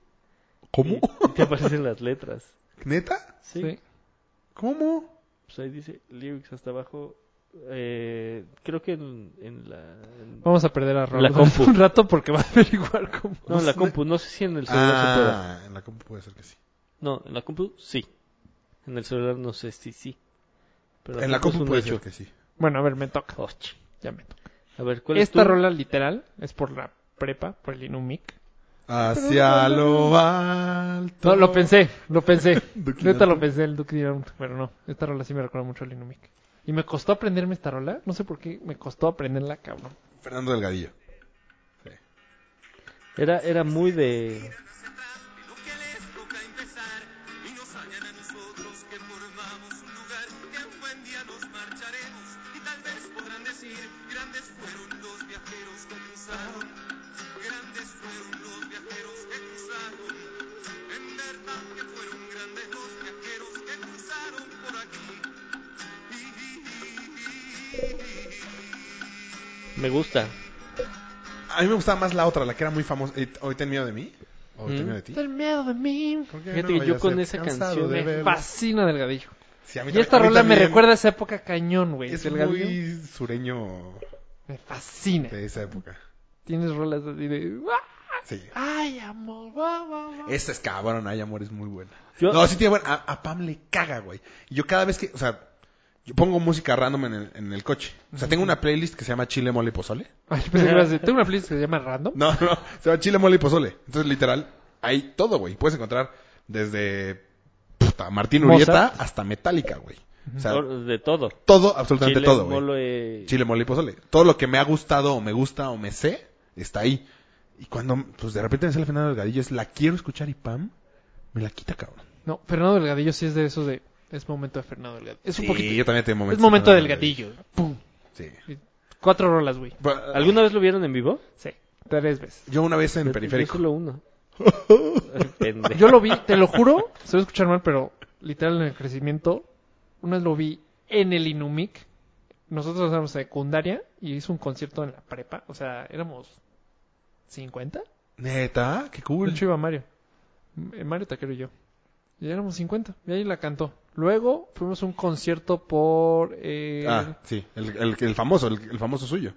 Speaker 5: ¿Cómo?
Speaker 3: Y te aparecen las letras.
Speaker 5: ¿Neta?
Speaker 3: Sí.
Speaker 4: Sí.
Speaker 5: ¿Cómo?
Speaker 3: Pues ahí dice lyrics hasta abajo. Eh, creo que en, en la. en-
Speaker 4: Vamos a perder a Rob
Speaker 3: La compu.
Speaker 4: un rato porque va a averiguar cómo.
Speaker 3: no, en la compu. No sé si en el celular se pueda.
Speaker 5: Ah, en la compu puede ser que sí.
Speaker 3: No, en la compu sí. En el celular no sé si sí. Pero
Speaker 5: en la compu
Speaker 3: es un
Speaker 5: puede
Speaker 3: hecho.
Speaker 5: ser que sí.
Speaker 4: Bueno, a ver, me toca.
Speaker 3: Och.
Speaker 4: Ya me toca.
Speaker 3: A ver, ¿cuál
Speaker 4: Esta
Speaker 3: es tu...
Speaker 4: rola literal es por la prepa, por el Inumic.
Speaker 5: Hacia lo alto.
Speaker 4: No, lo pensé, lo pensé.
Speaker 5: Duki
Speaker 4: Neta
Speaker 5: Down.
Speaker 4: lo pensé, el Duki Down, Pero no, esta rola sí me recuerda mucho al Inumic. Y me costó aprenderme esta rola. No sé por qué me costó aprenderla, cabrón.
Speaker 5: Fernando Delgadillo.
Speaker 3: Era, era muy de...
Speaker 8: Lo que les toca empezar y nos hallan a nosotros que formamos un lugar que un buen día nos marcharemos y tal vez podrán decir grandes fueron los viajeros que cruzaron grandes fueron los viajeros que cruzaron en verdad que fueron grandes los viajeros que cruzaron por aquí
Speaker 3: Me gusta.
Speaker 5: A mí me gustaba más la otra, la que era muy famosa. Eh, Hoy ten miedo de mí. O Hoy ten
Speaker 3: ¿Mm?
Speaker 5: miedo de ti.
Speaker 4: El miedo de mí.
Speaker 5: Creo
Speaker 3: Fíjate que
Speaker 5: vaya
Speaker 3: yo
Speaker 5: a
Speaker 3: con
Speaker 5: ser
Speaker 3: esa
Speaker 5: cansado
Speaker 3: canción
Speaker 5: de
Speaker 3: me
Speaker 5: verlo.
Speaker 4: Fascina Delgadillo.
Speaker 5: Sí, a mí
Speaker 4: Y
Speaker 5: tam-
Speaker 4: esta
Speaker 5: a mí
Speaker 4: rola me
Speaker 5: también.
Speaker 4: recuerda a esa época cañón, güey.
Speaker 5: Es
Speaker 4: Delgadillo.
Speaker 5: muy sureño
Speaker 4: Me fascina.
Speaker 5: de esa época.
Speaker 4: Tienes rolas así de. ¡ah!
Speaker 5: Sí.
Speaker 4: ¡Ay, amor! guau, guau, guau!
Speaker 5: Esta es cabrón, ay amor, es muy buena.
Speaker 3: Yo-
Speaker 5: No, sí tiene buena. A, a Pam le caga, güey. Y Yo cada vez que, o sea, yo pongo música random en el, en el coche. O sea, tengo una playlist que se llama Chile, Mole y Pozole.
Speaker 4: Ay, pensé que ibas a decir, Tengo una playlist que se llama Random.
Speaker 5: No, no, se llama Chile, Mole y Pozole. Entonces, literal, hay todo, güey. Puedes encontrar desde puta, Martín Urieta
Speaker 4: Mozart.
Speaker 5: hasta Metallica, güey. O sea,
Speaker 3: De todo.
Speaker 5: todo, absolutamente
Speaker 3: Chile,
Speaker 5: todo, güey.
Speaker 3: mole,
Speaker 5: Chile, mole y pozole. Todo lo que me ha gustado o me gusta o me sé, está ahí. Y cuando, pues de repente me sale Fernando Delgadillo, es la quiero escuchar y pam, me la quita, cabrón.
Speaker 4: No, Fernando Delgadillo sí es de esos de. Es momento de Fernando Delgadillo. Es un
Speaker 5: Sí,
Speaker 4: poquito.
Speaker 5: yo también tengo momentos.
Speaker 4: Es momento
Speaker 5: de
Speaker 4: del gatillo. Pum.
Speaker 5: Sí.
Speaker 4: Cuatro rolas, güey.
Speaker 5: Pero, ah,
Speaker 3: ¿Alguna vez lo vieron en vivo?
Speaker 4: Sí. Tres veces.
Speaker 5: Yo una vez en
Speaker 3: Yo- Yo
Speaker 5: periférico.
Speaker 3: solo una. Pendejo.
Speaker 4: Yo lo vi, te lo juro, se va a escuchar mal, pero literal en el crecimiento, una vez lo vi en el Inumic. Nosotros éramos secundaria y hizo un concierto en la prepa. O sea, éramos 50.
Speaker 5: Neta, qué
Speaker 4: De
Speaker 5: cool.
Speaker 4: hecho, iba Mario. M- Mario Taquero y yo. Y éramos 50. Y ahí la cantó. Luego fuimos a un concierto por. eh,
Speaker 5: Ah, sí, el, el- el famoso, el, el famoso suyo.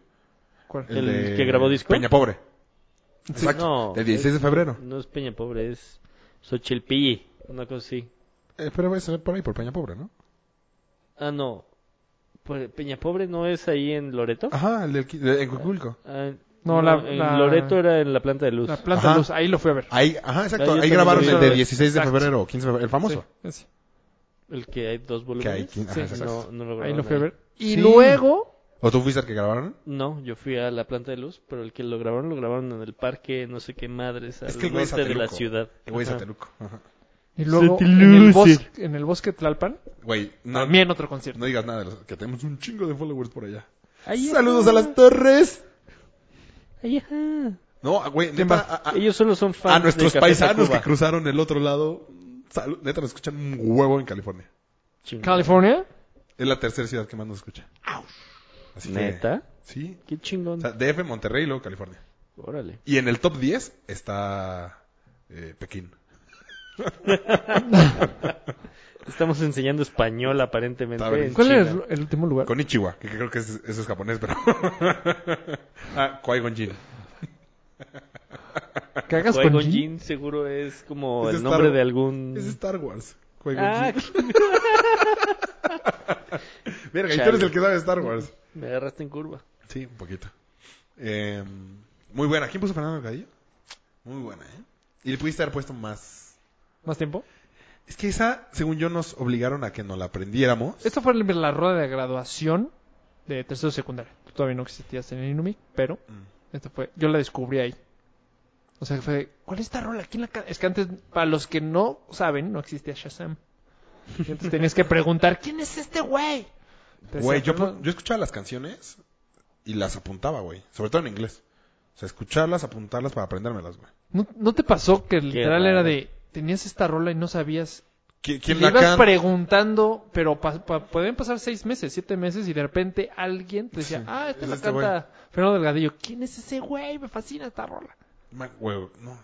Speaker 4: ¿cuál?
Speaker 3: El que grabó disco.
Speaker 5: Peña Pobre.
Speaker 4: Sí.
Speaker 5: Exacto.
Speaker 3: No,
Speaker 5: el 16 de febrero.
Speaker 3: No es Peña Pobre, es Xochilpilli, una cosa así.
Speaker 5: Eh, pero es por ahí, por Peña Pobre, ¿no?
Speaker 3: Ah, no. Pues, Peña Pobre no es ahí en Loreto.
Speaker 5: Ajá, el del qui- de- en Cuculco.
Speaker 3: Ah,
Speaker 4: No, la-
Speaker 3: en
Speaker 4: la-
Speaker 3: Loreto era en la planta de luz.
Speaker 4: La planta
Speaker 5: Ajá.
Speaker 4: luz, ahí lo fui a ver.
Speaker 5: Ahí, ajá,
Speaker 3: Ah,
Speaker 5: exacto.
Speaker 3: yo
Speaker 5: Ahí
Speaker 3: también
Speaker 5: grabaron
Speaker 4: lo
Speaker 5: el
Speaker 4: vi.
Speaker 5: de 16 de
Speaker 4: Exacto.
Speaker 5: febrero, 15 de febrero, el famoso.
Speaker 4: Sí, ese.
Speaker 3: El que hay dos
Speaker 5: Que hay,
Speaker 3: volúmenes.
Speaker 5: quin- ajá,
Speaker 4: Sí,
Speaker 5: exacto.
Speaker 3: No, no lo
Speaker 4: Ahí
Speaker 3: grabaron
Speaker 4: lo fui a
Speaker 3: ahí.
Speaker 4: ver. Y
Speaker 5: Sí.
Speaker 4: luego.
Speaker 5: ¿O tú fuiste al que grabaron?
Speaker 3: No, yo fui a la planta de luz, pero el que lo grabaron, lo grabaron en el parque, no sé qué madres, al
Speaker 5: Es que el güey es
Speaker 3: norte de la
Speaker 5: sateluco.
Speaker 3: ciudad.
Speaker 5: El güey de
Speaker 3: Ajá.
Speaker 5: Sateluco. Ajá.
Speaker 4: Y luego en el,
Speaker 3: luce.
Speaker 4: bosque, en el bosque Tlalpan,
Speaker 5: Güey,
Speaker 3: Ah,
Speaker 5: no,
Speaker 4: también otro concierto.
Speaker 5: no digas nada, de los- que tenemos un chingo de followers por allá.
Speaker 3: Ay, ajá.
Speaker 5: ¡Saludos a las torres!
Speaker 3: Ay, ajá.
Speaker 5: No, ah, güey,
Speaker 4: ¿Quién
Speaker 5: neta,
Speaker 4: va?
Speaker 5: a- a-
Speaker 3: Ellos solo son fans
Speaker 5: a Ah, nuestros
Speaker 3: de Café
Speaker 5: paisanos
Speaker 3: Tacuba.
Speaker 5: que cruzaron el otro lado. salud- neta, nos escuchan un huevo en California.
Speaker 3: Chingada.
Speaker 4: California,
Speaker 5: Es la tercera ciudad que más nos escucha. Así que-
Speaker 3: ¿Neta?
Speaker 5: sí.
Speaker 3: Qué
Speaker 5: O
Speaker 3: chingón.
Speaker 5: sea, DF, Monterrey y luego California.
Speaker 3: Órale.
Speaker 5: Y en el top 10 está eh, Pekín.
Speaker 3: Estamos enseñando español aparentemente.
Speaker 5: Está bien.
Speaker 3: en
Speaker 4: ¿cuál
Speaker 3: China.
Speaker 4: era el, el último lugar?
Speaker 5: Con Ichiwa, que creo que es- eso es japonés, pero... ah, Qui-Gon Jinn.
Speaker 4: ¿Que hagas
Speaker 3: Qui-Gon
Speaker 4: con
Speaker 3: Jinn?
Speaker 4: Jin?
Speaker 3: seguro es como el
Speaker 5: Es Star-
Speaker 3: nombre de algún...
Speaker 5: Es Star Wars. Qui-Gon
Speaker 3: Ah,
Speaker 5: Jinn. Verga, y tú
Speaker 3: chale.
Speaker 5: eres el que sabe Star Wars.
Speaker 3: me agarraste en curva.
Speaker 5: Sí, un poquito. Eh, muy buena. ¿Quién puso Fernando Cadillo? Muy buena, ¿eh? Y le pudiste haber puesto más.
Speaker 4: ¿Más tiempo?
Speaker 5: Es que esa, según yo, nos obligaron a que nos la aprendiéramos.
Speaker 4: Esta fue la la rueda de graduación de tercero de secundaria. Tú todavía no existías en el Inumic, pero esta fue, yo la descubrí ahí. O sea, fue, ¿cuál es esta rola? ¿Quién la can-?" Es que antes, para los que no saben, no existía Shazam. Y Entonces tenías que preguntar, ¿quién es este güey? Te
Speaker 5: Güey,
Speaker 4: decía,
Speaker 5: yo,
Speaker 4: "Pero no-
Speaker 5: pu- yo escuchaba las canciones y las apuntaba, güey. Sobre todo en inglés. O sea, escucharlas, apuntarlas para aprendérmelas, güey.
Speaker 4: ¿No, no te pasó que literal era
Speaker 3: raro.
Speaker 4: de tenías esta rola y no sabías?
Speaker 5: ¿Qui-
Speaker 4: Y
Speaker 5: ¿Quién
Speaker 4: le
Speaker 5: la
Speaker 4: ibas
Speaker 5: canta?
Speaker 4: preguntando, pero pa- pa- podían pasar seis meses, siete meses y de repente alguien te decía,
Speaker 5: Sí,
Speaker 4: ah, esta
Speaker 5: es
Speaker 4: la
Speaker 5: este
Speaker 4: canta Fernando Delgadillo. ¿Quién es ese güey? Me fascina esta rola.
Speaker 5: Man, güey, no.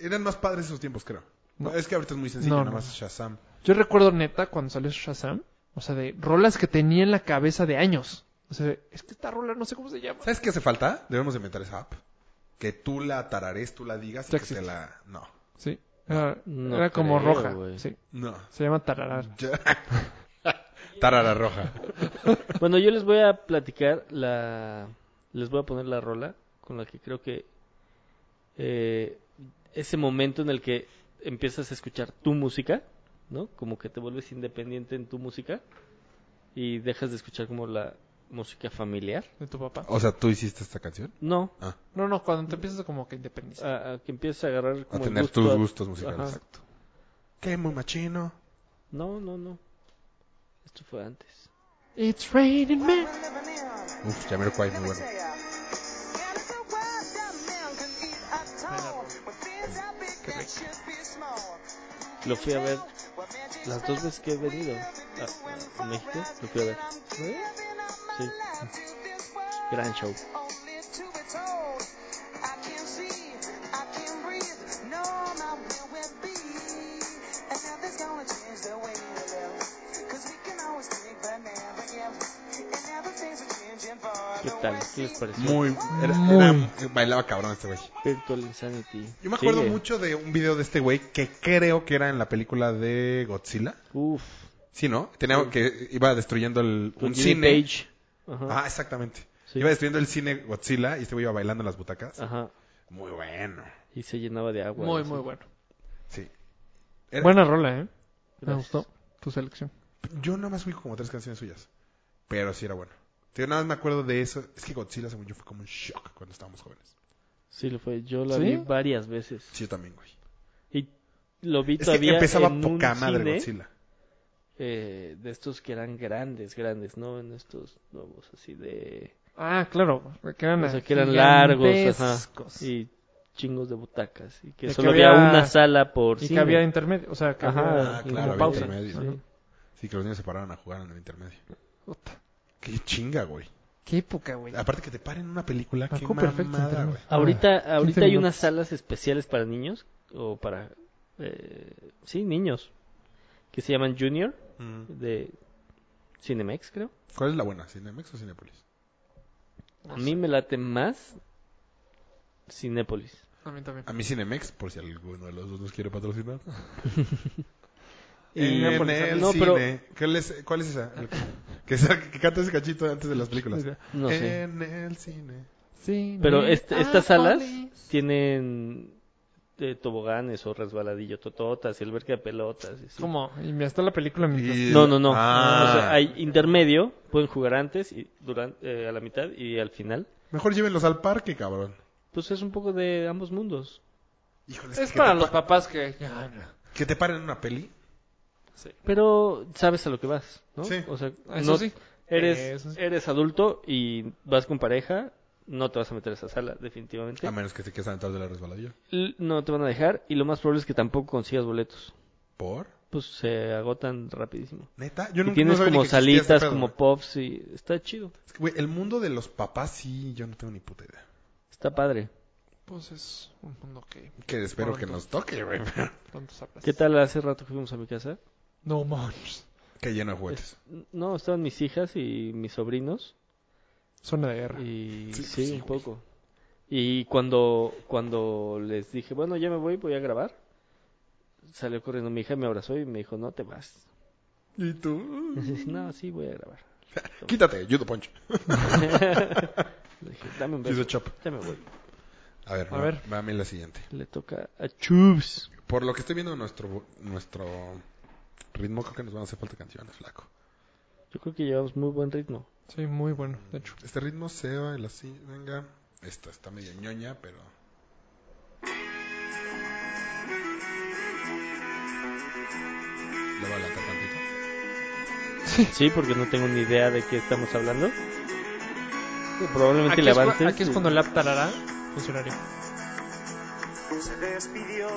Speaker 5: Eran más padres esos tiempos, creo. No, Es que ahorita es muy sencillo,
Speaker 4: No,
Speaker 5: nada
Speaker 4: no.
Speaker 5: más Shazam.
Speaker 4: Yo recuerdo neta cuando salió Shazam, o sea, de rolas que tenía en la cabeza de años. O sea, es que esta rola no sé cómo se llama.
Speaker 5: ¿Sabes qué hace falta? Debemos de inventar esa app. Que tú la tarares, tú la digas y
Speaker 4: Ya
Speaker 5: que te
Speaker 4: existe.
Speaker 5: la... No,
Speaker 4: Sí, era,
Speaker 3: No
Speaker 4: era como
Speaker 3: creo,
Speaker 4: roja.
Speaker 3: güey.
Speaker 4: Sí,
Speaker 5: no.
Speaker 4: se llama Tararar.
Speaker 5: Ya. Tarara roja.
Speaker 3: Bueno, yo les voy a platicar la... Les voy a poner la rola con la que creo que... eh, ese momento en el que empiezas a escuchar tu música, ¿no? Como que te vuelves independiente en tu música y dejas de escuchar como la música familiar.
Speaker 4: De tu papá.
Speaker 5: O sea, ¿tú hiciste esta canción?
Speaker 3: No,
Speaker 4: No, no, cuando te empiezas como que independizar.
Speaker 3: a, a que empiezas a agarrar
Speaker 5: A
Speaker 3: como el
Speaker 5: tener
Speaker 3: gusto
Speaker 5: tus
Speaker 3: a-
Speaker 5: gustos musicales.
Speaker 3: Ajá.
Speaker 5: Exacto. Qué muy machino.
Speaker 3: No, no, no. Esto fue antes.
Speaker 4: It's raining men.
Speaker 5: Uf, Jamiroquai, muy bueno.
Speaker 3: Lo fui a ver las dos veces que he venido a, a México. Lo fui a ver. Sí. Gran show. ¿Qué tal? ¿Qué les pareció?
Speaker 5: Muy... Era, era- bailaba cabrón este güey.
Speaker 3: Virtual Insanity.
Speaker 5: Yo me acuerdo
Speaker 3: Sigue.
Speaker 5: mucho de un video de este güey que creo que era en la película de Godzilla.
Speaker 3: Uf.
Speaker 5: Sí, ¿no? Tenía que iba destruyendo el,
Speaker 3: con
Speaker 5: un
Speaker 3: Jimmy
Speaker 5: cine.
Speaker 3: Page. Ajá.
Speaker 5: Ah, exactamente.
Speaker 3: Sí. Ah.
Speaker 5: Iba destruyendo el cine Godzilla y este güey iba bailando en las butacas.
Speaker 3: Ajá.
Speaker 5: Muy bueno.
Speaker 3: Y se llenaba de agua.
Speaker 4: Muy,
Speaker 3: así.
Speaker 4: muy bueno.
Speaker 5: Sí. Era-
Speaker 4: Buena rola, ¿eh? Me
Speaker 3: Gracias.
Speaker 4: gustó tu selección.
Speaker 5: Yo nada más ubico como tres canciones suyas. Pero sí era bueno. Yo nada más me acuerdo de eso. Es que Godzilla, según yo, fue como un shock cuando estábamos jóvenes.
Speaker 3: Sí, lo fue. Yo la
Speaker 4: ¿Sí?
Speaker 3: vi varias veces.
Speaker 5: Sí, yo también, güey.
Speaker 3: Y lo vi
Speaker 5: Es que
Speaker 3: todavía
Speaker 5: empezaba
Speaker 3: en un
Speaker 5: poca madre
Speaker 3: cine
Speaker 5: Godzilla.
Speaker 3: eh, de estos que eran grandes, grandes, ¿no? En estos nuevos así de...
Speaker 4: Ah, claro. Que eran,
Speaker 3: O sea, que eran largos, ajá,
Speaker 4: gigantescos. Y,
Speaker 3: y chingos de butacas. Y que
Speaker 4: De que
Speaker 3: solo había
Speaker 4: había-
Speaker 3: una sala por
Speaker 4: que
Speaker 3: cine.
Speaker 4: había intermedio. O sea, que
Speaker 3: Ajá,
Speaker 4: había
Speaker 5: Ah, claro,
Speaker 4: como
Speaker 5: había
Speaker 4: pausa.
Speaker 5: intermedio.
Speaker 4: Ajá.
Speaker 5: Sí, que los niños se pararon a jugar en el intermedio.
Speaker 4: Puta,
Speaker 5: Qué chinga, güey.
Speaker 4: Qué época, güey.
Speaker 5: Aparte que te paren en una película, qué
Speaker 4: Marcó perfecto
Speaker 5: mamada,
Speaker 4: intermedio.
Speaker 5: güey.
Speaker 3: Ahorita,
Speaker 4: Ah,
Speaker 3: ahorita
Speaker 4: 15
Speaker 3: hay
Speaker 4: minutos.
Speaker 3: unas salas especiales para niños o para eh, sí niños que se llaman Junior
Speaker 5: Mm.
Speaker 3: de Cinemex creo.
Speaker 5: ¿Cuál es la buena, Cinemex o Cinepolis?
Speaker 3: A mí me late más Cinépolis.
Speaker 4: A mí también.
Speaker 5: A mí Cinemex, por si alguno de los dos nos quiere patrocinar.
Speaker 3: Y-
Speaker 5: en el
Speaker 3: no,
Speaker 5: cine.
Speaker 3: pero
Speaker 5: ¿Cuál, es, ¿Cuál es esa? Que, sa- que canta ese cachito antes de las películas.
Speaker 3: no sé.
Speaker 5: En el cine.
Speaker 4: Sí.
Speaker 3: Pero
Speaker 4: mira.
Speaker 3: est-
Speaker 4: Ah,
Speaker 3: estas salas
Speaker 4: vale.
Speaker 3: tienen eh, toboganes o resbaladillo, tototas y alberca de pelotas. y así.
Speaker 4: ¿Cómo? Y me está la película mientras...
Speaker 5: Y-
Speaker 3: No, no, no.
Speaker 5: Ah.
Speaker 3: O sea, hay intermedio, pueden jugar antes y durante a la mitad y al final.
Speaker 5: Mejor llévenlos al parque, cabrón.
Speaker 3: Pues es un poco de ambos mundos.
Speaker 5: Híjole,
Speaker 4: Es
Speaker 5: que
Speaker 4: para
Speaker 5: te
Speaker 4: los
Speaker 5: pa-
Speaker 4: papás que... Ya, no.
Speaker 5: Que te paren en una peli.
Speaker 3: Pero sabes a lo que vas, ¿no?
Speaker 5: Sí.
Speaker 3: O sea,
Speaker 4: Eso
Speaker 3: no-
Speaker 4: sí.
Speaker 3: eres,
Speaker 4: Eso sí.
Speaker 3: eres adulto y vas con pareja, no te vas a meter a esa sala, definitivamente.
Speaker 5: A menos que te quieras aventar de la resbaladilla.
Speaker 3: L- No te van a dejar y lo más probable es que tampoco consigas boletos.
Speaker 5: ¿Por?
Speaker 3: Pues se agotan rapidísimo.
Speaker 5: ¿Neta? Yo
Speaker 3: y
Speaker 5: nunca no
Speaker 3: tienes
Speaker 5: sabía ni
Speaker 3: como
Speaker 5: que existía este
Speaker 3: salitas,
Speaker 5: pedo,
Speaker 3: como
Speaker 5: güey.
Speaker 3: pops y está chido,
Speaker 5: Es que, güey, el mundo de los papás sí, yo no tengo ni puta idea.
Speaker 3: está padre.
Speaker 4: Pues es un mundo que
Speaker 5: Que espero
Speaker 4: Pronto.
Speaker 5: que nos toque, güey.
Speaker 4: pronto sabrás.
Speaker 3: ¿Qué tal hace rato que fuimos a mi casa?
Speaker 4: No manches.
Speaker 5: que lleno de juguetes.
Speaker 3: No, estaban mis hijas y mis sobrinos.
Speaker 4: Zona de guerra.
Speaker 3: Y sí,
Speaker 5: Sí, pues sí,
Speaker 3: un
Speaker 5: güey.
Speaker 3: poco. Y cuando, cuando les dije, bueno, ya me voy, voy a grabar, salió corriendo mi hija, me abrazó y me dijo, no te vas.
Speaker 5: ¿Y tú?
Speaker 3: no, sí, voy a grabar.
Speaker 5: Quítate, Judo Punch.
Speaker 3: Le dije, dame un
Speaker 5: Judo
Speaker 3: beso,
Speaker 5: Chop.
Speaker 3: ya me voy.
Speaker 5: A ver,
Speaker 4: A
Speaker 5: va-
Speaker 4: ver.
Speaker 5: va a mí la siguiente.
Speaker 3: Le toca a Chubs.
Speaker 5: Por lo que estoy viendo nuestro nuestro ritmo, creo que nos van a hacer falta canciones, flaco.
Speaker 3: Yo creo que llevamos muy buen ritmo.
Speaker 4: Sí, muy bueno, de hecho.
Speaker 5: Este ritmo se va el así, venga. Esta está medio ñoña, pero... ¿La va a adelantar tantito?
Speaker 3: Sí, porque no tengo ni idea de qué estamos hablando. Probablemente
Speaker 4: Aquí
Speaker 3: le
Speaker 4: es,
Speaker 3: avances.
Speaker 4: cua- aquí es cuando el app tarará funcionaría.
Speaker 8: se despidió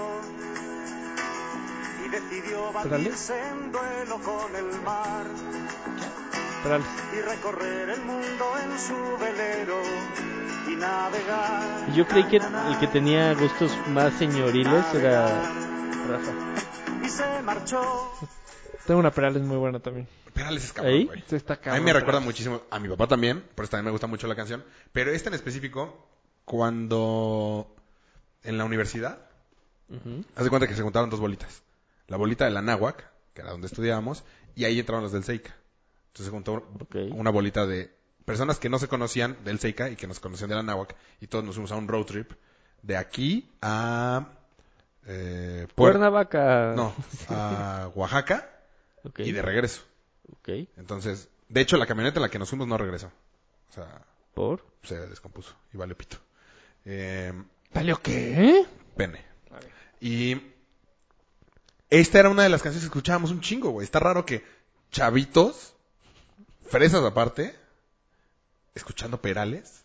Speaker 8: y decidió
Speaker 4: Órale.
Speaker 8: batirse en duelo con el mar
Speaker 4: Espérale.
Speaker 8: y recorrer el mundo en su velero y navegar.
Speaker 3: Yo creí que el que tenía gustos más señoriles era Rafa.
Speaker 8: Y se marchó.
Speaker 4: Tengo una Perales muy buena también.
Speaker 5: Perales es
Speaker 3: ¿Ahí?
Speaker 5: cabrón, güey.
Speaker 4: Esta está
Speaker 5: A mí
Speaker 4: cabrón,
Speaker 5: me recuerda
Speaker 4: Perales.
Speaker 5: muchísimo a mi papá también, por eso también me gusta mucho la canción. Pero esta en específico, cuando en la universidad,
Speaker 3: Ujú.
Speaker 5: Haz de cuenta que se juntaron dos bolitas. La bolita de la náhuac, que era donde estudiábamos, y ahí entraron las del Seika. Entonces se juntó
Speaker 3: Ok.
Speaker 5: una bolita de personas que no se conocían del Seika y que nos conocían de la náhuac, y todos nos fuimos a un road trip de aquí a... Eh, Puer-
Speaker 3: Cuernavaca.
Speaker 5: No, a Oaxaca
Speaker 3: Ok,
Speaker 5: y de regreso.
Speaker 3: ok.
Speaker 5: Entonces, de hecho, la camioneta en la que nos fuimos no regresó. O sea,
Speaker 3: Por.
Speaker 5: se descompuso y valió pito. Eh,
Speaker 4: ¿Valió qué?
Speaker 5: pene. Y esta era una de las canciones que escuchábamos un chingo, güey. Está raro que chavitos, fresas aparte, escuchando perales.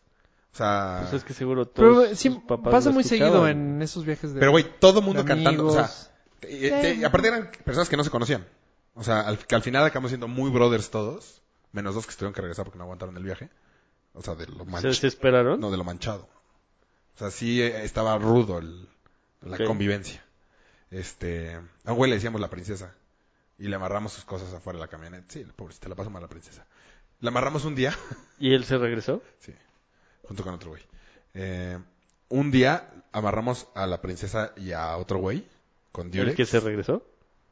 Speaker 5: O sea,
Speaker 3: Pues es que seguro todos
Speaker 4: Pero eh, sí,
Speaker 3: sus papás
Speaker 4: pasa
Speaker 3: lo
Speaker 4: muy
Speaker 3: escuchaban.
Speaker 4: seguido en esos viajes de...
Speaker 5: pero güey, todo mundo
Speaker 4: de
Speaker 5: cantando. O sea,
Speaker 4: amigos.
Speaker 5: y- y- y aparte eran personas que no se conocían. O sea, al, que al final acabamos siendo muy brothers todos, menos dos que tuvieron que regresar porque no aguantaron el viaje. O sea, de lo
Speaker 3: ¿Se
Speaker 5: manchado.
Speaker 3: desesperaron?
Speaker 5: No, de lo manchado. O sea, sí eh, estaba rudo el- la
Speaker 3: Ok.
Speaker 5: convivencia. Este, a un güey le decíamos la princesa y le amarramos sus cosas afuera de la camioneta. Sí, pobrecita, la pasa mal la princesa. La amarramos un día,
Speaker 3: ¿Y él se regresó?
Speaker 5: sí, junto con otro güey. Eh, un día amarramos a la princesa y a otro güey con
Speaker 3: ¿El
Speaker 5: Durex.
Speaker 3: que se regresó?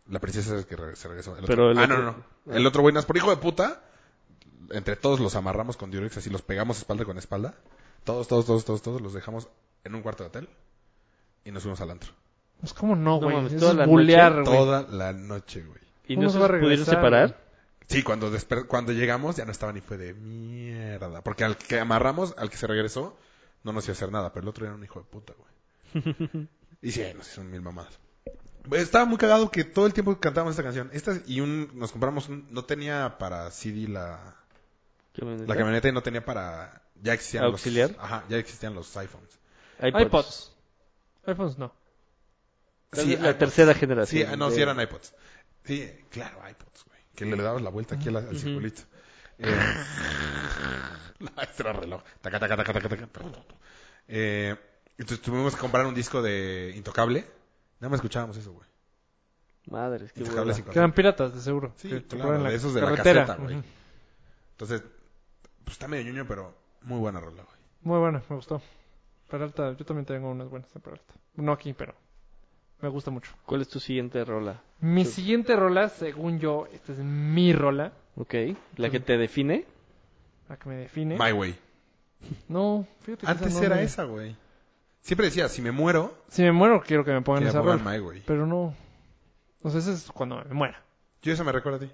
Speaker 5: La princesa es el que re- se regresó. El
Speaker 3: Pero
Speaker 5: otro-
Speaker 3: el
Speaker 5: Ah,
Speaker 3: otro-
Speaker 5: no, no, no. El otro güey, nas por hijo de puta. Entre todos los amarramos con Durex, así los pegamos espalda con espalda. Todos, todos, todos, todos, todos. Los dejamos en un cuarto de hotel. Y nos fuimos al antro.
Speaker 4: Pues cómo no, güey.
Speaker 3: mames,
Speaker 4: Eso
Speaker 3: toda
Speaker 4: es
Speaker 3: la
Speaker 4: bulear, güey.
Speaker 5: Toda la noche, güey.
Speaker 3: ¿Y
Speaker 4: ¿Cómo
Speaker 3: no
Speaker 4: se
Speaker 3: se
Speaker 4: va a
Speaker 3: pudieron
Speaker 4: regresar,
Speaker 3: separar?
Speaker 5: Sí, cuando, desper- cuando llegamos ya no estaban y fue de mierda. Porque al que amarramos, al que se regresó, no nos iba a hacer nada. Pero el otro era un hijo de puta, güey. y sí, nos hizo mil mamadas. Estaba muy cagado que todo el tiempo cantábamos esta canción. Esta y un nos compramos un- no tenía para CD la
Speaker 3: Camioneta.
Speaker 5: la camioneta y no tenía para ya existían
Speaker 3: ¿Auxiliar?
Speaker 5: los ajá, ya existían los iPhones.
Speaker 3: iPods.
Speaker 4: iPods. iPhones no.
Speaker 3: Tal vez la
Speaker 5: iPods.
Speaker 3: tercera
Speaker 5: Sí,
Speaker 3: generación.
Speaker 5: ah, no,
Speaker 3: de-
Speaker 5: sí eran iPods. Sí, claro, iPods, güey. Que le dabas la vuelta aquí a la- al circulito. Eh, no, este era reloj. Taca, taca, taca, taca, taca. Eh, entonces tuvimos que comprar un disco de Intocable. Nada más escuchábamos eso, güey.
Speaker 3: Madres, qué
Speaker 5: Intocable
Speaker 3: hueva.
Speaker 5: sin
Speaker 4: Que eran piratas, de seguro.
Speaker 5: Sí,
Speaker 4: Que
Speaker 5: claro,
Speaker 4: compraban en
Speaker 5: de esos de la caseta, güey.
Speaker 4: Ujú.
Speaker 5: Entonces, pues está medio ñoño, pero muy buena rola, güey.
Speaker 4: Muy buena, me gustó. Peralta, yo también tengo unas buenas de Peralta. No aquí, pero me gusta mucho.
Speaker 3: ¿Cuál es tu siguiente rola?
Speaker 4: Mi
Speaker 3: Sí.
Speaker 4: siguiente rola, según yo, esta es mi rola,
Speaker 3: Ok, la que te define.
Speaker 4: la que me define.
Speaker 5: My Way.
Speaker 4: No, fíjate que
Speaker 5: Antes
Speaker 4: esa pues, no
Speaker 5: era
Speaker 4: me-
Speaker 5: esa, güey. Siempre decía, si me muero,
Speaker 4: Si me muero, quiero que me pongan
Speaker 5: que me
Speaker 4: esa
Speaker 5: pongan
Speaker 4: rola.
Speaker 5: My Way.
Speaker 4: Pero no. O sea, esa es cuando me muera.
Speaker 5: Yo eso me recuerda a ti.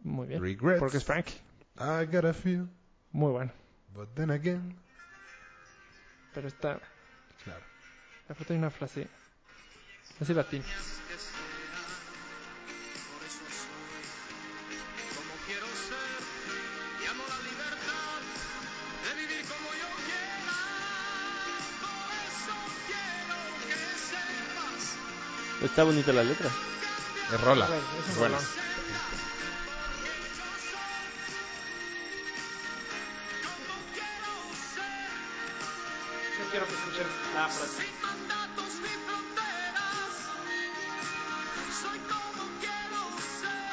Speaker 4: Muy bien.
Speaker 5: Regrets.
Speaker 4: Porque es Frankie.
Speaker 5: I got a few,
Speaker 4: Muy bueno.
Speaker 5: but then again.
Speaker 4: Pero esta.
Speaker 5: Claro.
Speaker 4: Aparte hay una frase. Así latín.
Speaker 8: Como quiero ser y amo la libertad de vivir como yo quiera. Por eso quiero que sepas
Speaker 3: Está bonita la letra.
Speaker 5: Es rola.
Speaker 4: es un
Speaker 5: Bueno.
Speaker 4: rolón.
Speaker 8: como quiero ser.
Speaker 1: Yo quiero que escuchen la frase.
Speaker 8: Sin mandatos ni fronteras. Soy como quiero ser.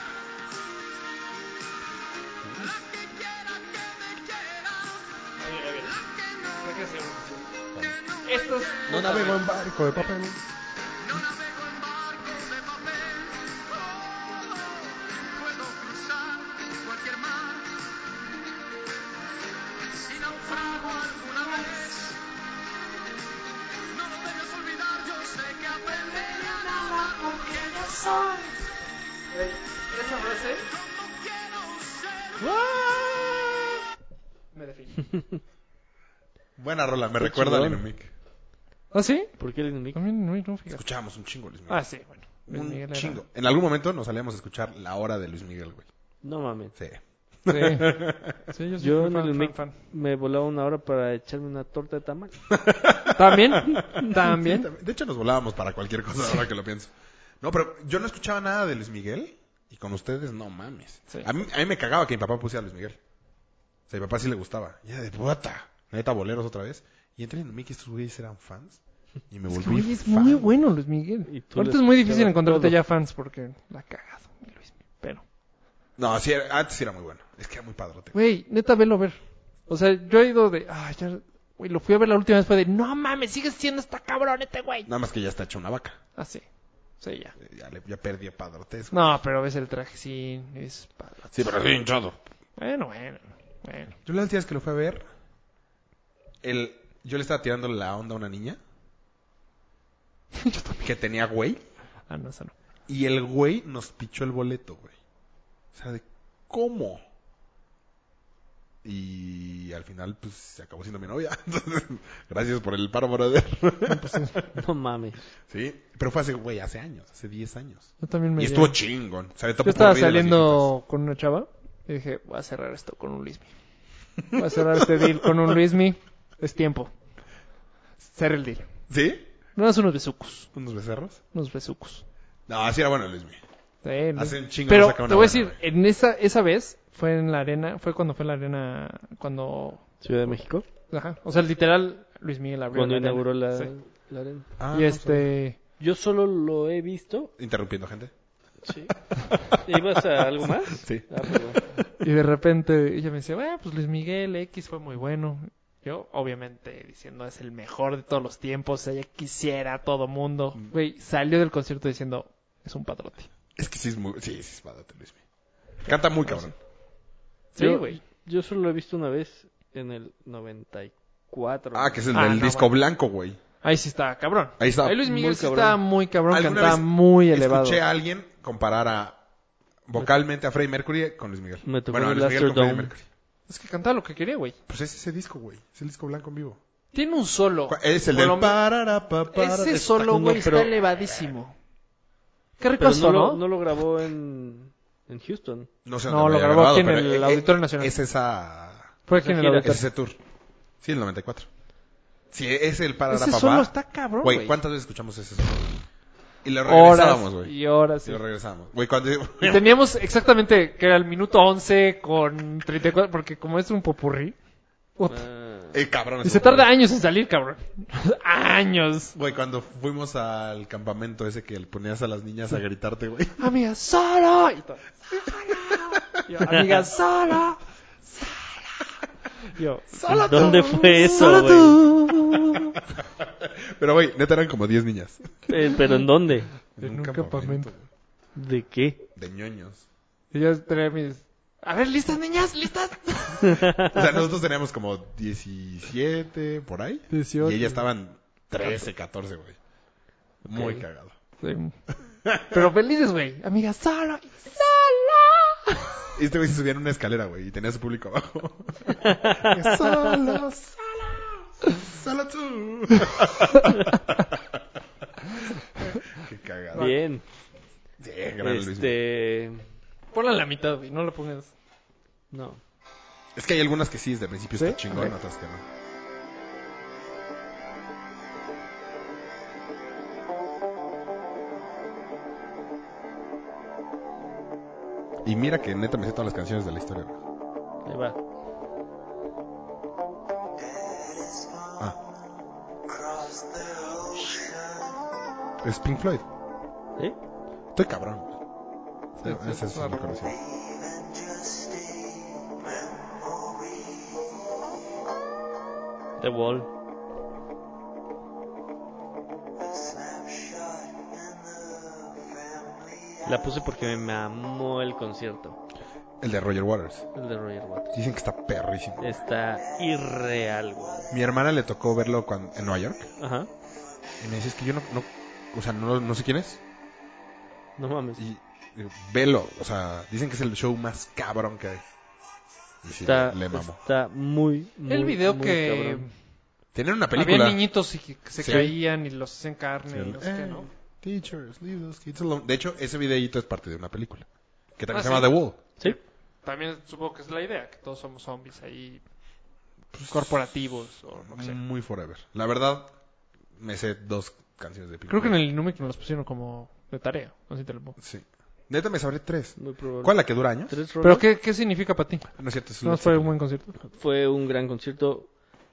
Speaker 8: La que quiera que me quiera. La que no
Speaker 4: Estos.
Speaker 5: No navego en barco de papel.
Speaker 8: No navego en barcos de papel, oh, puedo cruzar cualquier mar. Si naufrago alguna vez, no lo debes olvidar, yo sé que aprenderé a nadar porque yo soy
Speaker 4: Esa frase.
Speaker 8: como quiero ser.
Speaker 4: Me define.
Speaker 5: Buena rola, me
Speaker 3: Qué
Speaker 5: recuerda
Speaker 3: chingón.
Speaker 5: a Mic.
Speaker 4: ¿Ah, sí?
Speaker 3: ¿Por qué el enemigo?
Speaker 4: También no, no fíjate.
Speaker 5: Escuchábamos un chingo Luis Miguel.
Speaker 4: Ah, sí, bueno. Luis
Speaker 5: un
Speaker 4: Miguel era-
Speaker 5: chingo. En algún momento nos salíamos a escuchar la hora de Luis Miguel, güey.
Speaker 3: No mames.
Speaker 5: Sí.
Speaker 4: Sí. Sí, yo soy
Speaker 3: Yo
Speaker 4: muy
Speaker 3: en
Speaker 4: fan,
Speaker 3: el
Speaker 4: fan,
Speaker 3: Mic-
Speaker 4: fan.
Speaker 3: Me volaba una hora para echarme una torta de tamal.
Speaker 4: También,
Speaker 5: Sí,
Speaker 4: también.
Speaker 5: también. De hecho, nos volábamos para cualquier cosa ahora que lo pienso. No, pero yo no escuchaba nada de Luis Miguel y con ustedes no mames.
Speaker 4: Sí.
Speaker 5: A, mí, a mí me cagaba que mi papá pusiera a Luis Miguel. O sea, a mi papá sí le gustaba. Y era de puta. Neta, boleros otra vez. Y entre en Mic estos güeyes eran fans. Y me volví
Speaker 4: Oye, es
Speaker 5: fan.
Speaker 4: muy bueno Luis Miguel.
Speaker 3: Y tú
Speaker 4: Ahorita
Speaker 3: le
Speaker 4: es muy difícil
Speaker 3: escuchabas
Speaker 4: encontrarte
Speaker 3: todo.
Speaker 4: ya fans porque la ha cagado, mi Luis. Pero,
Speaker 5: No, sí, era- antes sí era muy bueno. Es que era muy padrote.
Speaker 4: güey, neta, velo ver. O sea, yo he ido de. Ah, ya. Güey, lo fui a ver la última vez. Fue de. No mames, sigues siendo esta cabrón este güey.
Speaker 5: Nada más que ya está hecho una vaca.
Speaker 4: Ah, sí. Sí, ya.
Speaker 5: Eh, Ya, le- ya perdí a padrotes.
Speaker 4: No, pero ves el traje, sí. Es padre.
Speaker 5: Sí, pero sí, hinchado.
Speaker 4: Bueno, bueno. Bueno.
Speaker 5: Yo la última vez que lo fui a ver, el, yo le estaba tirando la onda a una niña
Speaker 4: yo también.
Speaker 5: que tenía güey
Speaker 4: Ah, no, esa no.
Speaker 5: y el güey nos pichó el boleto, güey. O sea, de cómo. Y al final, pues, se acabó siendo mi novia. Entonces, gracias por el paro, brother.
Speaker 3: No mames.
Speaker 5: sí, pero fue hace, güey, hace años, hace 10 años.
Speaker 4: Yo también me.
Speaker 5: Y estuvo chingón. O sea, de
Speaker 4: Yo
Speaker 5: topo
Speaker 4: estaba
Speaker 5: corrido de las
Speaker 4: saliendo con una chava y dije, voy a cerrar esto con un Luismi. Voy a cerrar este deal con un Luismi. Es tiempo. Cerré el deal.
Speaker 5: viejitas. ¿Sí?
Speaker 4: No es unos besucos,
Speaker 5: ¿Unos becerros?
Speaker 4: unos besucos.
Speaker 5: No, así era bueno, Luis. Miguel.
Speaker 4: Sí, ¿no?
Speaker 5: Hace un chingo no
Speaker 4: Pero
Speaker 5: saca
Speaker 4: te
Speaker 5: una
Speaker 4: voy a
Speaker 5: buena,
Speaker 4: decir,
Speaker 5: güey.
Speaker 4: en esa esa vez fue en la arena, fue cuando fue en la arena, cuando,
Speaker 3: Ciudad de México.
Speaker 4: ajá, o sea, literal Luis Miguel abrió
Speaker 3: Cuando
Speaker 4: la arena.
Speaker 3: inauguró la,
Speaker 4: Sí.
Speaker 3: la arena.
Speaker 5: Ah,
Speaker 4: y
Speaker 5: no sabía.
Speaker 4: este,
Speaker 3: Yo solo lo he visto.
Speaker 5: Interrumpiendo, gente.
Speaker 3: Sí. ¿Ibas a algo más?
Speaker 5: Sí.
Speaker 3: Ah, perdón.
Speaker 4: y de repente ella me decía, "Bueno, pues Luis Miguel X fue muy bueno." Yo, obviamente, diciendo es el mejor de todos los tiempos, o sea, ya quisiera todo mundo.
Speaker 5: Mm.
Speaker 4: Güey, salió del concierto diciendo, es un padrote.
Speaker 5: Es que sí es muy... Sí, sí es padre, Luis. Miguel. Canta muy cabrón.
Speaker 4: Sí,
Speaker 3: Yo-
Speaker 4: güey.
Speaker 3: Yo solo lo he visto una vez en el 94.
Speaker 5: Ah, que es el
Speaker 4: Ah,
Speaker 5: del
Speaker 4: no,
Speaker 5: disco
Speaker 4: bueno.
Speaker 5: blanco, güey.
Speaker 4: Ahí sí estaba cabrón.
Speaker 5: Ahí estaba
Speaker 4: Ahí Luis
Speaker 3: muy
Speaker 4: Miguel sí
Speaker 3: cabrón.
Speaker 4: estaba muy cabrón,
Speaker 5: ¿Alguna
Speaker 4: cantaba
Speaker 5: vez
Speaker 4: muy elevado.
Speaker 5: Escuché a alguien comparar a... Vocalmente a Freddie Mercury con Luis Miguel.
Speaker 3: Me tocó
Speaker 5: bueno, a
Speaker 3: el
Speaker 5: Luis Miguel con
Speaker 3: Astrodome.
Speaker 5: Freddie Mercury.
Speaker 4: Es que cantaba lo que quería, güey.
Speaker 5: Pues es ese disco, güey. Es el disco blanco en vivo.
Speaker 4: Tiene un solo.
Speaker 5: Es el
Speaker 4: Por
Speaker 5: del...
Speaker 4: lo men-
Speaker 5: parara, pa, eh, para-
Speaker 4: Ese
Speaker 5: de-
Speaker 4: solo,
Speaker 3: no,
Speaker 4: güey,
Speaker 3: pero-
Speaker 4: está elevadísimo. Qué rico
Speaker 3: Pero
Speaker 4: esto,
Speaker 3: no,
Speaker 4: ¿no?
Speaker 3: Lo, no lo grabó en, en Houston.
Speaker 5: No sé
Speaker 4: No,
Speaker 5: dónde
Speaker 4: lo
Speaker 5: había
Speaker 4: grabó aquí en
Speaker 5: pero
Speaker 4: el
Speaker 5: e- e-
Speaker 4: Auditorio Nacional.
Speaker 5: Es esa...
Speaker 4: Fue aquí en el
Speaker 3: Gira.
Speaker 5: Es
Speaker 4: auditorio.
Speaker 5: ese tour. Sí, el 94. Sí, es el
Speaker 4: Ese
Speaker 5: Pararapapá.
Speaker 4: solo está cabrón,
Speaker 5: Güey,
Speaker 4: güey.
Speaker 5: ¿cuántas veces escuchamos ese solo? Y lo regresábamos,
Speaker 4: Horas
Speaker 5: güey.
Speaker 4: y horas.
Speaker 5: Y
Speaker 4: y-
Speaker 5: lo regresábamos. Güey, cuando...
Speaker 4: Y teníamos exactamente que era el minuto 11 con 34, porque como es un popurrí. puta.
Speaker 3: Ah,
Speaker 5: Eh, cabrón.
Speaker 4: y se tarda años en salir, cabrón. años.
Speaker 5: Güey, cuando fuimos al campamento ese que le ponías a las niñas a gritarte, güey.
Speaker 4: Amiga, solo. Y todo, "Solo". Y yo, Amiga, solo. Solo. Yo,
Speaker 5: ¡Solo tú!
Speaker 3: ¿Dónde fue eso,
Speaker 4: solo
Speaker 3: güey?
Speaker 4: tú.
Speaker 5: Pero, güey, neta eran como 10 niñas.
Speaker 3: Eh, ¿Pero en dónde?
Speaker 4: En un campamento.
Speaker 5: güey.
Speaker 3: ¿De qué?
Speaker 5: De ñoños.
Speaker 4: Y yo tenía mis. A ver, listas, niñas, listas.
Speaker 5: O sea, nosotros teníamos como 17, por ahí.
Speaker 4: 18.
Speaker 5: Y ellas estaban 13, 14, güey. Muy cagado.
Speaker 4: Pero felices, güey. Amiga, solo.
Speaker 5: Y este güey se subía en una escalera, güey, y tenía su público abajo.
Speaker 4: Solo.
Speaker 5: ¡Solo tú! Qué cagado.
Speaker 3: Bien.
Speaker 5: Sí, gran Luis.
Speaker 3: Este.
Speaker 4: Ponla en la mitad, güey. No la pongas.
Speaker 3: No.
Speaker 5: Es que hay algunas que sí, desde el principio
Speaker 4: ¿Sí?
Speaker 5: está chingón,
Speaker 4: Ok.
Speaker 5: otras que no. Y mira que neta me sé todas las canciones de la historia, güey.
Speaker 3: Ahí va.
Speaker 5: Ah. Es Pink Floyd.
Speaker 3: ¿Eh?
Speaker 5: Estoy cabrón, güey.
Speaker 4: Sí, sí,
Speaker 5: Esa es
Speaker 4: claro.
Speaker 5: una conocida.
Speaker 3: The Wall. La puse porque me mamó el concierto.
Speaker 5: El de Roger Waters.
Speaker 3: El de Roger Waters.
Speaker 5: Dicen que está perrísimo.
Speaker 3: Está irreal, güey.
Speaker 5: Mi hermana le tocó verlo cuando- en Nueva York.
Speaker 3: Ajá.
Speaker 5: Y me dice, es que yo no, no- o sea, no, no sé quién es.
Speaker 3: No mames.
Speaker 5: Y digo, velo, o sea, dicen que es el show más cabrón que hay. Y sí,
Speaker 3: Está,
Speaker 5: le
Speaker 4: pues,
Speaker 5: mamó.
Speaker 3: está muy, muy.
Speaker 4: El video
Speaker 3: muy
Speaker 4: que
Speaker 3: cabrón.
Speaker 5: Tenían una
Speaker 4: había
Speaker 5: película.
Speaker 4: niñitos y que se
Speaker 5: Sí.
Speaker 4: caían y los hacen carne
Speaker 5: Sí,
Speaker 4: y no sé qué,
Speaker 5: eh,
Speaker 4: ¿no?
Speaker 5: Teachers, leave those kids alone. De hecho, ese videíto es parte de una película. Que también
Speaker 4: Ah,
Speaker 5: se llama
Speaker 4: sí.
Speaker 5: The Wall.
Speaker 3: Sí.
Speaker 4: También supongo que es la idea, que todos somos zombies ahí Pues, corporativos o lo que sea.
Speaker 5: Muy forever. La verdad, me sé dos canciones de Pink
Speaker 4: Creo que en
Speaker 5: Floyd.
Speaker 4: el Inumic nos los pusieron como de tarea, no sé si te lo pongo.
Speaker 5: Sí. Neta me sabré tres.
Speaker 3: Muy probable.
Speaker 5: ¿Cuál la que dura años?
Speaker 3: ¿Tres
Speaker 4: ¿Pero
Speaker 3: rolas?
Speaker 4: qué, qué significa para ti?
Speaker 5: No es cierto, es
Speaker 4: ¿No
Speaker 5: Led
Speaker 4: fue un
Speaker 5: Zeppelin.
Speaker 4: buen concierto?
Speaker 3: Fue un gran concierto.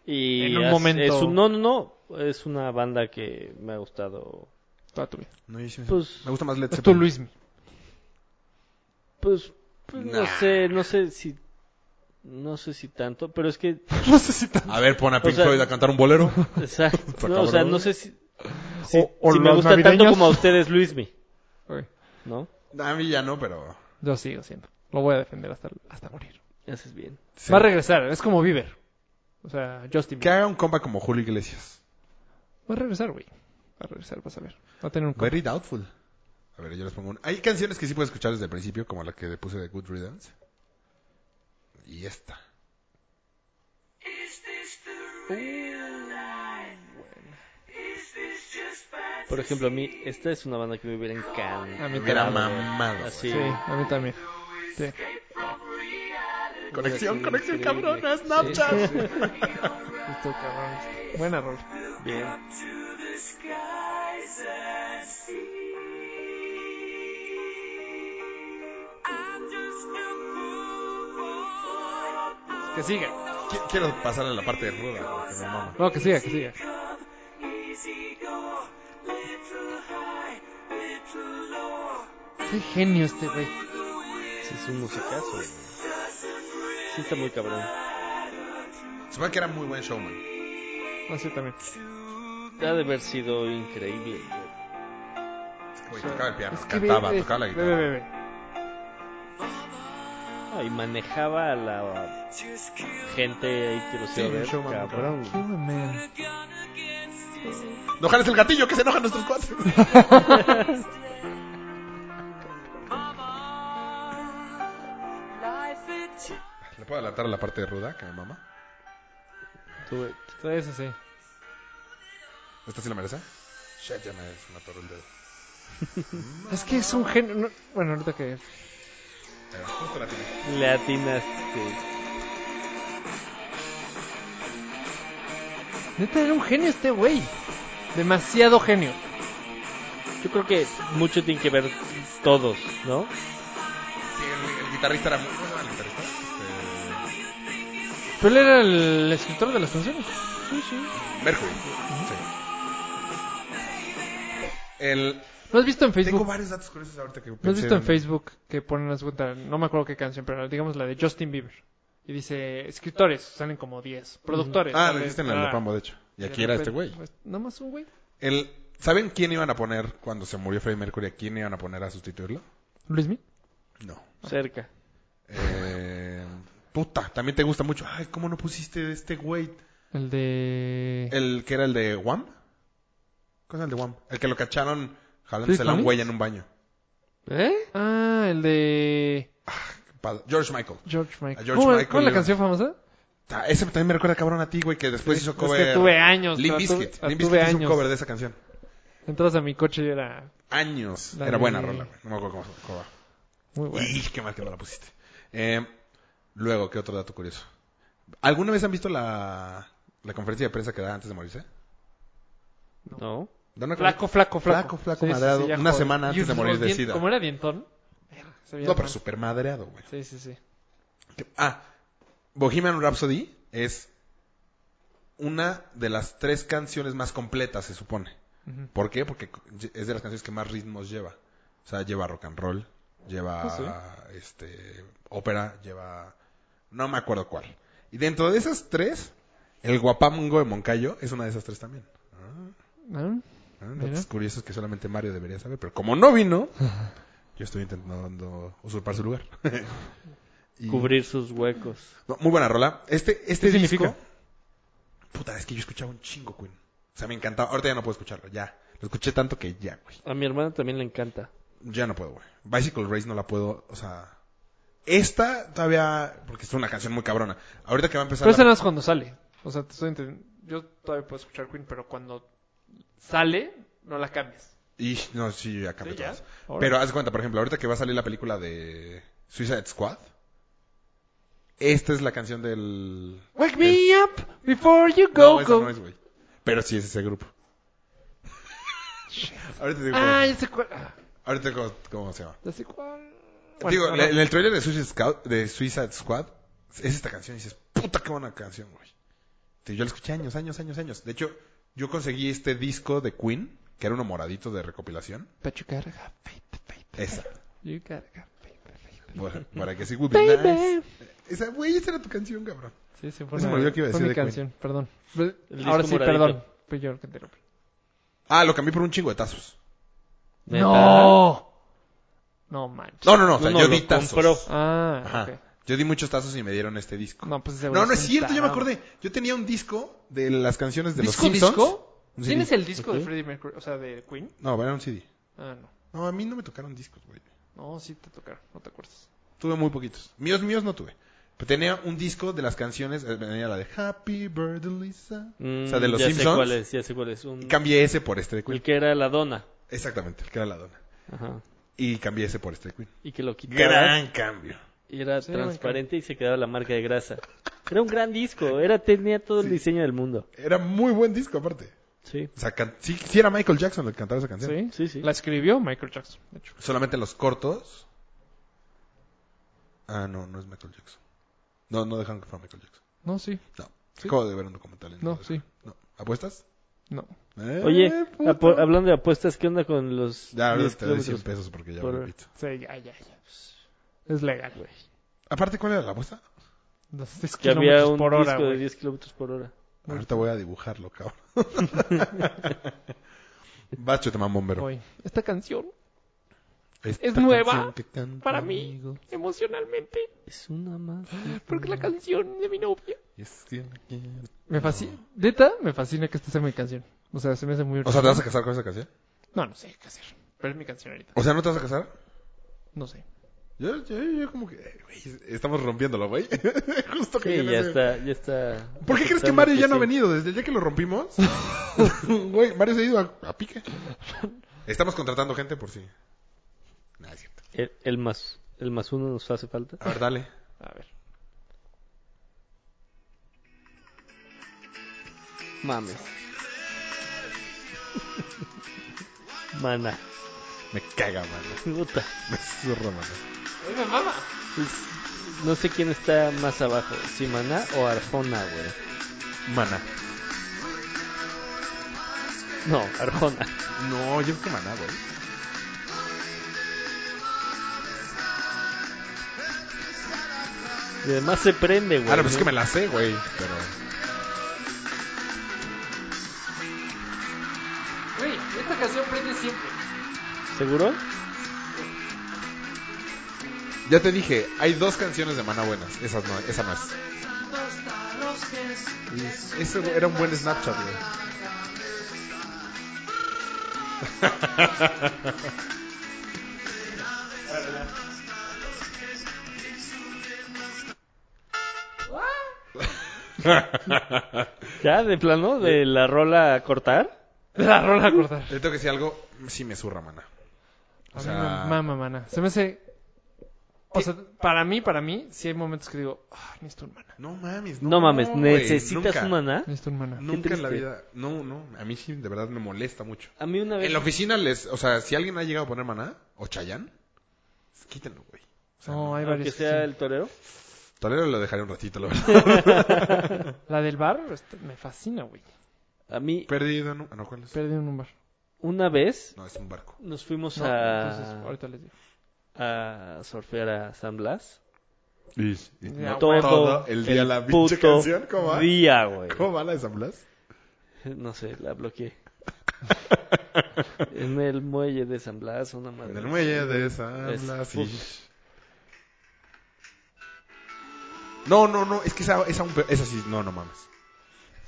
Speaker 3: Y
Speaker 4: En un
Speaker 3: es-
Speaker 4: momento.
Speaker 3: es un- no, no, no. Es una banda que me ha gustado.
Speaker 4: Toda tu vida.
Speaker 5: No, yo sí me-
Speaker 3: Pues-
Speaker 5: me gusta más Led
Speaker 4: Ah, Es tú,
Speaker 5: Zeppelin.
Speaker 4: Luismi.
Speaker 3: Pues, pues, no
Speaker 5: Nah.
Speaker 3: sé, no sé si. No sé si tanto, pero es que.
Speaker 4: No sé si tan-
Speaker 5: A ver, pon a Pink
Speaker 3: O sea-
Speaker 5: Floyd a cantar un bolero.
Speaker 3: Exacto.
Speaker 5: Está
Speaker 3: No, o sea,
Speaker 5: cabrón.
Speaker 3: no sé si. si-
Speaker 4: O- o
Speaker 3: si me
Speaker 4: los
Speaker 3: gusta tanto
Speaker 4: navideños.
Speaker 3: como a ustedes, Luismi.
Speaker 4: Güey,
Speaker 3: ¿No?
Speaker 5: A mí ya no, pero...
Speaker 4: Yo sigo siendo. Lo voy a defender hasta, hasta morir.
Speaker 3: Haces bien.
Speaker 5: sí.
Speaker 4: Va a regresar, es como Bieber. O sea, Justin
Speaker 5: Que
Speaker 4: Bieber.
Speaker 5: haga un compa como Julio Iglesias.
Speaker 4: Va a regresar, güey. Va a regresar, vas a ver. Va a tener un...
Speaker 5: Very doubtful. A ver, yo les pongo un... Hay canciones que sí puedes escuchar desde el principio, como la que le puse de Good Riddance. Y esta.
Speaker 3: Por ejemplo, a mí, esta es una banda que me hubiera encantado.
Speaker 4: A mí
Speaker 5: Hubiera
Speaker 4: también.
Speaker 5: mamado. güey.
Speaker 3: Así.
Speaker 4: Ah, Sí, a mí también. Sí.
Speaker 5: Conexión,
Speaker 3: Sí,
Speaker 5: conexión
Speaker 3: increíble.
Speaker 5: cabrona, Snapchat.
Speaker 4: Esto, cabrón. Buena rol.
Speaker 3: Bien.
Speaker 4: Que siga.
Speaker 5: Qui- Quiero pasar a la parte ruda, güey, que me mama.
Speaker 4: No, que siga, que siga. Qué genio este güey.
Speaker 3: Sí, es un musicazo. güey. Sí, está muy cabrón.
Speaker 5: Se ve que era muy buen showman.
Speaker 4: Así también.
Speaker 3: Ha de haber sido increíble. güey.
Speaker 5: Güey, tocaba el piano,
Speaker 4: Es que ve-
Speaker 5: cantaba,
Speaker 4: ve-
Speaker 5: tocaba la
Speaker 4: ve-
Speaker 5: guitarra.
Speaker 4: ve- ve.
Speaker 3: No, y manejaba a la gente ahí que lo
Speaker 5: Sí,
Speaker 3: iba a
Speaker 5: un
Speaker 3: ver,
Speaker 5: showman muy
Speaker 3: cabrón.
Speaker 5: cabrón.
Speaker 3: güey.
Speaker 5: No jales el gatillo, que se enojan nuestros cuatro. ¿Le puedo adelantar a la parte ruda, que me mama?
Speaker 3: Do it.
Speaker 4: Eso sí.
Speaker 5: ¿Esta sí la merece? Shit, ya me sonó todo el dedo.
Speaker 4: Es que es un género. no- bueno, ahorita que.
Speaker 5: Pero justo la tiene.
Speaker 3: Le atinaste.
Speaker 4: Neta, era un genio este güey. Demasiado genio.
Speaker 3: Yo creo que mucho tiene que ver todos, ¿no?
Speaker 5: Sí, el, el guitarrista era muy... ¿Cómo se llama el guitarrista? Este...
Speaker 4: Pero él era el escritor de las canciones. Sí, sí.
Speaker 5: Mercury. Sí. El...
Speaker 4: ¿No has visto en
Speaker 5: Tengo
Speaker 4: Facebook?
Speaker 5: varios datos curiosos ahorita que
Speaker 4: ¿No has
Speaker 5: pensé
Speaker 4: visto en Facebook que ponen las cuenta? No me acuerdo qué canción, pero digamos la de Justin Bieber. Y dice, escritores, salen como 10. Productores.
Speaker 5: Ah,
Speaker 4: sale-
Speaker 5: lo hiciste en la de
Speaker 4: ah.
Speaker 5: Pambo, de hecho. Y aquí era este güey.
Speaker 4: Nada pues, más un güey.
Speaker 5: El... ¿Saben quién iban a poner cuando se murió Freddie Mercury? ¿A quién iban a poner a sustituirlo?
Speaker 4: Luis Miguel.
Speaker 5: No.
Speaker 3: Cerca.
Speaker 5: Eh... Puta, también te gusta mucho. Ay, ¿cómo no pusiste de este güey?
Speaker 4: El de...
Speaker 5: El que era el de Wham. ¿Cuál era el de Wham? El que lo cacharon jalándose
Speaker 4: ¿Phil
Speaker 5: la
Speaker 4: Collins?
Speaker 5: un güey en un baño.
Speaker 3: ¿Eh?
Speaker 4: Ah, el de...
Speaker 5: Pa- George Michael.
Speaker 4: George Michael.
Speaker 5: A George
Speaker 4: ¿Cómo-
Speaker 5: Michael
Speaker 4: ¿Cuál es la
Speaker 5: iba.
Speaker 4: canción famosa?
Speaker 5: Ta- Ese también me recuerda cabrón a ti, güey, que después Pues hizo cover.
Speaker 4: Es que tuve años.
Speaker 5: Limp
Speaker 4: pero tuve-
Speaker 5: Bizkit.
Speaker 4: ah,
Speaker 5: Limp
Speaker 4: tuve
Speaker 5: Bizkit hizo un
Speaker 4: años.
Speaker 5: cover de esa canción.
Speaker 4: Entras a mi coche y era
Speaker 5: Años.
Speaker 4: La
Speaker 5: Era buena
Speaker 4: de-
Speaker 5: rola, güey. No me acuerdo cómo se cómo va.
Speaker 4: muy bueno.
Speaker 5: Y qué mal que no la pusiste. Eh, luego, ¿qué otro dato curioso? ¿Alguna vez han visto la, la conferencia de prensa que da antes de morirse?
Speaker 3: No.
Speaker 5: Da una-
Speaker 4: Flaco, flaco, flaco.
Speaker 5: Flaco, flaco, madrado.
Speaker 4: ya
Speaker 5: Una
Speaker 4: joder.
Speaker 5: semana antes
Speaker 4: Y
Speaker 5: de morir de
Speaker 4: dien-
Speaker 5: sida.
Speaker 4: Como era dientón. se veía
Speaker 5: No, pero
Speaker 4: mal.
Speaker 5: super madreado, güey.
Speaker 4: Sí, sí, sí.
Speaker 5: Que- Ah, Bohemian Rhapsody es una de las tres canciones más completas, se supone.
Speaker 4: Ujú.
Speaker 5: ¿Por qué? Porque es de las canciones que más ritmos lleva. O sea, lleva rock and roll, lleva
Speaker 4: Ah,
Speaker 5: este ópera, lleva no me acuerdo cuál. Y dentro de esas tres, el guapamongo de Moncayo es una de esas tres también.
Speaker 4: ¿Ah?
Speaker 5: Ah,
Speaker 4: Mira.
Speaker 5: Datos curiosos que solamente Mario debería saber, pero como no vino, yo estoy intentando usurpar su lugar. Y-
Speaker 3: Cubrir sus huecos.
Speaker 5: no, muy buena rola. Este, este
Speaker 4: ¿Qué
Speaker 5: disco.
Speaker 4: significa?
Speaker 5: Puta, es que yo escuchaba un chingo Queen. O sea, me encantaba. Ahorita ya no puedo escucharlo, ya. Lo escuché tanto que ya, güey.
Speaker 3: A mi hermana también le encanta.
Speaker 5: Ya no puedo, güey. Bicycle Race no la puedo, o sea. Esta todavía. Porque es una canción muy cabrona. Ahorita que va a empezar.
Speaker 4: Pero
Speaker 5: la-
Speaker 4: esa no es cuando sale. O sea, te estoy entendiendo. Yo todavía puedo escuchar Queen, pero cuando sale, no la cambias.
Speaker 5: Y no, sí, yo ya cambié
Speaker 4: ¿Sí, ya?
Speaker 5: todas.
Speaker 4: Ahora.
Speaker 5: Pero haz de cuenta, por ejemplo, ahorita que va a salir la película de Suicide Squad. Esta es la canción del.
Speaker 4: Wake me up before you
Speaker 5: No,
Speaker 4: go,
Speaker 5: esa
Speaker 4: go.
Speaker 5: no es, güey. Pero sí es ese grupo. Ahorita te digo. cómo-
Speaker 4: Ah, ya sé cuál. ah,
Speaker 5: Ahorita te digo cómo, cómo se llama.
Speaker 4: Ya sé cuál.
Speaker 5: Digo,
Speaker 4: no,
Speaker 5: la- en
Speaker 4: no.
Speaker 5: el trailer de Suicide, Scout- de Suicide Squad es esta canción y dices, puta, qué buena canción, güey. Te- Yo la escuché años, años, años, años. De hecho, yo conseguí este disco de Queen, que era uno moradito de recopilación.
Speaker 4: But you gotta have faith, faith.
Speaker 5: Esa.
Speaker 4: You gotta have faith, faith.
Speaker 5: Para, para que sí, would be
Speaker 4: Baby.
Speaker 5: nice. Esa, güey, esa era tu canción, cabrón.
Speaker 4: Sí, sí, fue una-
Speaker 5: Eso me olvidó que iba a
Speaker 4: fue mi
Speaker 5: decir de Queen.
Speaker 4: canción, perdón.
Speaker 3: disco
Speaker 4: Ahora sí,
Speaker 3: moradito.
Speaker 4: perdón. Fui yo el que interrumpí.
Speaker 5: Ah, lo cambié por un chingo de tazos.
Speaker 3: ¿Neta?
Speaker 4: No manches.
Speaker 5: No, no, no, o sea,
Speaker 3: No, no,
Speaker 5: yo
Speaker 3: lo
Speaker 5: di tazos.
Speaker 3: compró.
Speaker 4: Ah,
Speaker 5: Ajá.
Speaker 4: ok.
Speaker 5: Yo di muchos tazos y me dieron este disco.
Speaker 4: No, pues ese güey
Speaker 5: No, no es
Speaker 4: un
Speaker 5: cierto, yo me
Speaker 4: tarado.
Speaker 5: acordé. Yo tenía un disco de las canciones de
Speaker 4: ¿Disco,
Speaker 5: los Simpsons.
Speaker 4: disco?
Speaker 5: Un CD.
Speaker 4: ¿Tienes el disco
Speaker 3: Ok.
Speaker 4: de Freddie Mercury? O sea, de Queen.
Speaker 5: No, era un CD.
Speaker 4: Ah, no.
Speaker 5: No, a mí no me tocaron discos, güey.
Speaker 4: No, sí te tocaron, no te acuerdas.
Speaker 5: Tuve muy poquitos. Míos, míos no tuve. Pero tenía un disco de las canciones, eh, venía la de Happy Birthday Lisa.
Speaker 3: Mm,
Speaker 5: o sea, de los
Speaker 3: ya Sé
Speaker 5: Simpsons.
Speaker 3: cuál es, ya sé cuál es. Un-
Speaker 5: Y cambié ese por este de Queen.
Speaker 3: el que era la dona.
Speaker 5: Exactamente, el que era la dona.
Speaker 3: Ajá.
Speaker 5: Y cambié ese por este de Queen.
Speaker 3: Y que lo quitaron.
Speaker 5: Gran cambio.
Speaker 3: Y era
Speaker 4: Sí,
Speaker 3: transparente y se quedaba la marca de grasa. Era un gran disco. Era, tenía todo el diseño del mundo.
Speaker 5: Era muy buen disco, aparte.
Speaker 3: Sí.
Speaker 5: O sea, can- sí, sí era Michael Jackson el que cantaba esa canción.
Speaker 4: ¿Sí?
Speaker 3: Sí, sí.
Speaker 4: La escribió Michael Jackson, de hecho.
Speaker 5: Solamente los cortos. Ah, no, no es Michael Jackson. No, no dejaron que fuera Michael Jackson.
Speaker 4: No, sí.
Speaker 5: No. Acabo de ver un documental. en
Speaker 4: No,
Speaker 5: donde-
Speaker 4: sí.
Speaker 5: No. ¿Apuestas?
Speaker 4: No.
Speaker 5: Eh,
Speaker 3: Oye,
Speaker 5: puta.
Speaker 3: apo- hablando de apuestas, ¿qué onda con los
Speaker 5: Ya, ahora
Speaker 3: 10
Speaker 5: te doy 100
Speaker 3: kilómetros?
Speaker 5: pesos porque ya
Speaker 3: por-
Speaker 5: lo he visto.
Speaker 4: Sí, ya, ya, ya. Es legal, güey.
Speaker 5: Aparte, ¿cuál era la apuesta?
Speaker 4: Los 10
Speaker 3: Que había
Speaker 4: kilómetros
Speaker 3: un
Speaker 4: por hora,
Speaker 3: disco de
Speaker 4: güey.
Speaker 3: 10 kilómetros por hora.
Speaker 5: Ahorita voy a dibujarlo, cabrón. Bacho, te mamón, pero.
Speaker 4: Voy. Esta canción,
Speaker 5: Esta
Speaker 4: Es nueva
Speaker 5: canción que canta
Speaker 4: para
Speaker 5: mi
Speaker 4: mí,
Speaker 5: amigo,
Speaker 4: emocionalmente,
Speaker 3: Es una más.
Speaker 4: porque es la canción de mi novia.
Speaker 5: es que la quiero.
Speaker 4: Mm. Me fascina. Neta, me fascina que esta sea mi canción. O sea, se me hace muy
Speaker 5: O sea, ¿te vas a casar con esa canción?
Speaker 4: No, no sé qué hacer. Pero es mi canción ahorita.
Speaker 5: O sea, ¿no te vas a casar?
Speaker 4: No sé.
Speaker 5: Yo, yo, yo como que... eh, güey, estamos rompiéndolo, güey. Justo que
Speaker 3: Sí,
Speaker 5: viene
Speaker 3: ya
Speaker 5: ese-
Speaker 3: está, ya está.
Speaker 5: ¿Por qué crees que
Speaker 3: aceptando
Speaker 5: Mario ya no ha
Speaker 3: sí.
Speaker 5: venido? Desde el día que lo rompimos... güey, Mario se ha ido a, a pique. Estamos contratando gente por si. Nada, es cierto.
Speaker 3: El, el más, el más uno nos hace falta.
Speaker 5: A ver, dale.
Speaker 4: A ver.
Speaker 3: Mames. Mana.
Speaker 5: Me caga, mano.
Speaker 3: Puta.
Speaker 5: Me zurro, mano.
Speaker 4: Ay, me mama.
Speaker 3: No sé quién está más abajo, si Maná o Arjona, güey.
Speaker 5: Mana.
Speaker 3: No, Arjona.
Speaker 5: No, yo creo que maná, güey.
Speaker 3: Y además se prende, güey.
Speaker 5: Ah, no, pues es
Speaker 3: ¿no?
Speaker 5: que me la sé, güey. Pero.
Speaker 4: Güey, esta canción prende siempre.
Speaker 3: ¿Seguro?
Speaker 5: Ya te dije, hay dos canciones de Maná buenas. Esas no, esa no es. Y Ese era un buen Snapchat, güey.
Speaker 3: Ya, de plano, de la rola a cortar.
Speaker 4: La rola a cortar.
Speaker 5: Le tengo que decir algo, sí me zurra, Maná.
Speaker 4: A
Speaker 5: O
Speaker 4: mí
Speaker 5: sea-
Speaker 4: me mama, mana. Se me hace. O sea, para mí, para mí, sí hay momentos que digo, ah, necesito un mana.
Speaker 5: No mames,
Speaker 3: No, mames,
Speaker 5: güey,
Speaker 3: ¿necesitas
Speaker 5: nunca.
Speaker 3: un Maná?
Speaker 4: Necesito un mana.
Speaker 5: Nunca en la
Speaker 3: triste.
Speaker 5: vida. No, no, a mí sí, de verdad me molesta mucho.
Speaker 3: A mí una vez...
Speaker 5: En la oficina les, o sea, si alguien ha llegado a poner maná o chayán, quítenlo, güey. O sea,
Speaker 4: No, hay
Speaker 3: Aunque
Speaker 4: varios. que
Speaker 3: sea
Speaker 4: sí.
Speaker 3: el torero.
Speaker 5: Tolero lo dejaré un ratito, la verdad.
Speaker 4: La del bar este, me fascina, güey.
Speaker 3: A mí
Speaker 5: Perdido, ¿no? Ah, no, ¿cuál es?
Speaker 4: Perdí en un bar.
Speaker 3: una vez
Speaker 5: No, es un barco.
Speaker 3: nos fuimos
Speaker 4: No, entonces,
Speaker 3: a,
Speaker 4: ahorita les digo.
Speaker 3: a surfear a San Blas.
Speaker 4: Ya,
Speaker 3: Todo,
Speaker 4: güey.
Speaker 5: el día la pinche
Speaker 3: puto
Speaker 5: canción, ¿cómo va?
Speaker 3: día, güey.
Speaker 5: ¿Cómo va la de San Blas?
Speaker 3: No sé, la bloqueé. en el muelle de San Blas, una madre.
Speaker 5: En el muelle de San
Speaker 3: Es-
Speaker 5: Blas.
Speaker 3: Uf.
Speaker 5: ish. No, no, no, es que esa, esa, un pe- esa sí, no, no mames.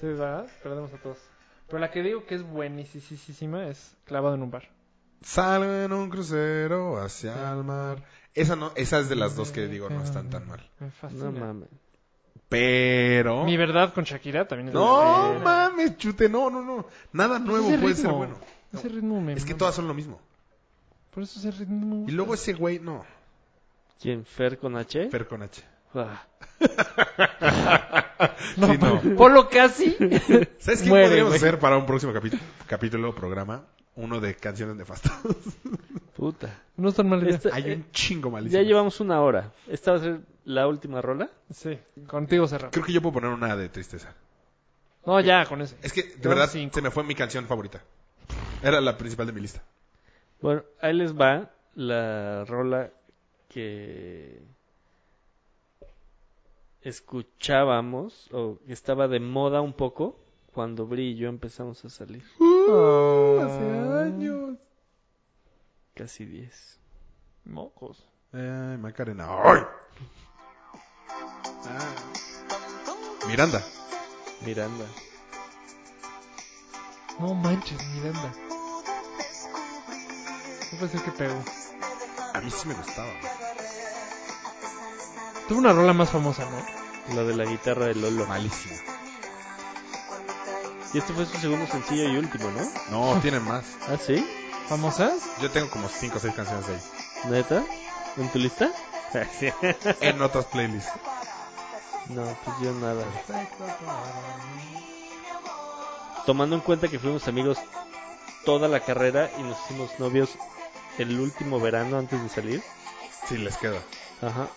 Speaker 4: Sí, ¿verdad? Perdemos a todos. Pero la que digo que es buenísima es clavado en un bar.
Speaker 5: Salgo en un crucero hacia el mar. Esa no, esa es de las dos que digo no están tan mal.
Speaker 4: Me
Speaker 3: No
Speaker 4: fascina.
Speaker 3: mames.
Speaker 5: Pero.
Speaker 4: Mi verdad con Shakira también es
Speaker 5: No
Speaker 4: de la verga.
Speaker 5: mames, chute, no, no, no. Nada nuevo
Speaker 4: Ese
Speaker 5: puede
Speaker 4: Pues ritmo,
Speaker 5: ser bueno.
Speaker 4: Ese ritmo me
Speaker 5: Es que
Speaker 4: mama.
Speaker 5: todas son lo mismo.
Speaker 4: Por eso ese ritmo me
Speaker 5: Y
Speaker 4: gusta.
Speaker 5: luego ese güey, no.
Speaker 3: ¿Quién? ¿Fer con
Speaker 4: ¿Eh?
Speaker 3: H?
Speaker 5: Fer con H.
Speaker 3: Ah,
Speaker 5: No, sí, no.
Speaker 4: Polo casi.
Speaker 5: ¿Sabes qué
Speaker 4: Muere,
Speaker 5: podríamos
Speaker 4: güey.
Speaker 5: hacer para un próximo capítulo, capítulo programa? Uno de canciones nefastas.
Speaker 3: puta.
Speaker 4: No es tan mal idea.
Speaker 3: Esta-
Speaker 5: Hay
Speaker 3: eh,
Speaker 5: un chingo malísimo.
Speaker 3: ya llevamos una hora. ¿Esta va a ser la última rola?
Speaker 4: Sí, contigo cerramos.
Speaker 5: Creo que yo puedo poner una de tristeza.
Speaker 4: No, ya, con ese.
Speaker 5: Es que, de
Speaker 4: Yo
Speaker 5: verdad,
Speaker 4: cinco.
Speaker 5: se me fue mi canción favorita. Era la principal de mi lista.
Speaker 3: Bueno, ahí les va la rola que escuchábamos o que estaba de moda un poco cuando Bri y yo empezamos a salir.
Speaker 5: hace años.
Speaker 3: Casi 10.
Speaker 4: Mocos.
Speaker 5: Ay, Eh, Macarena. ¡Ay! Ah. Miranda.
Speaker 3: Miranda.
Speaker 4: No manches, Miranda. No pensé que pegó.
Speaker 5: A mí sí me gustaba.
Speaker 4: Tuvo una rola más famosa, ¿no?
Speaker 3: La de la guitarra de Lolo.
Speaker 5: Malísimo.
Speaker 3: Y este fue su segundo sencillo y último, ¿no?
Speaker 5: No, tienen más.
Speaker 3: Ah, sí.
Speaker 4: ¿Famosas?
Speaker 5: Yo tengo como 5 o 6 canciones ahí.
Speaker 3: ¿Neta? ¿En tu lista? Sí.
Speaker 5: En otras playlists.
Speaker 3: no, pues yo nada. Tomando en cuenta que fuimos amigos toda la carrera y nos hicimos novios el último verano antes de salir.
Speaker 5: Sí, les queda.
Speaker 3: Ajá.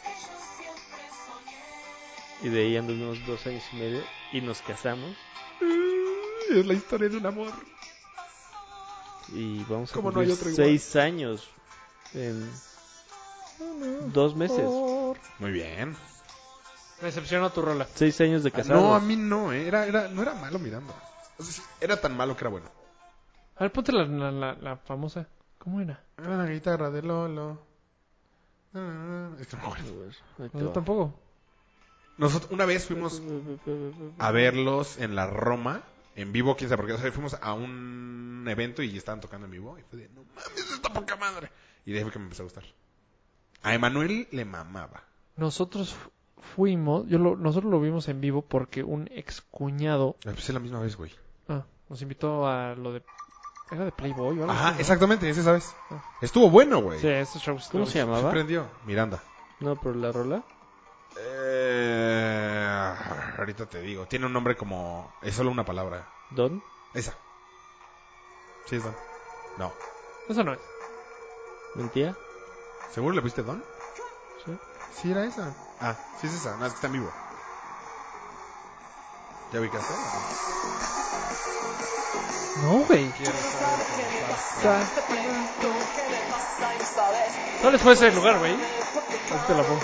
Speaker 3: Y de ahí anduvimos dos años y medio y nos casamos
Speaker 5: Es la historia de un amor.
Speaker 3: y vamos a
Speaker 5: ¿Cómo no
Speaker 3: cumplir
Speaker 5: hay otro igual?
Speaker 3: seis años en dos meses.
Speaker 5: Oh. Muy bien.
Speaker 4: Me decepcionó tu rola.
Speaker 3: Seis años de
Speaker 5: Ah,
Speaker 3: casados.
Speaker 5: No, a mí no, eh. era, era, no era malo Miranda. O sea, sí, era tan malo que era bueno.
Speaker 4: A ver, ponte la, la, la, la famosa. ¿Cómo era?
Speaker 5: La guitarra de Lolo. Ah, es que no me acuerdo.
Speaker 3: A ver, ahí te
Speaker 4: No, yo
Speaker 3: va.
Speaker 4: tampoco.
Speaker 5: Nosotros una vez fuimos a verlos en la Roma, en vivo, quién sabe por qué. O sea, fuimos a un evento y estaban tocando en vivo. Y fue de, no mames, esta poca madre. Y de ahí fue que me empezó a gustar. A Emanuel le mamaba.
Speaker 4: Nosotros fu- fuimos, yo lo, nosotros lo vimos en vivo porque un excuñado
Speaker 5: Ah, pues La empecé la misma vez, güey.
Speaker 4: ah, nos invitó a lo de Era de Playboy o algo
Speaker 5: Ajá,
Speaker 4: así, ¿no?
Speaker 5: exactamente, ese sabes. Estuvo bueno, güey.
Speaker 4: Sí, esos shows.
Speaker 3: ¿Cómo se llamaba?
Speaker 5: Sorprendió. Miranda.
Speaker 3: No, pero la rola.
Speaker 5: Eh, ahorita te digo. Tiene un nombre como... Es solo una palabra.
Speaker 3: Don.
Speaker 5: Esa. Sí, es Don. No.
Speaker 4: Eso no es.
Speaker 3: Mentía.
Speaker 5: ¿Seguro le pusiste Don?
Speaker 3: Sí.
Speaker 5: Sí, era esa. Ah, sí es esa. No, es que está en vivo. ¿Ya ubicaste?
Speaker 4: No, güey. No les fue ese lugar, güey. Ahorita la pongo.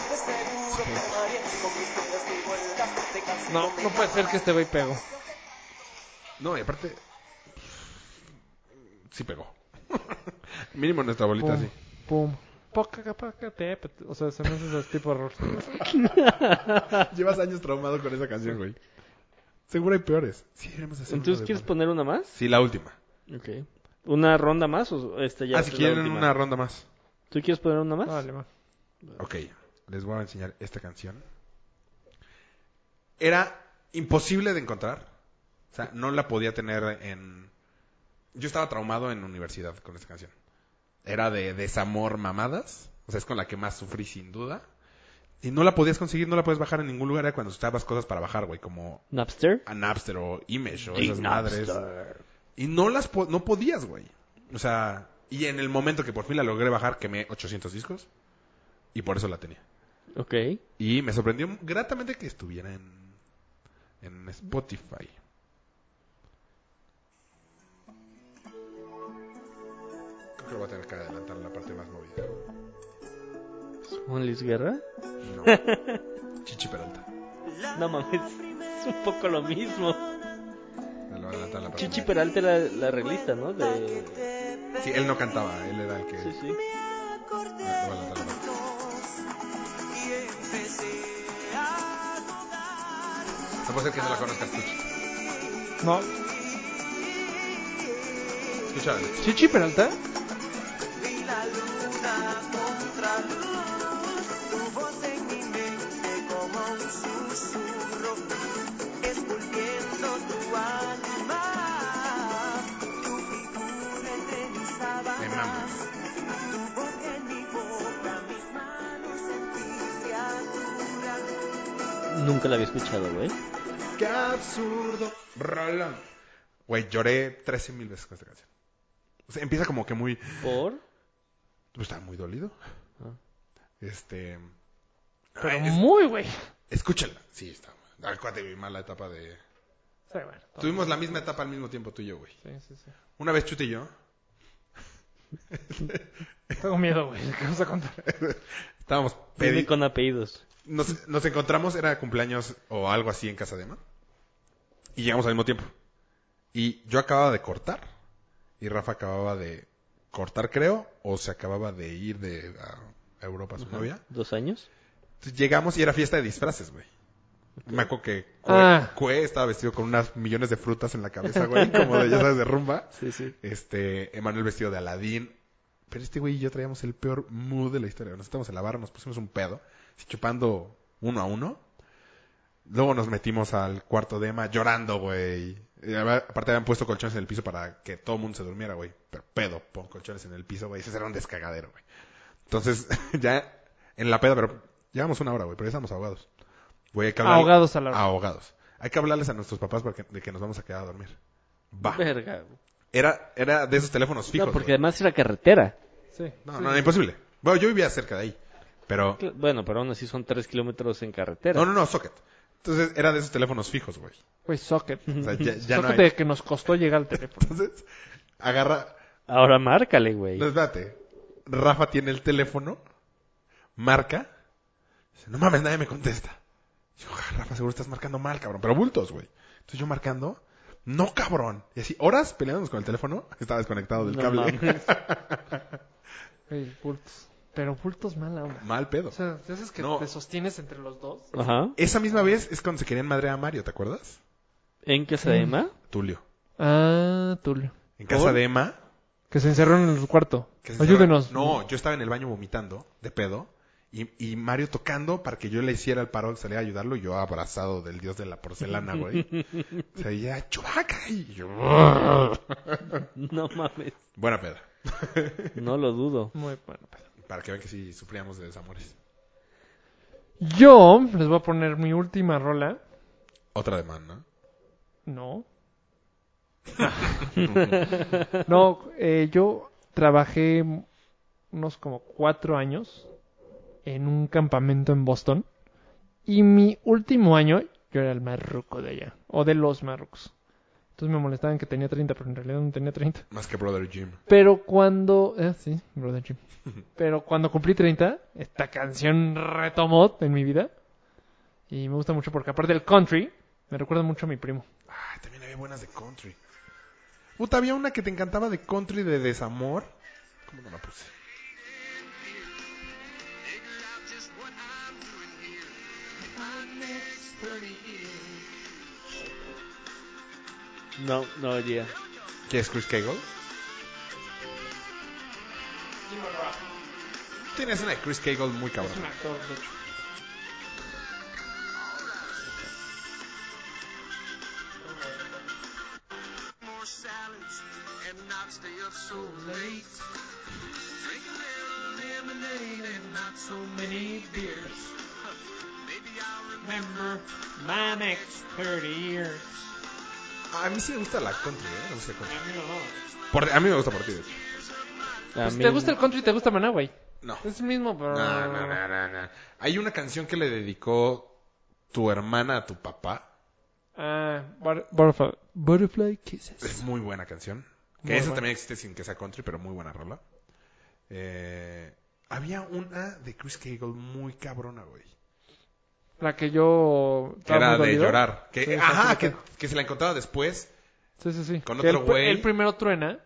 Speaker 4: No, no puede ser que este güey pegó.
Speaker 5: No, y aparte... Sí pegó. Mínimo en nuestra bolita,
Speaker 4: Pum,
Speaker 5: sí.
Speaker 4: pum. Poca, poca, tepe. O sea, son esos tipos de errores.
Speaker 5: Llevas años traumado con esa canción, güey. Seguro hay peores. Sí, deberíamos hacer una
Speaker 3: Entonces,
Speaker 5: de
Speaker 3: ¿quieres
Speaker 5: Bad.
Speaker 3: poner una más?
Speaker 5: Sí, la última.
Speaker 3: Ok. ¿Una ronda más o esta ya
Speaker 5: ah,
Speaker 3: es
Speaker 5: si
Speaker 3: la
Speaker 5: quieren
Speaker 3: última?
Speaker 5: una ronda más.
Speaker 3: ¿Tú quieres poner una más?
Speaker 4: Dale, man.
Speaker 5: Ok, les voy a enseñar esta canción. Era imposible de encontrar. O sea, no la podía tener en... Yo estaba traumado en universidad con esta canción. Era de desamor mamadas. O sea, es con la que más sufrí sin duda. Y no la podías conseguir, no la podías bajar en ningún lugar. Era cuando estabas cosas para bajar, güey. Como
Speaker 3: Napster.
Speaker 5: a Napster o Image o
Speaker 3: Big
Speaker 5: esas madres. Y no las po- no podías, güey. O sea, y en el momento que por fin la logré bajar, quemé 800 discos y por eso la tenía.
Speaker 3: Ok.
Speaker 5: Y me sorprendió gratamente que estuviera en, en Spotify. Creo que voy a tener que adelantar la parte más movida.
Speaker 3: ¿Juan Luis Guerra?
Speaker 5: No. Chichi Peralta.
Speaker 3: No mames. Es un poco lo mismo.
Speaker 5: Me lo voy a adelantar la parte
Speaker 3: Chichi
Speaker 5: más-
Speaker 3: Peralta era la relista, ¿no? De...
Speaker 5: Sí, él no cantaba, él era el que...
Speaker 3: Sí, sí.
Speaker 5: Me lo voy a adelantar la parte. No puede ser que no la conozcas tú.
Speaker 4: No.
Speaker 5: Escúchala.
Speaker 4: ¿Chichi Peralta?
Speaker 5: Me mamas.
Speaker 3: Nunca la había escuchado, güey.
Speaker 5: Qué absurdo. Rolón. Güey, lloré 13 mil veces con esta canción. O sea, empieza como que muy...
Speaker 3: ¿Por?
Speaker 5: Pues estaba muy dolido.
Speaker 3: Ah.
Speaker 5: Este...
Speaker 4: Pero
Speaker 5: ay, es-
Speaker 4: muy, güey.
Speaker 5: Escúchala. Sí, está. Acuérdate de mi mala etapa de...
Speaker 4: Sí, bueno, todo.
Speaker 5: Tuvimos la misma etapa al mismo tiempo tú y yo, güey.
Speaker 4: Sí, sí, sí.
Speaker 5: Una vez Chute y yo
Speaker 4: Tengo miedo, güey. ¿Qué vas a contar?
Speaker 5: estábamos...
Speaker 3: Vive
Speaker 5: pedi-
Speaker 3: con apellidos.
Speaker 5: Nos, nos encontramos, era cumpleaños o algo así en casa de Emma. Y llegamos al mismo tiempo. Y yo acababa de cortar. Y Rafa acababa de cortar, creo. O se acababa de ir de a a Europa su novia.
Speaker 3: ¿Dos años?
Speaker 5: Entonces llegamos y era fiesta de disfraces, güey. Me acuerdo que Cue,
Speaker 4: Ah.
Speaker 5: Cue estaba vestido con unas millones de frutas en la cabeza, güey. Como de, ya sabes, de rumba.
Speaker 3: Sí, sí.
Speaker 5: Este, Emanuel vestido de Aladín. Pero este güey y yo traíamos el peor mood de la historia. Nos estamos en la barra, nos pusimos un pedo, así chupando uno a uno. Luego nos metimos al cuarto de Emma llorando, güey. Y a- Aparte habían puesto colchones en el piso para que todo el mundo se durmiera, güey. Pero pedo, pon colchones en el piso, güey. Ese era un descagadero, güey. Entonces, ya en la peda, pero llevamos una hora, güey, pero ya estamos ahogados. Güey, hay que hablar-
Speaker 4: Ahogados a la hora.
Speaker 5: Ahogados. Hay que hablarles a nuestros papás porque, de que nos vamos a quedar a dormir. Va.
Speaker 3: Verga. güey.
Speaker 5: Era, era de esos teléfonos fijos.
Speaker 3: No, porque
Speaker 5: güey.
Speaker 3: además era carretera.
Speaker 4: Sí.
Speaker 5: No, no, era imposible. Bueno, yo vivía cerca de ahí. Pero.
Speaker 3: Cl- Bueno, pero aún así son tres kilómetros en carretera.
Speaker 5: No, no, no, socket. Entonces era de esos teléfonos fijos, güey.
Speaker 4: Güey, socket.
Speaker 5: O sea, ya, ya no
Speaker 4: socket
Speaker 5: hay.
Speaker 4: de que nos costó llegar al teléfono.
Speaker 5: Entonces, agarra.
Speaker 3: Ahora márcale, güey.
Speaker 5: No, espérate. Rafa tiene el teléfono, marca. Dice, no mames, nadie me contesta. Digo, "Ah, Rafa, seguro estás marcando mal, cabrón. Pero bultos, güey. Entonces yo marcando, no, cabrón. Y así, horas peleándonos con el teléfono. Estaba desconectado del
Speaker 3: No
Speaker 5: cable.
Speaker 3: mames.
Speaker 4: Güey, bultos. Pero bultos mala onda.
Speaker 5: mal pedo.
Speaker 4: O sea, de esas que
Speaker 5: No.
Speaker 4: te sostienes entre los dos.
Speaker 3: Ajá.
Speaker 5: Esa misma vez es cuando se querían madrear a Mario, ¿te acuerdas?
Speaker 3: ¿En casa de Emma?
Speaker 5: Tulio.
Speaker 4: Ah, Tulio.
Speaker 5: En casa
Speaker 3: ¿Por?
Speaker 5: de Emma.
Speaker 4: Que se encerraron en su cuarto.
Speaker 5: que se
Speaker 4: Ayúdenos.
Speaker 5: encerra- No, yo estaba en el baño vomitando, de pedo. Y, y Mario tocando para que yo le hiciera el paro, salía a ayudarlo, y yo abrazado del dios de la porcelana, güey. o sea, ya, chubaca. Y yo,
Speaker 3: No mames.
Speaker 5: buena peda.
Speaker 3: No lo dudo.
Speaker 4: Muy bueno. pues.
Speaker 5: Para que vean que sí sufríamos de desamores.
Speaker 4: Yo les voy a poner mi última rola.
Speaker 5: Otra de man, ¿no?
Speaker 4: No. no, eh, yo trabajé unos como cuatro años en un campamento en Boston. Y mi último año, yo era el más ruco de allá. O de los más rucos. Entonces me molestaban que tenía 30, pero en realidad no tenía 30.
Speaker 5: Más que Brother Jim.
Speaker 4: Pero cuando. eh, sí, Brother Jim. Pero cuando cumplí 30, esta canción retomó en mi vida. Y me gusta mucho porque, aparte del country, me recuerda mucho a mi primo.
Speaker 5: Ah, también había buenas de country. Puta, había una que te encantaba de country de desamor. ¿Cómo no la puse?
Speaker 3: No, no, ya.
Speaker 5: ¿Qué es Chris Cagle? Tienes una de Chris Cagle muy cabrón.
Speaker 8: more salads and not stay up so late. Drink a little lemonade and not so many beers. Huh, Maybe I'll remember
Speaker 2: My next 30 years.
Speaker 5: A mí sí me gusta la country, ¿eh? La música country.
Speaker 2: A mí no.
Speaker 5: Por- a mí me gusta por ti, de hecho.
Speaker 3: A
Speaker 4: Pues,
Speaker 3: mí
Speaker 4: ¿Te gusta el country? y ¿Te gusta Maná, güey?
Speaker 5: No.
Speaker 4: Es el mismo, pero.
Speaker 5: No, no, no, no, no. Hay una canción que le dedicó tu hermana a tu papá.
Speaker 4: Ah, but- butterfly, Butterfly Kisses.
Speaker 5: Es muy buena canción. Que
Speaker 4: Muy
Speaker 5: esa
Speaker 4: buena.
Speaker 5: también existe sin que sea country, pero muy buena rola. Eh, había una de Chris Cagle muy cabrona, güey.
Speaker 4: La que yo.
Speaker 5: Que
Speaker 4: estaba
Speaker 5: era
Speaker 4: muy
Speaker 5: de
Speaker 4: dolido.
Speaker 5: llorar. Que,
Speaker 4: Sí,
Speaker 5: ajá, que,
Speaker 4: exactamente.
Speaker 5: que se la encontraba después.
Speaker 4: Sí, sí, sí.
Speaker 5: Con
Speaker 4: Que
Speaker 5: otro
Speaker 4: el pr-
Speaker 5: güey.
Speaker 4: El, primero truena.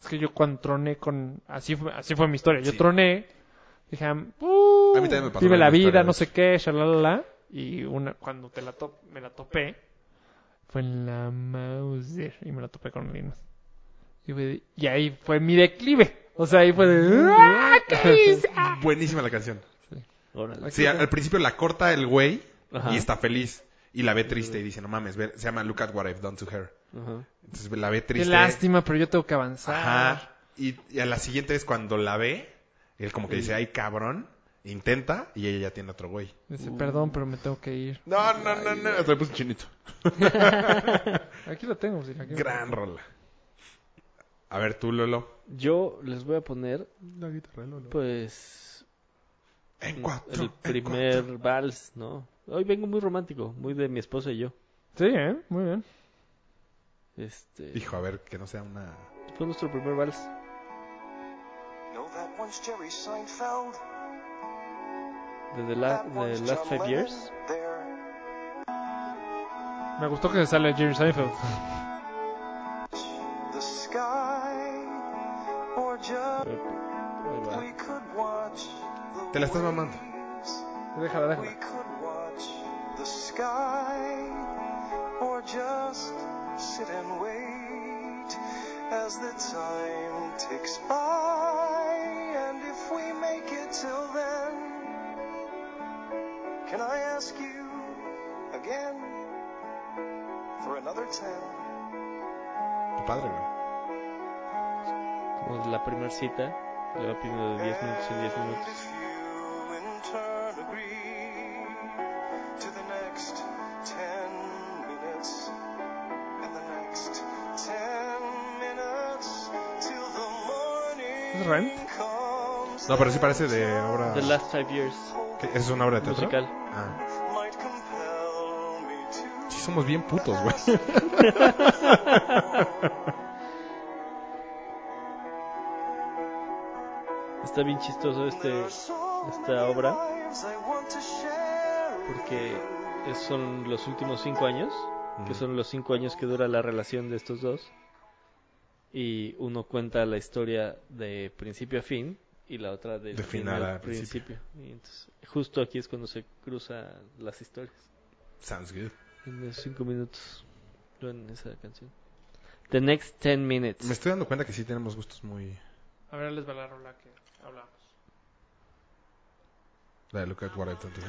Speaker 4: Es que yo cuando troné con... Así fue, así fue mi historia. Yo
Speaker 5: Sí.
Speaker 4: troné. Dije, uh,
Speaker 5: A mí también me pasó
Speaker 4: vive
Speaker 5: la
Speaker 4: la
Speaker 5: misma historia,
Speaker 4: vida,
Speaker 5: de
Speaker 4: no
Speaker 5: hecho.
Speaker 4: sé qué, shalalala. Y una, cuando te la top, me la topé, fue en la Mauser. Y me la topé con Linus. Y, fue de- y ahí fue mi declive. O sea, ahí fue
Speaker 5: Mm.
Speaker 4: de... "Ah, ¿Qué hice?".
Speaker 5: Buenísima la canción.
Speaker 3: Órale.
Speaker 5: Sí, al al principio la corta el güey
Speaker 3: Ajá.
Speaker 5: y está feliz. Y la ve triste y dice, no mames, ve- se llama Look at what I've done to her.
Speaker 3: Ajá.
Speaker 5: Entonces la ve
Speaker 4: Qué
Speaker 5: triste.
Speaker 4: lástima, pero yo tengo que avanzar.
Speaker 5: Ajá. Y, y a la siguiente es cuando la ve, él como que dice, ay cabrón, intenta y ella ya tiene otro güey.
Speaker 4: Dice, perdón, pero me tengo que ir.
Speaker 5: No, no, no, no. Hasta le puse chinito.
Speaker 4: Aquí lo tengo, sí, aquí lo
Speaker 5: Gran rola. A ver tú, Lolo.
Speaker 3: Yo les voy a poner,
Speaker 5: La guitarra, Lolo.
Speaker 3: pues,
Speaker 5: En cuatro.
Speaker 3: el
Speaker 5: en
Speaker 3: primer
Speaker 5: cuatro.
Speaker 3: vals, ¿no? Hoy vengo muy romántico, muy de mi esposa y yo.
Speaker 4: tengo. Sí, ¿eh? Muy bien.
Speaker 3: Este,
Speaker 5: Hijo, a ver, que no sea una...
Speaker 3: fue nuestro primer vals.
Speaker 9: No, that one's Jerry Seinfeld.
Speaker 3: Desde la,
Speaker 9: That
Speaker 3: de
Speaker 9: one's
Speaker 3: Last
Speaker 9: John
Speaker 3: Five
Speaker 9: Lennon.
Speaker 3: Years.
Speaker 9: There
Speaker 4: Me gustó que sale Jerry Seinfeld.
Speaker 9: the sky or just
Speaker 3: Ahí va.
Speaker 9: we could watch the
Speaker 5: Te la estás mamando.
Speaker 9: waves.
Speaker 4: Déjala,
Speaker 9: We
Speaker 4: déjala.
Speaker 9: could watch the sky or just sit and wait as the time ticks by. And if we make it till then, can I ask you again for another ten?
Speaker 5: Tu padre, güey.
Speaker 3: Como la primera cita, le va pidiendo de 10 minutos en 10
Speaker 9: And
Speaker 3: minutos.
Speaker 9: if you in turn agree to the next ten minutes and the next ten minutes till the
Speaker 4: ¿Es
Speaker 9: morning
Speaker 4: Rent?
Speaker 9: comes,
Speaker 5: No, pero sí parece de obra...
Speaker 9: Eh.
Speaker 3: The Last Five Years,
Speaker 5: ¿Qué? ¿Esa es una obra de teatro?
Speaker 3: musical.
Speaker 5: Ah.
Speaker 9: might compel me to
Speaker 5: Sí, somos bien putos, güey.
Speaker 3: Está bien chistoso este,
Speaker 9: Pues,
Speaker 3: esta obra
Speaker 9: lives I want to share.
Speaker 3: porque es- son los últimos 5 años, que son los 5 años que dura la relación de estos dos. Y uno cuenta la historia de principio a fin y la otra de,
Speaker 5: De final a principio.
Speaker 3: Y entonces, justo aquí es cuando se cruzan las historias.
Speaker 5: Sounds good.
Speaker 3: En esos 5 minutos, yo en esa canción. The Next 10 Minutes.
Speaker 5: Me estoy dando cuenta que sí tenemos gustos muy...
Speaker 4: A ver, les va la rola que hablamos.
Speaker 5: La de Look at What I've Done to Her.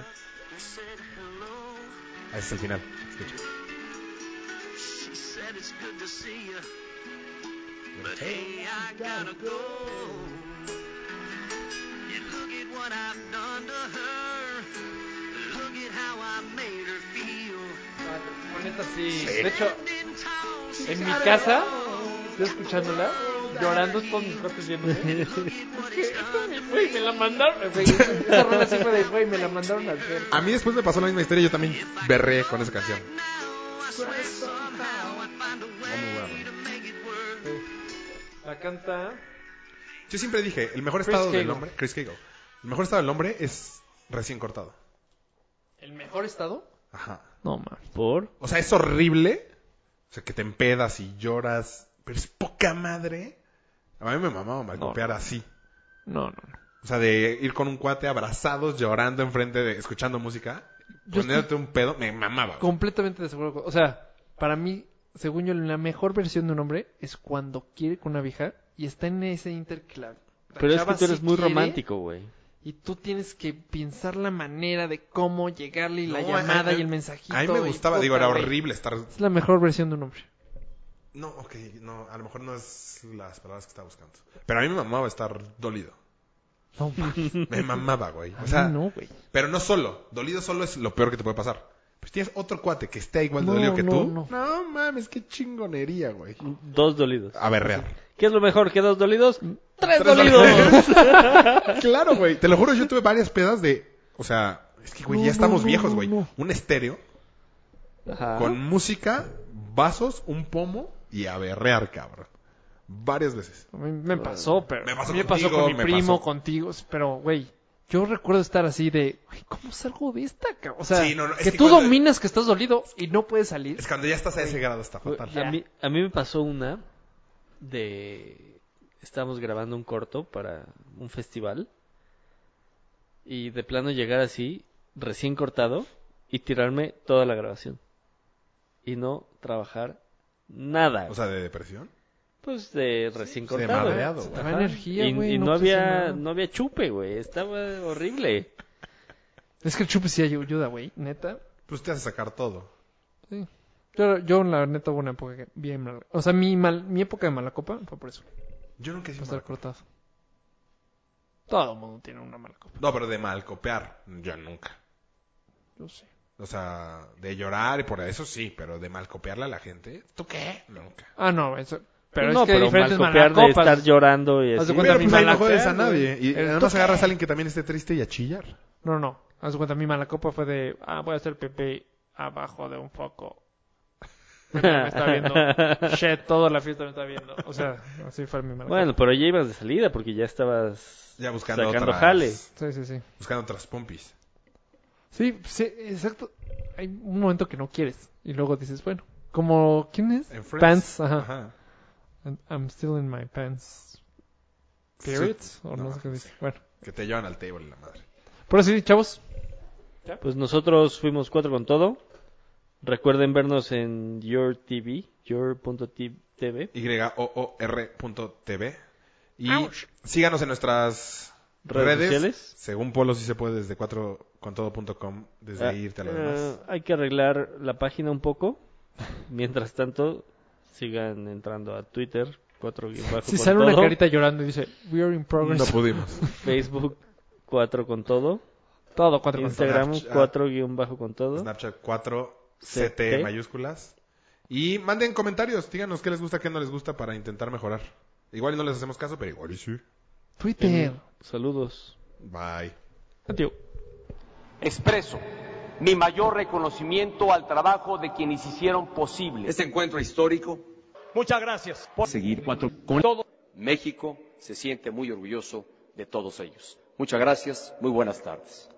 Speaker 5: Ah, ese es el final. Escucha.
Speaker 4: Con esta Ah, sí. De hecho, en mi casa, yo escuchándola, llorando todos mis ¿eh? cuates viéndome. Porque, Güey, me la mandaron. Güey, esa rola sí fue de, güey, me la mandaron a hacer.
Speaker 5: A mí después me pasó la misma historia y yo también berré con esa canción.
Speaker 4: La canta.
Speaker 5: Yo siempre dije, el mejor
Speaker 4: Chris
Speaker 5: estado del
Speaker 4: Cagle.
Speaker 5: hombre, Chris Cagle, el mejor estado del hombre es recién cortado.
Speaker 4: ¿El mejor estado?
Speaker 5: Ajá.
Speaker 4: No, mames.
Speaker 3: ¿Por?
Speaker 5: O sea, es horrible. O sea, que te empedas y lloras, pero es poca madre. A mí me mamaba malcopear así.
Speaker 4: No, no, no.
Speaker 5: O sea, de ir con un cuate abrazados, llorando enfrente de, escuchando música,
Speaker 4: Yo
Speaker 5: poniéndote un pedo, me mamaba. güey.
Speaker 4: Completamente de acuerdo. con- O sea, para mí, según yo, la mejor versión de un hombre es cuando quiere con una vieja y está en ese inter que la- la
Speaker 3: Pero es
Speaker 4: chava
Speaker 3: que tú eres
Speaker 4: sí
Speaker 3: muy
Speaker 4: quiere
Speaker 3: romántico, güey.
Speaker 4: Y tú tienes que pensar la manera de cómo llegarle y la
Speaker 5: No,
Speaker 4: llamada
Speaker 5: a- a-
Speaker 4: y el mensajito.
Speaker 5: A mí me
Speaker 4: y
Speaker 5: gustaba,
Speaker 4: puta,
Speaker 5: digo, era
Speaker 4: güey.
Speaker 5: horrible estar...
Speaker 4: Es la mejor versión de un hombre.
Speaker 5: No, ok, no, a lo mejor no es las palabras que estaba buscando. Pero a mí me mamaba estar dolido.
Speaker 4: No, mames.
Speaker 5: Me mamaba, güey. O
Speaker 4: A
Speaker 5: sea,
Speaker 4: mí no, güey.
Speaker 5: Pero no solo. Dolido solo es lo peor que te puede pasar. Pues tienes otro cuate que esté igual de
Speaker 4: No,
Speaker 5: dolido que
Speaker 4: no,
Speaker 5: tú.
Speaker 4: no.
Speaker 5: mames, qué chingonería, güey.
Speaker 3: Dos dolidos.
Speaker 5: A ver, real.
Speaker 3: ¿Qué es lo mejor que dos dolidos? ¡Tres,
Speaker 5: Tres
Speaker 3: dolidos!
Speaker 5: claro, güey. Te lo juro, yo tuve varias pedas de. O sea, es que, güey,
Speaker 4: No,
Speaker 5: ya estamos
Speaker 4: no, no,
Speaker 5: viejos,
Speaker 4: no,
Speaker 5: güey.
Speaker 4: no.
Speaker 5: Un estéreo
Speaker 3: Ajá.
Speaker 5: con música, vasos, un pomo y a berrear, cabrón. Varias veces.
Speaker 4: A mí me pasó, pero.
Speaker 5: Me pasó
Speaker 4: a mí me pasó
Speaker 5: contigo,
Speaker 4: con mi
Speaker 5: me
Speaker 4: primo,
Speaker 5: pasó.
Speaker 4: contigo. Pero, güey, yo recuerdo estar así de, güey, ¿cómo salgo de esta? cabrón? O sea,
Speaker 5: Sí, no, no, es
Speaker 4: que,
Speaker 5: que
Speaker 4: tú
Speaker 5: cuando-
Speaker 4: dominas que estás dolido y no puedes salir.
Speaker 5: Es cuando ya estás a ese grado, está fatal.
Speaker 3: Pues, A mí, a mí me pasó una de... Estábamos grabando un corto para un festival y de plano llegar así, recién cortado, y tirarme toda la grabación. Y no trabajar nada.
Speaker 5: O sea, de depresión.
Speaker 3: pues de recién
Speaker 5: De
Speaker 3: cortado.
Speaker 5: madreado,
Speaker 3: Ajá.
Speaker 4: Te
Speaker 5: güey.
Speaker 4: da energía,
Speaker 3: y,
Speaker 4: güey,
Speaker 3: y
Speaker 4: no
Speaker 3: no,
Speaker 4: te hace
Speaker 3: había,
Speaker 4: nada.
Speaker 3: no había chupe, güey. Estaba horrible.
Speaker 4: Es que el chupe sí ayuda, güey, neta.
Speaker 5: Pues te hace sacar todo.
Speaker 4: Sí. Yo, yo, la neta, hubo una época que bien mal. O sea, mi, mal, mi época de mala copa fue por eso,
Speaker 5: Yo nunca hice
Speaker 4: por estar
Speaker 5: mal-
Speaker 4: cortado. Todo el mundo tiene una mala copa.
Speaker 5: No, pero de malcopear. Yo nunca.
Speaker 4: Yo sé.
Speaker 5: O sea, de llorar y por eso sí, pero de mal copiarle a la gente, ¿tú qué? Nunca.
Speaker 4: Ah, no, eso. Pero
Speaker 3: no,
Speaker 4: es que hay
Speaker 3: pero
Speaker 4: diferentes
Speaker 3: malcopear
Speaker 4: mala
Speaker 3: de estar llorando y
Speaker 4: Haz
Speaker 3: así.
Speaker 4: de cuenta- Pero, pues, ahí no
Speaker 5: jodes
Speaker 4: jodes a nadie. Y además
Speaker 5: agarras a alguien que también esté triste y a chillar.
Speaker 4: No, no. Haz de cuenta, mi mala copa fue de, ah, voy a hacer pipí abajo de un foco. Mi mamá Me está viendo. Shit, toda la fiesta me está viendo. O sea, así fue mi mala
Speaker 3: Bueno, pero ya ibas de salida porque ya estabas
Speaker 5: Ya buscando
Speaker 3: sacando
Speaker 5: otras,
Speaker 3: jale.
Speaker 4: copa. Sí, sí, sí.
Speaker 5: buscando otras pompis.
Speaker 4: Sí, sí, exacto. Hay un momento que no quieres. Y luego dices, bueno, como, ¿quién es?
Speaker 5: En Friends.
Speaker 4: Pants, ajá.
Speaker 5: Ajá.
Speaker 4: And I'm still in my pants.
Speaker 5: Sí.
Speaker 4: Periods, o no,
Speaker 5: No,
Speaker 4: sé qué
Speaker 5: no
Speaker 4: dice. Bueno,
Speaker 5: Que te llevan al table la madre.
Speaker 4: pero sí, chavos.
Speaker 3: Pues nosotros fuimos cuatro con todo. Recuerden vernos en Your TV, your.tv.
Speaker 5: Y-O-O-R.tv. Y síganos en nuestras
Speaker 3: Redes
Speaker 5: redes,
Speaker 3: sociales.
Speaker 5: Según Polo, si se puede, desde 4contodo.com, desde ahí irte a lo
Speaker 3: Eh,
Speaker 5: demás.
Speaker 3: hay que arreglar la página un poco. Mientras tanto, sigan entrando a Twitter, cuatro guión bajo
Speaker 4: Si
Speaker 3: con
Speaker 4: sale una
Speaker 3: todo,
Speaker 4: carita llorando y dice, we are in progress.
Speaker 5: No pudimos.
Speaker 3: Facebook, cuatro con todo.
Speaker 4: Todo, cuatro con todo.
Speaker 3: Instagram,
Speaker 5: Snapchat.
Speaker 3: cuatro guión bajo con todo.
Speaker 5: Snapchat 4
Speaker 3: CT.
Speaker 5: CT mayúsculas. Y manden comentarios, díganos qué les gusta, qué no les gusta para intentar mejorar. Igual y no les hacemos caso, pero igual y sí.
Speaker 4: Twitter.
Speaker 3: Saludos.
Speaker 5: Bye.
Speaker 4: Adiós.
Speaker 10: Expreso mi mayor reconocimiento al trabajo de quienes hicieron posible este encuentro histórico.
Speaker 1: Muchas gracias. Por-
Speaker 10: Seguir cuatro con todo. México se siente muy orgulloso de todos ellos. Muchas gracias, muy buenas tardes.